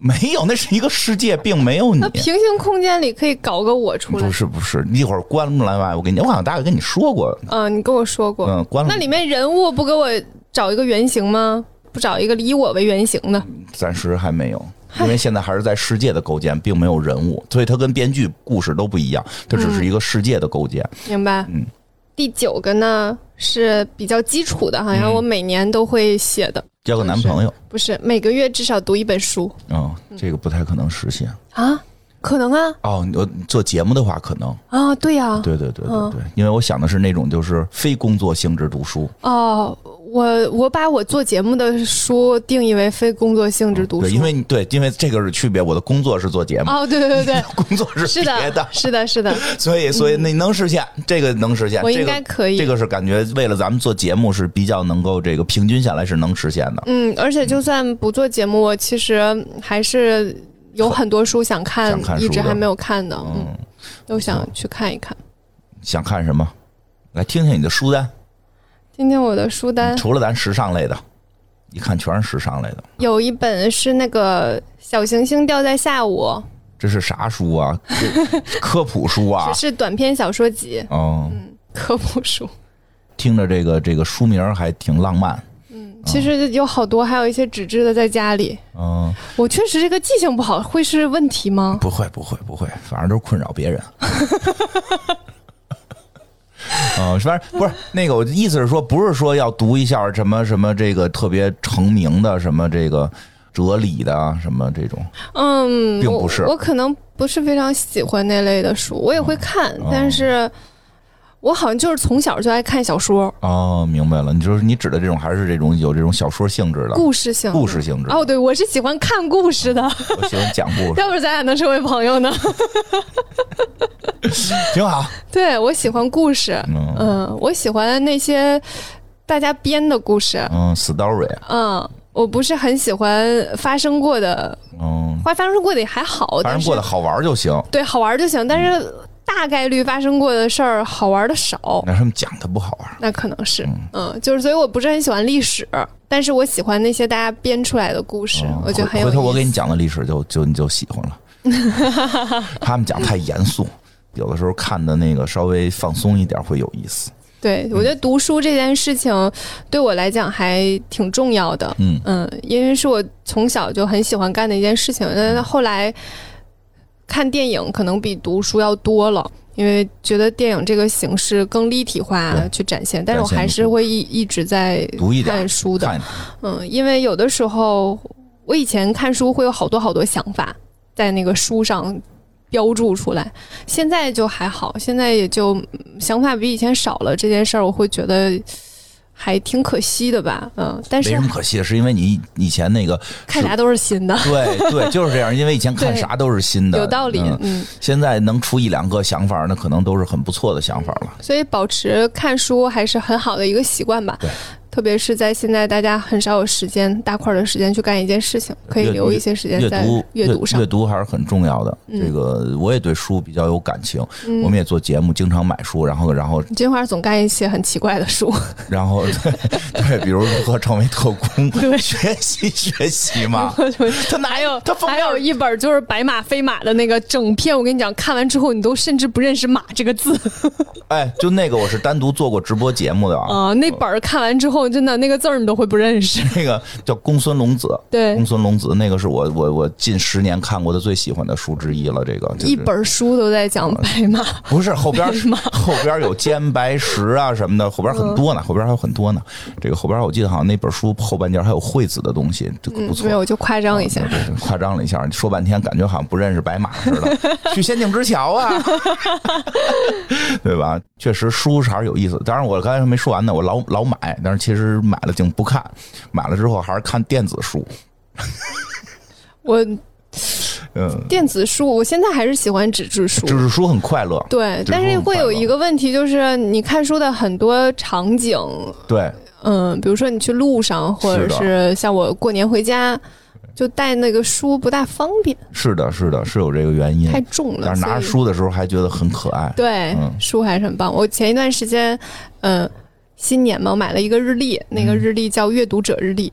B: 没有，那是一个世界，并没有你
A: 那。平行空间里可以搞个我出来
B: 不。是不是，一会儿关了来，我给你，我好像大概跟你说过，
A: 嗯，你跟我说过，
B: 嗯，关了
A: 那里面人物不给我找一个原型吗？不找一个以我为原型的，
B: 暂时还没有，因为现在还是在世界的构建，并没有
A: 嗯
B: 人物，所以它跟编剧故事都不一样，它只是一个世界的构建。
A: 明白？
B: 嗯
A: 第九个呢是比较基础的，好像我每年都会写的，
B: 交个男朋友，
A: 不是每个月至少读一本书
B: 嗯，这个不太可能实现。
A: 啊？可能啊
B: 哦，我做节目的话可能，
A: 啊，对呀、
B: 对对对对
A: 嗯
B: 对，因为我想的是那种就是非工作性质读书，
A: 哦，我我把我做节目的书定义为非工作性质
B: 嗯
A: 读
B: 对，
A: 书，
B: 因为你对，因为这个是区别。我的工作是做节目，
A: 哦，对对 对对，
B: 工作是
A: 是
B: 别
A: 的，是 的，是的，
B: 所以所以那能实现，这个能实现，
A: 我
B: 这
A: 应
B: 个
A: 该可以。
B: 这个是感觉为了咱们做节目是比较能够这个平均下来是能实现的，
A: 嗯，而且就算不做节目，我其实还是有很多书想看，
B: 想看书
A: 一直
B: 的
A: 还没有看的，嗯，
B: 嗯，
A: 都想去看一看。
B: 想看什么？来听听你的书单，
A: 今天我的书单
B: 除了咱时尚类的，一看全是时尚类的，
A: 有一本是那个《小行星掉在下午》，
B: 这是啥书啊？ 这科普书啊
A: 只？是嗯短篇小说集，
B: 哦，
A: 科普书。
B: 听着这个这个书名还挺浪漫，
A: 其实有好多，还有一些纸质的在家里。
B: 嗯，
A: 我确实这个记性不好，会是问题吗？
B: 不会不会不会，反正都是困扰别人。 嗯，反正不是那个，我的意思是说，不是说要读一下什么什么这个特别成名的什么这个哲理的啊什么这种，
A: 嗯，
B: 并不是
A: 我，我可能不是非常喜欢那类的书，我也会看，
B: 哦
A: 但是我好像就是从小就爱看小说，
B: 哦，明白了，你就是你指的这种还是这种有这种小说性质的
A: 故事性的
B: 故事性质，
A: 哦，对，我是喜欢看故事的，
B: 我喜欢讲故事，
A: 要不咱俩能成为朋友呢？
B: 挺好。
A: 对我喜欢故事，
B: 嗯
A: 嗯，我喜欢那些大家编的故事，
B: 嗯，story，
A: 嗯，我不是很喜欢发生过的，
B: 嗯，
A: 发生过的也还好，
B: 反
A: 但
B: 正
A: 是
B: 过得好嗯玩就行。
A: 对好玩就行，但是大概率发生过的事儿好玩的少，
B: 那他们讲的不好玩，
A: 那可能是，嗯，就是所以我不是很喜欢历史，但是我喜欢那些大家编出来的故事，
B: 嗯
A: 我觉得
B: 回
A: 很有
B: 回
A: 意思。
B: 头我给你讲的历史就就你就喜欢了。
A: 嗯
B: 他们讲太严肃，有的时候看的那个稍微放松一点会有意思。嗯
A: 对，我觉得读书这件事情对我来讲还挺重要的。
B: 嗯
A: 因为是我从小就很喜欢干的一件事情。
B: 嗯
A: 那后来看电影可能比读书要多了，因为觉得电影这个形式更立体化
B: 对
A: 去展现，但是我
B: 展现
A: 还是会一一直在
B: 读一点
A: 看书的。
B: 看
A: 嗯，因为有的时候我以前看书会有好多好多想法在那个书上标注出来，现在就还好，现在也就嗯想法比以前少了。这件事儿我会觉得还挺可惜的吧，嗯，但
B: 没
A: 是
B: 什么可惜的，是因为你以前那个
A: 看啥都是新的，
B: 对对就是这样，因为以前看
A: 对
B: 啥都是新的，
A: 有道理，
B: 嗯
A: 嗯，
B: 现在能出一两个想法，那可能都是很不错的想法了。
A: 所以保持看书还是很好的一个习惯吧
B: 对。
A: 特别是在现在大家很少有时间大块儿的时间去干一件事情，可以
B: 阅
A: 留一些时间
B: 阅
A: 在
B: 读
A: 阅读上
B: 阅。读还是很重要的。
A: 嗯
B: 这个我也对书比较有感情，我们也做节目，经常买书，然后然后
A: 金花总干一些很奇怪的书，
B: 然 后对对，比如如何成为特工，学习学习 嘛。 他哪有他封
A: 还有
B: 面
A: 一本就是白马非马的那个整篇，我跟你讲，看完之后你都甚至不认识“马”这个字
B: 哎，就那个我是单独做过直播节目的啊，
A: 啊、那本儿看完之后，真的那个字儿你都会不 认识。
B: 那个叫公孙龙子。
A: 嗯对
B: 公，孙龙子那个是我我我近十年看过的最喜欢的书之一了，这 个、就是、啊
A: 一本书都在讲白马，
B: 不是后边 儿后边儿有煎白石啊什么的，后边儿很多
A: 嗯
B: 呢，后边儿还有很多呢。这个后边儿我记得好像那本书后半截儿还有惠子的东西，这个不错。啊
A: 嗯没有我就夸张一下。
B: 对对夸张了一下，你说半天感觉好像不认识白马似 的。去仙境之桥啊，对吧？确实书还是有意思。当然，我刚才没说完呢，我老老买，但是其实买了竟不看，买了之后还是看电子书。
A: 我
B: 嗯，
A: 电子书，我现在还是喜欢纸质书。
B: 纸质书很快乐，
A: 对，
B: 质
A: 但
B: 书
A: 是
B: 很
A: 会
B: 快
A: 有
B: 乐
A: 一个问题，就是你看书的很多场景，
B: 对，
A: 嗯，比如说你去路上，或者
B: 是
A: 是像我过年回家，就带那个书不大方便，
B: 是的，是的，是有这个原因
A: 太。重了。
B: 但是拿着
A: 所以
B: 书的时候还觉得很可爱。
A: 对，
B: 嗯
A: 书还是很棒。我前一段时间，呃，新年嘛，我买了一个日历，那
B: 嗯
A: 个日历叫《阅读者日历》，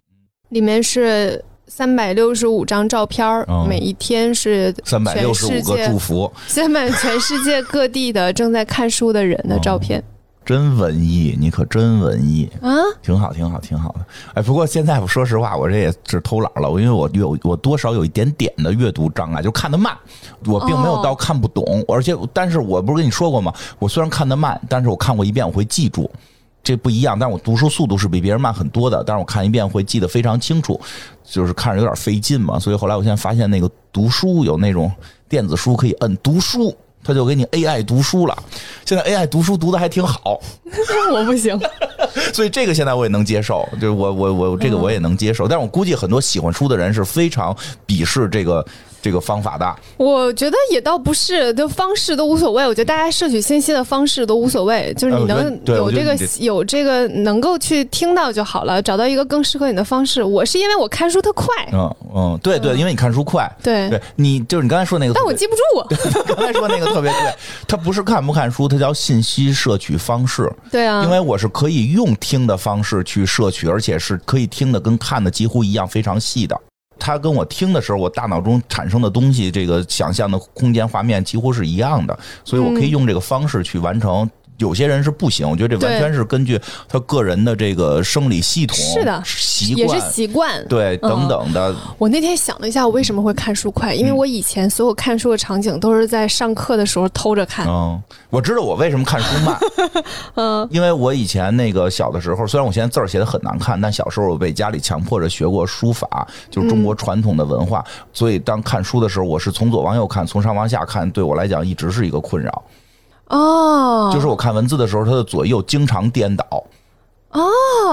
A: 里面是三百六十五张照片儿，
B: 哦
A: 每一天是
B: 三百六十五
A: 全世
B: 个
A: 界
B: 祝福，
A: 写满全世界各地的正在看书的人的照片。
B: 真文艺，你可真文艺，
A: 啊，
B: 挺好，挺好，挺好的。哎，不过现在我说实话，我这也是偷懒了，我因为我有我多少有一点点的阅读障碍，就看得慢，我并没有到看不懂，而且但是我不是跟你说过吗？我虽然看得慢，但是我看过一遍我会记住。这不一样，但我读书速度是比别人慢很多的，但是我看一遍会记得非常清楚，就是看着有点费劲嘛。所以后来我现在发现，那个读书有那种电子书可以摁读书，它就给你 AI 读书了。现在 AI 读书读的还挺好，
A: 我不行。
B: 所以这个现在我也能接受，就是我我我这个
A: 嗯
B: 我也能接受，但是我估计很多喜欢书的人是非常鄙视这个这个方法的。
A: 我觉得也倒不是，就方式都无所谓。我觉得大家摄取信息的方式都无所谓，就是
B: 哎
A: 你
B: 我觉得
A: 能
B: 对
A: 有
B: 我觉
A: 这
B: 得
A: 个
B: 你这
A: 有这个能够去听到就好了，找到一个更适合你的方式。我是因为我看书特快，
B: 嗯嗯，对对，因为你看书快，
A: 对
B: 对你就是你刚才说那个特别，
A: 但我记不住 我。
B: 刚才说那个特别对，它不是看不看书，它叫信息摄取方式。
A: 对啊，
B: 因为我是可以用听的方式去摄取，而且是可以听的跟看的几乎一样，非常细的。它跟我听的时候，我大脑中产生的东西，这个想象的空间画面几乎是一样的，所以我可以用这个方式去完成。有些人是不行，我觉得这完全是根据他个人的这个生理系统、
A: 是的
B: 习
A: 也是
B: 惯。
A: 习惯。
B: 对，
A: 嗯
B: 等等的，
A: 我那天想了一下，我为什么会看书快？因为
B: 嗯
A: 我以前所有看书的场景都是在上课的时候偷着看。
B: 嗯，我知道我为什么看书慢，嗯，因为我以前那个小的时候，虽然我现在字儿写的很难看，但小时候我被家里强迫着学过书法，就是中国传统的文化，所以当看书的时候，我是从左往右看，从上往下看，对我来讲一直是一个困扰。
A: 哦，
B: 就是我看文字的时候，它的左右经常颠倒，
A: 哦，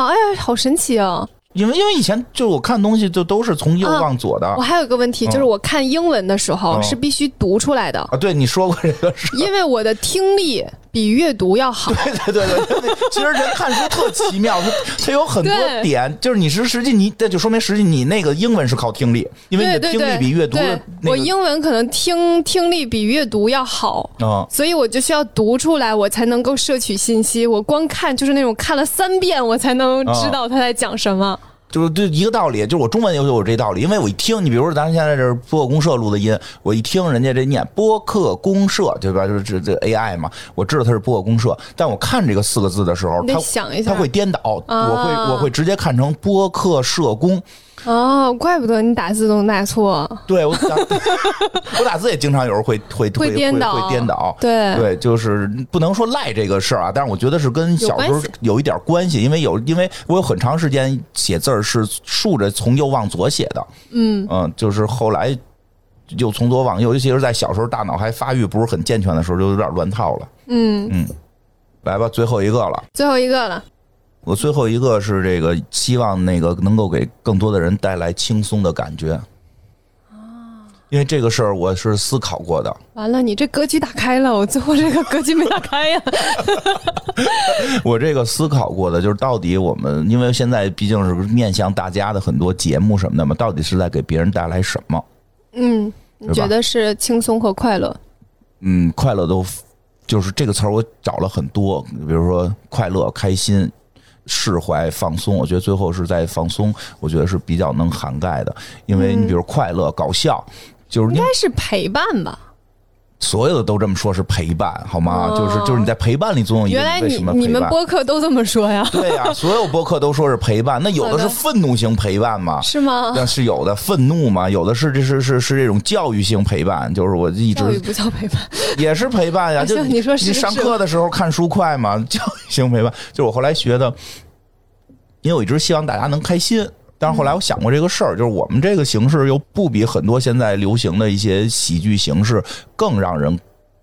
A: 哎呀，好神奇哦！
B: 因为因为以前就我看东西就都是从右
A: 啊
B: 往左的
A: 我
B: 啊
A: 还有一个问题，就是我看英文的时候
B: 嗯
A: 是必须读出 来的，
B: 啊对你说过这个事。
A: 因为我的听力比阅读要好。
B: 啊 对对对对，其实人看书特奇妙，它它有很多
A: 对
B: 点，就是你是实际你这就说明实际你那个英文是靠听力，因为你
A: 对
B: 的
A: 对
B: 听力
A: 对，
B: 比阅读的
A: 对
B: 那
A: 我
B: 个
A: 英文可能听听力比阅读要好。
B: 啊。
A: 所以我就需要读出来，我才能够摄取信息。我光看就是那种看了三遍，我才能知道他在讲什
B: 啊
A: 么。
B: 就是就一个道理，就是我中文也有这道理，因为我一听，你比如说咱现在这是播客公社录的音，我一听人家这念播客公社，对吧？就是这这 AI 嘛，我知道它是播客公社，但我看这个四个字的时候，
A: 你得
B: 它
A: 想一下
B: 它会颠倒，
A: 啊
B: 我会我会直接看成播客社工，
A: 哦，怪不得你打字总打错。
B: 对我打 我打字也经常有时候会会
A: 会颠倒
B: 会颠倒，
A: 对
B: 对，就是不能说赖这个事儿啊，但是我觉得是跟小时
A: 有
B: 候
A: 关系
B: 有一点关系，因为有因为我有很长时间写字儿是竖着从右往左写的，嗯就是后来又从左往右，尤其是在小时候大脑还发育不是很健全的时候，就有点乱套了。
A: 嗯，
B: 来吧，最后一个了。
A: 最后一个了。
B: 我最后一个是这个，希望那个能够给更多的人带来轻松的感觉。
A: 啊
B: 因为这个事儿我是思考过的，
A: 完了，你这格局打开了，我最后这个格局没打 开呀。
B: 我这个思考过的就是到底我们，因为现在毕竟是面向大家的很多节目什么的嘛，到底是在给别人带来什么？
A: 嗯，
B: 对
A: 你
B: 吧
A: 觉得是轻松和快乐？
B: 嗯，快乐都就是这个词儿，我找了很多，比如说快乐、开心、释怀、放松。我觉得最后是在放松，我觉得是比较能涵盖的，因为你比如快乐、搞笑，就是
A: 应
B: 因
A: 该
B: 为
A: 是陪伴吧。
B: 所有的都这么说，是陪伴，好吗？
A: 哦
B: 就是就是你在陪伴里总有一个
A: 原来
B: 为
A: 你
B: 什么
A: 你
B: 陪
A: 们
B: 伴。
A: 播客都这么说呀？
B: 对 呀、所有播客都说是陪伴，那有的是
A: 好的
B: 愤怒型陪伴嘛，
A: 是吗？
B: 但是有的愤怒嘛，有的是这是是是这种教育性陪伴，就是我一
A: 教育
B: 直
A: 不叫陪伴。
B: 也是陪伴呀，
A: 哎
B: 就
A: 像你说是
B: 你
A: 是
B: 上课的时候看书快嘛， 教育性陪伴，就是我后来学的，因为我一直希望大家能开心。但是后来我想过这个事
A: 嗯
B: 儿，就是我们这个形式又不比很多现在流行的一些喜剧形式更让人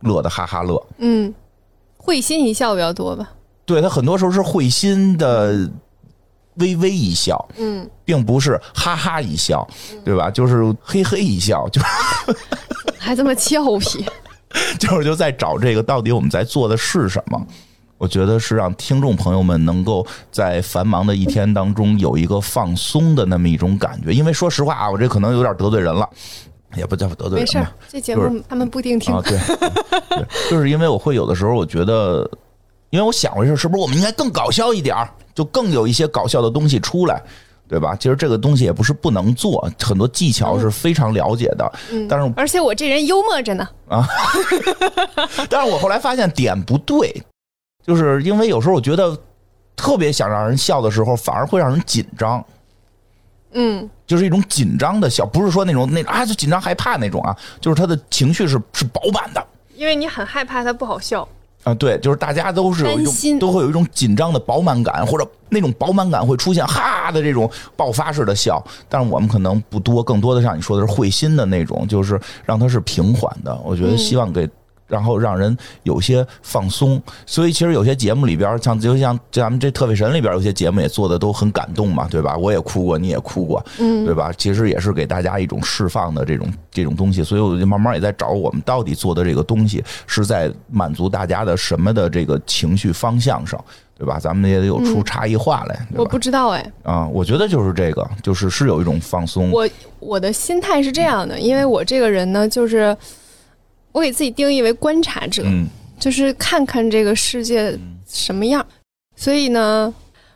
B: 乐得哈哈乐。
A: 嗯，会心一笑比较多吧。
B: 对他很多时候是会心的微微一笑，
A: 嗯，
B: 并不是哈哈一笑，对吧？就是嘿嘿一笑，就是。
A: 还这么俏皮。
B: 就是就在找这个到底我们在做的是什么。我觉得是让听众朋友们能够在繁忙的一天当中有一个放松的那么一种感觉，因为说实话啊，我这可能有点得罪人了，也 不叫得罪
A: 没
B: 人
A: 事
B: 吧
A: 儿，，这节
B: 就
A: 目他们不一定听
B: 啊，。对，对，就是因为我会有的时候，我觉得，因为我想过这事，是不是我们应该更搞笑一点儿，就更有一些搞笑的东西出来，对吧？其实这个东西也不是不能做，很多技巧是非常了解的，但是
A: 嗯
B: 啊
A: 而且 我这人幽默着呢。
B: 但是我后来发现点不对，就是因为有时候我觉得特别想让人笑的时候，反而会让人紧张。
A: 嗯，
B: 就是一种紧张的笑，不是说那种那种啊就紧张害怕那种啊，就是他的情绪是是饱满的
C: 因为你很害怕它不好笑。
B: 啊，对，就是大家都是有一
A: 担心
B: 种都会有一种紧张的饱满感，或者那种饱满感会出现哈的这种爆发式的笑，但是我们可能不多，更多的像你说的是会心的那种，就是让它是平缓的。我
A: 嗯
B: 觉得希望给。然后让人有些放松，所以其实有些节目里边，像就像咱们这特费神里边，有些节目也做的都很感动嘛，对吧？我也哭过，你也哭过，
A: 嗯
B: 对吧？其实也是给大家一种释放的这种这种东西，所以我就慢慢也在找我们到底做的这个东西是在满足大家的什么的这个情绪方向上，对吧？咱们也得有
A: 嗯
B: 出差异化来，
A: 我
B: 对吧？
A: 不知道哎，
B: 啊、我觉得就是这个，就是是有一种放松，
A: 我我的心态是这样的，因为我这个人呢，就是我给自己定义为观察者，
B: 嗯
A: 就是看看这个世界什么样。所以呢，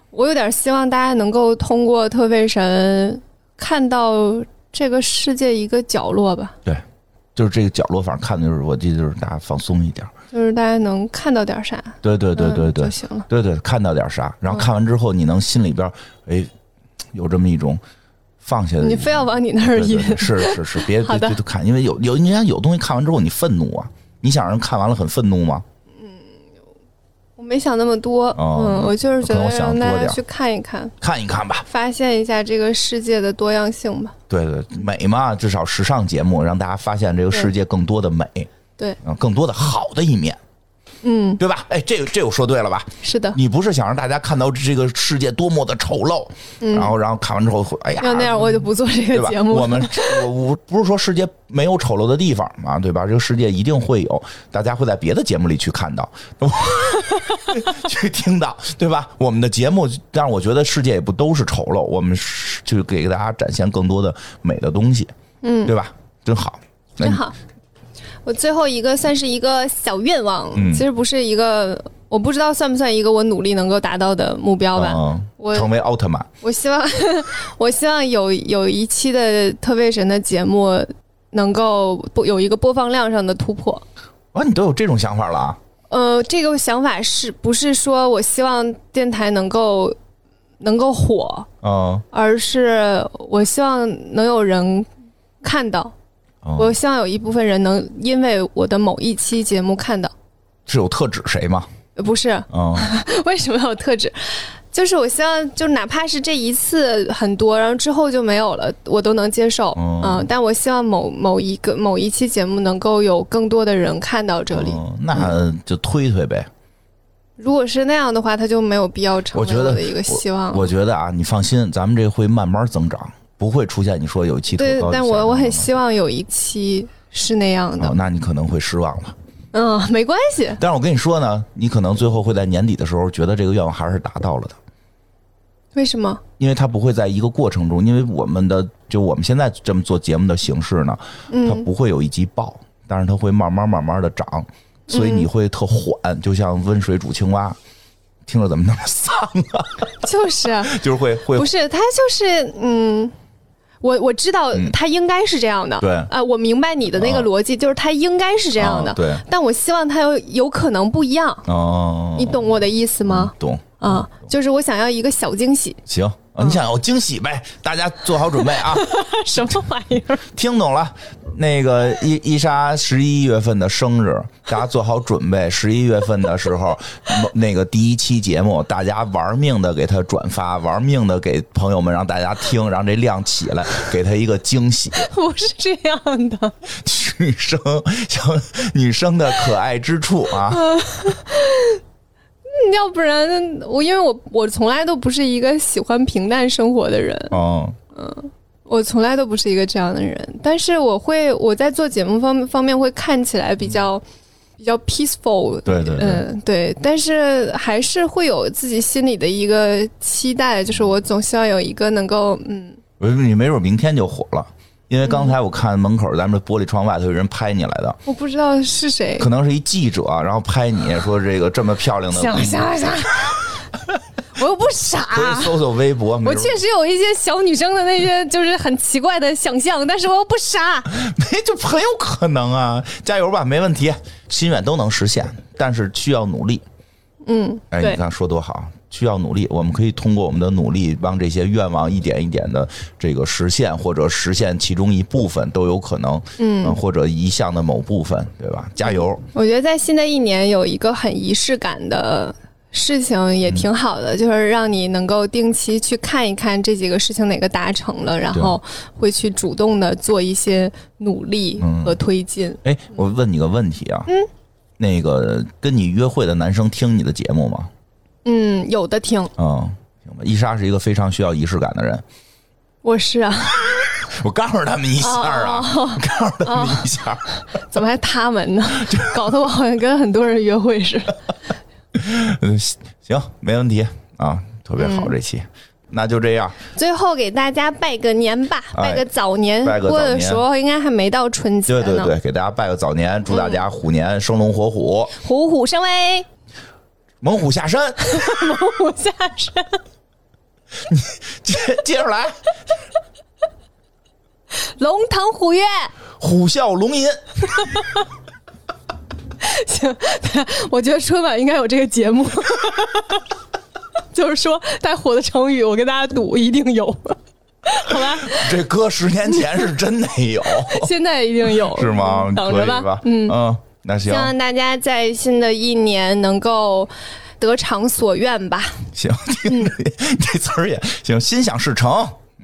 A: 我有点希望大家能够通过特费神看到这个世界一个角落吧，
B: 就是这个角落，反正看的就是我记得就是大家放松一点，
A: 就是大家能看到点啥，
B: 对对对对
A: 嗯
B: 对
A: 就，行了。嗯
B: 对对，看到点啥，然后看完之后你能心里边哎有这么一种放下的
A: 你
B: 一种
A: 非要往你那儿
B: 对
A: 引
B: 对，对是是是，别
A: 好
B: 别
A: 的
B: 别看，因为有有你看有东西看完之后你愤怒啊，你想让人看完了很愤怒吗？
A: 我没想那么多，
B: 哦
A: 嗯，我就是
B: 可
A: 觉
B: 能
A: 得
B: 我想
A: 让
B: 多
A: 大家
B: 点儿
A: 去看一看，
B: 看一看吧，
A: 发现一下这个世界的多样性吧。
B: 对对，美嘛，至少时尚节目让大家发现这个世界更多的美，
A: 对，
B: 嗯，更多的好的一面，
A: 嗯，
B: 对吧？哎，这个这我说对了吧？
A: 是的，
B: 你不是想让大家看到这个世界多么的丑陋，然后然后看完之后会，哎呀，
A: 嗯要那样我就不做这
B: 对
A: 个
B: 吧
A: 节？目
B: 我
A: 了。
B: 们我我不是说世界没有丑陋的地方嘛，对吧？这个世界一定会有，大家会在别的节目里去看到， 去听到，对吧？我们的节目，但是我觉得世界也不都是丑陋，我们是就给大家展现更多的美的东西，嗯，对吧？真好，那
A: 真
B: 你，
A: 好。我最后一个算是一个小愿望，
B: 嗯
A: 其实不是一个，我不知道算不算一个我努力能够达到的目标吧。
B: 嗯
A: 我
B: 成为奥特曼，
A: 我希望，我希望有有一期的特卫神的节目能够不有一个播放量上的突破。
B: 啊，你都有这种想法了啊？
A: 呃，这个想法是不是说我希望电台能够能够火，
B: 嗯，
A: 而是我希望能有人看到，
B: 嗯
A: 我希望有一部分人能因为我的某一期节目看到，
B: 是有特指谁吗？
A: 呃不是，
B: 嗯，
A: 为什么要有特指？就是我希望，就哪怕是这一次很多，然后之后就没有了，我都能接受。
B: 哦
A: 嗯，但我希望某某一个某一期节目能够有更多的人看到这里。
B: 嗯那就推推呗。
A: 如果是那样的话，它就没有必要成
B: 我觉
A: 为
B: 得
A: 我的一个希望了。
B: 我觉得啊，你放心，咱们这会慢慢增长，不会出现你说有一期特
A: 对
B: 高，
A: 但我我很希望有一期是那样的
B: 哦。，那你可能会失望了。
A: 嗯，没关系，
B: 但是我跟你说呢，你可能最后会在年底的时候觉得这个愿望还是达到了的，
A: 为什 么？
B: 因为它不会在一个过程中，因为我们的就我们现在这么做节目的形式呢，
A: 嗯
B: 它不会有一集爆，但是它会慢慢慢慢的涨，所以你会特缓，就像温水煮青蛙，听着怎么那么丧，
A: 就是啊
B: 就是会会
A: 不是，他就是嗯，我我知道他应该是这样的，
B: 嗯对
A: 啊，我明白你的那个
B: 啊
A: 逻辑，就是他应该是这样的，
B: 啊对
A: 但我希望他有有可能不一样，
B: 哦，嗯
A: 你懂我的意思吗？
B: 懂。
A: 啊，就是我想要一个小惊喜，
B: 行，啊你想要惊喜呗，大家做好准备啊！
A: 嗯 什么玩意儿？
B: 听懂了，那个伊伊莎十一月份的生日，大家做好准备。十一月份的时候，某那个第一期节目，大家玩命的给他转发，玩命的给朋友们让大家听，让这量起来，给他一个惊喜。
A: 不是这样的，
B: 女生小女生的可爱之处 啊，
A: 嗯要不然我因为我我从来都不是一个喜欢平淡生活的人，
B: 嗯
A: 我从来都不是一个这样的人，但是我会我在做节目方方面会看起来比较、比较 peaceful，
B: 嗯对对对
A: 嗯对，但是还是会有自己心里的一个期待，就是我总希望有一个能够嗯
B: 我说你没准明天就火了，因为刚才我看门口咱们这玻璃窗外头有人拍你来的，
A: 我不知道是谁
B: 可能是一记者，啊然后拍 你说这个这么漂亮的姑
A: 想
B: 娘，
A: 想想， 我又不
B: 回去
A: 傻。
B: 搜搜微博，没
A: 啊我
B: 准
A: 确实有一些小女生的那些就是很奇怪的想象，但是我又不傻。
B: 没就很有可能啊，加油吧，没问题，心愿都能实现，但是需要努力。
A: 嗯，
B: 哎，
A: 对
B: 你看说多好，需要努力。我们可以通过我们的努力，让这些愿望一点一点的这个实现，或者实现其中一部分都有可能，嗯，或者一项的某部分，对吧？加油！
A: 我觉得在新的一年有一个很仪式感的事情也挺好
B: 嗯
A: 的，就是让你能够定期去看一看这几个事情哪个达成了，然后会去主动的做一些努力和推进。
B: 哎，我问你个问题啊，嗯，那个跟你约会的男生听你的节目吗？
A: 嗯，有的听，
B: 嗯，行吧。伊莎是一个非常需要仪式感的人，
A: 我是啊，
B: 我告诉他们一下啊，我 告诉他们一下儿。
A: 哦怎么还他 们呢？搞得我好像跟很多人约会似的。
B: 嗯，行，没问题啊，特别好这期，
A: 嗯
B: 那就这样。
A: 最后给大家拜个年吧，
B: 哎
A: 拜个早年。
B: 拜个早
A: 播
B: 年
A: 的时候应该还没到春节
B: 对
A: 呢。
B: 对对，给大家拜个早年，祝大家虎年生龙活虎，
A: 虎虎生威，
B: 猛虎下 山。
A: 虎下山。
B: 接 接着来，
A: 龙腾虎跃。
B: 虎啸龙吟。
A: 行，我觉得春晚应该有这个节目， 就是说带火的成语，我跟大家赌一定有，好吧？
B: 这歌十年前是真的有，
A: 现在一定有，
B: 是吗？
A: 等
B: 可
A: 着
B: 以吧？嗯那
A: 希
B: 行
A: 望大家在新的一年能够得偿所愿吧。
B: 行，
A: 嗯
B: 听着这 词儿也行，心想事成。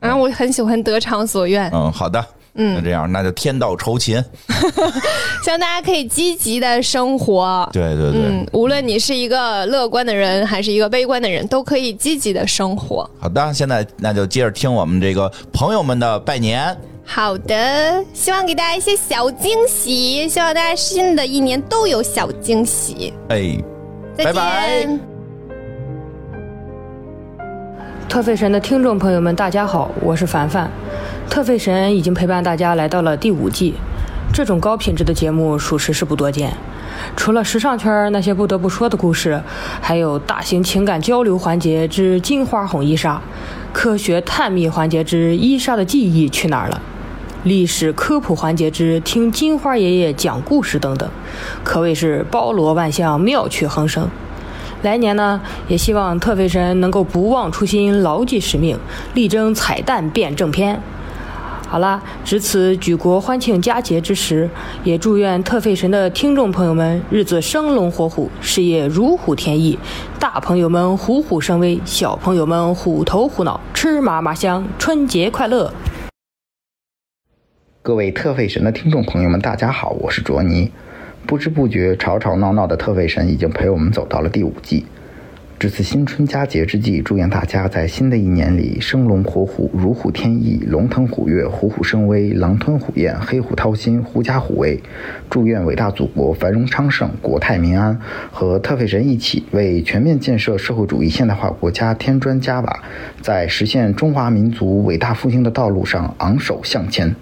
A: 啊，我很喜欢得偿所愿，
B: 嗯，好的，嗯，那这样那就天道酬勤。
A: 希望大家可以积极的生活。
B: 对对对，
A: 嗯，无论你是一个乐观的人还是一个悲观的人，都可以积极的生活。
B: 好的，现在那就接着听我们这个朋友们的拜年。
A: 好的，希望给大家一些小惊喜，希望大家新的一年都有小惊喜。
B: 哎，
A: 再
B: 拜
A: 见。
B: 拜
D: 特费神的听众朋友们，大家好，我是凡凡。特费神已经陪伴大家来到了第五季，这种高品质的节目属实是不多见。除了时尚圈儿那些不得不说的故事，还有大型情感交流环节之金花哄伊莎，科学探秘环节之伊莎的记忆去哪儿了。历史科普环节之听金花爷爷讲故事等等，可谓是包罗万象，妙趣横生。来年呢，也希望特费神能够不忘初心，牢记使命，力争彩蛋变正片。好啦，值此举国欢庆佳节之时，也祝愿特费神的听众朋友们日子生龙活虎，事业如虎添翼，大朋友们虎虎生威，小朋友们虎头虎脑，吃嘛嘛香，春节快乐！
E: 各位特费神的听众朋友们，大家好，我是卓尼。不知不觉，吵吵闹闹的特费神已经陪我们走到了第五季。至此新春佳节之际，祝愿大家在新的一年里生龙活虎、如虎添翼、龙腾虎跃、虎虎生威、狼吞虎咽、黑虎掏心、狐假虎威。祝愿伟大祖国繁荣昌盛、国泰民安，和特费神一起为全面建设社会主义现代化国家添砖加瓦，在实现中华民族伟大复兴的道路上昂首向前。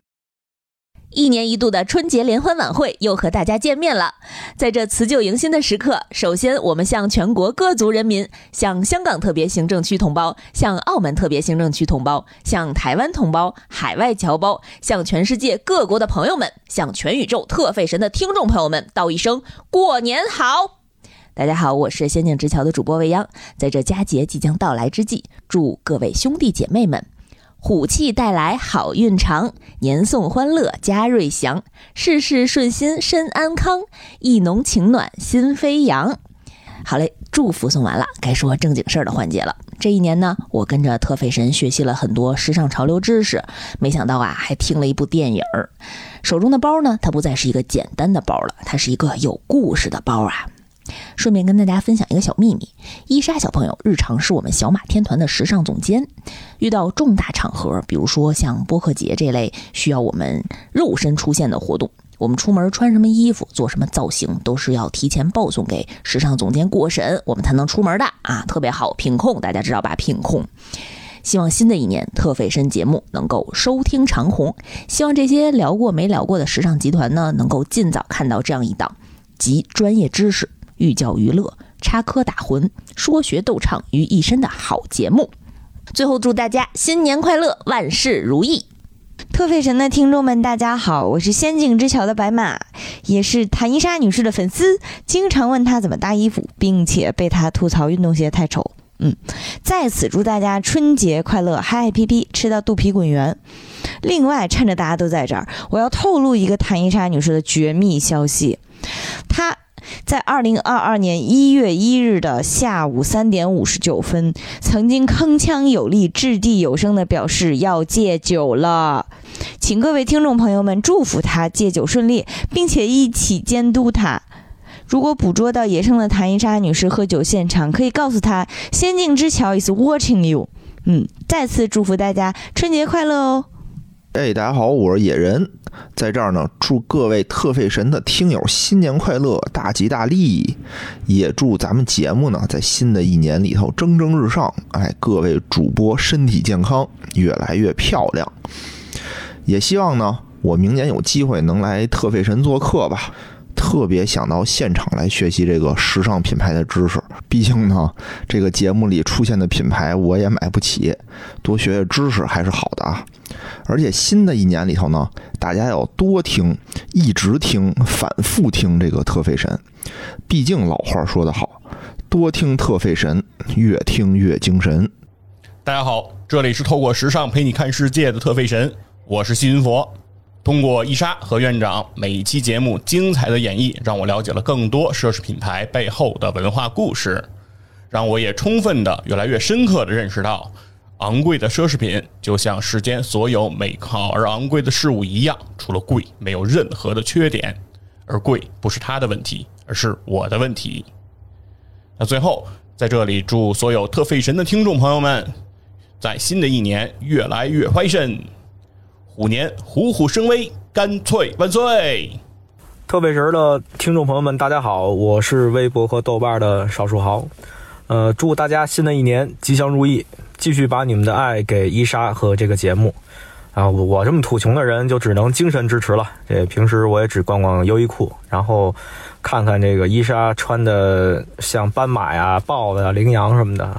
F: 一年一度的春节联欢晚会又和大家见面了。在这辞旧迎新的时刻，首先我们向全国各族人民、向香港特别行政区同胞、向澳门特别行政区同胞、向台湾同胞、海外侨胞、向全世界各国的朋友们、向全宇宙特费神的听众朋友们道一声过年好！大家好，我是仙境之桥的主播未央。在这佳节即将到来之际，祝各位兄弟姐妹们虎气带来好运长，年送欢乐家瑞祥，事事顺心身安康，一浓情暖心飞扬。好嘞，祝福送完了，该说正经事儿的环节了。这一年呢，我跟着特费神学习了很多时尚潮流知识，没想到啊，还听了一部电影儿。手中的包呢，它不再是一个简单的包了，它是一个有故事的包啊。顺便跟大家分享一个小秘密，伊莎小朋友日常是我们小马天团的时尚总监，遇到重大场合，比如说像播客节这类需要我们肉身出现的活动，我们出门穿什么衣服、做什么造型，都是要提前报送给时尚总监过审，我们才能出门的啊，特别好。品控大家知道吧？品控。希望新的一年特费身节目能够收听长虹，希望这些聊过没聊过的时尚集团呢，能够尽早看到这样一档集专业知识、寓教于乐、插科打诨、说学逗唱于一身的好节目。最后祝大家新年快乐，万事如意。
G: 特费神的听众们，大家好，我是仙境之桥的白马。也是谭伊莎女士的粉丝，经常问她怎么搭衣服，并且被她吐槽运动鞋太丑。嗯，在此祝大家春节快乐，嗨嗨皮皮，吃到肚皮滚圆。另外，趁着大家都在这儿，我要透露一个谭伊莎女士的绝密消息，她在二零二二年一月一日的下午三点五十九分，曾经铿锵有力、掷地有声地表示要戒酒了。请各位听众朋友们祝福他戒酒顺利，并且一起监督他。如果捕捉到野生的谭伊莎女士喝酒现场，可以告诉她“仙境之桥 is watching you”。嗯，再次祝福大家春节快乐哦！
H: 哎，大家好，我是野人，在这儿呢，祝各位特费神的听友新年快乐，大吉大利！也祝咱们节目呢，在新的一年里头蒸蒸日上。哎，各位主播身体健康，越来越漂亮。也希望呢，我明年有机会能来特费神做客吧。特别想到现场来学习这个时尚品牌的知识，毕竟呢，这个节目里出现的品牌我也买不起，多学学知识还是好的啊。而且新的一年里头呢，大家要多听，一直听，反复听这个特费神。毕竟老话说得好，多听特费神，越听越精神。
I: 大家好，这里是透过时尚陪你看世界的特费神，我是西云佛。通过伊莎和院长每一期节目精彩的演绎，让我了解了更多奢侈品牌背后的文化故事，让我也充分的、越来越深刻的认识到，昂贵的奢侈品就像世间所有美好而昂贵的事物一样，除了贵，没有任何的缺点。而贵不是他的问题，而是我的问题。那最后，在这里祝所有特费神的听众朋友们，在新的一年越来越欢神。虎年虎虎生威，干脆万岁！
J: 特别神儿的听众朋友们，大家好，我是微博和豆瓣的少数豪。呃，祝大家新的一年吉祥如意，继续把你们的爱给伊莎和这个节目。啊，我我这么土穷的人，就只能精神支持了。这平时我也只逛逛优衣库，然后看看这个伊莎穿的像斑马呀、豹子呀、羚羊什么的，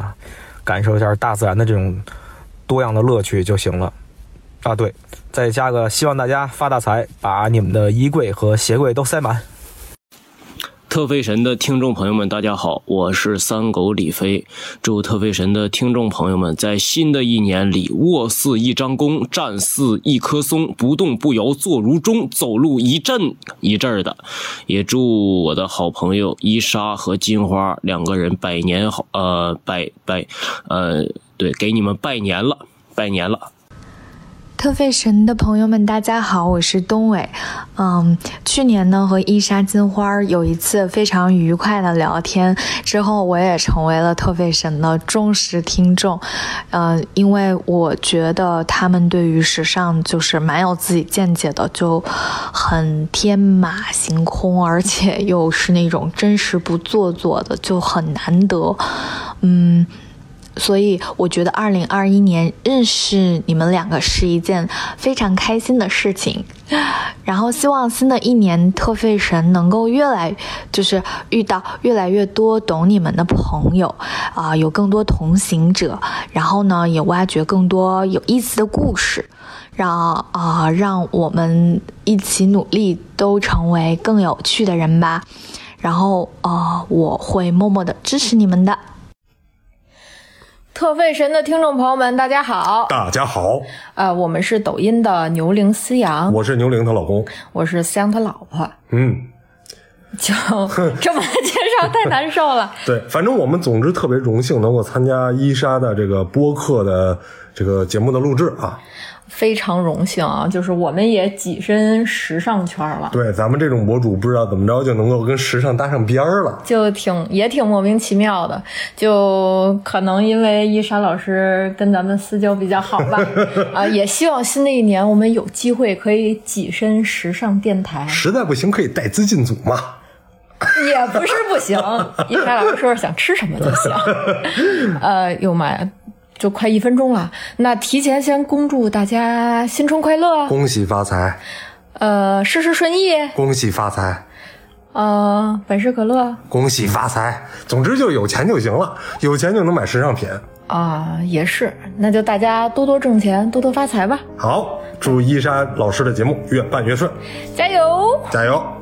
J: 感受一下大自然的这种多样的乐趣就行了。啊，对，再加个希望大家发大财，把你们的衣柜和鞋柜都塞满。
K: 特费神的听众朋友们，大家好，我是三狗李飞。祝特费神的听众朋友们在新的一年里，卧似一张弓，站似一棵松，不动不摇，坐如钟，走路一阵一阵的。也祝我的好朋友伊莎和金花两个人百年好，呃，百百，呃，对，给你们拜年了，拜年了。
L: 特费神的朋友们，大家好，我是东伟。嗯，去年呢和伊莎金花有一次非常愉快的聊天，之后我也成为了特费神的忠实听众。呃，因为我觉得他们对于时尚就是蛮有自己见解的，就很天马行空，而且又是那种真实不做作的，就很难得。嗯。所以我觉得，二零二一年认识你们两个是一件非常开心的事情。然后希望新的一年特费神能够越来，就是遇到越来越多懂你们的朋友啊、呃，有更多同行者。然后呢，也挖掘更多有意思的故事，让啊、呃，让我们一起努力，都成为更有趣的人吧。然后呃，我会默默的支持你们的。
M: 特费神的听众朋友们，大家好！
N: 大家好！
M: 呃，我们是抖音的牛羚思阳，
N: 我是牛羚她老公，
M: 我是思阳她老婆。
N: 嗯，
M: 就这么介绍太难受 了。
N: 对，反正我们总之特别荣幸能够参加伊莎的这个播客的这个节目的录制啊。
M: 非常荣幸啊，就是我们也跻身时尚圈了。
N: 对，咱们这种博主不知道怎么着就能够跟时尚搭上边儿了，
M: 就挺也挺莫名其妙的。就可能因为伊莎老师跟咱们私交比较好吧，啊，也希望新的一年我们有机会可以跻身时尚电台。
N: 实在不行可以带资进组嘛。
M: 也不是不行，伊莎老师说想吃什么就行。呃，哟妈呀！就快一分钟了，那提前先恭祝大家新春快乐，
N: 恭喜发财，
M: 呃，事事顺意，
N: 恭喜发财，
M: 呃，百事可乐，
N: 恭喜发财。总之就有钱就行了，有钱就能买时尚品
M: 啊，也是，那就大家多多挣钱，多多发财吧。
N: 好，祝伊莎老师的节目越办越顺，
M: 加油，
N: 加油。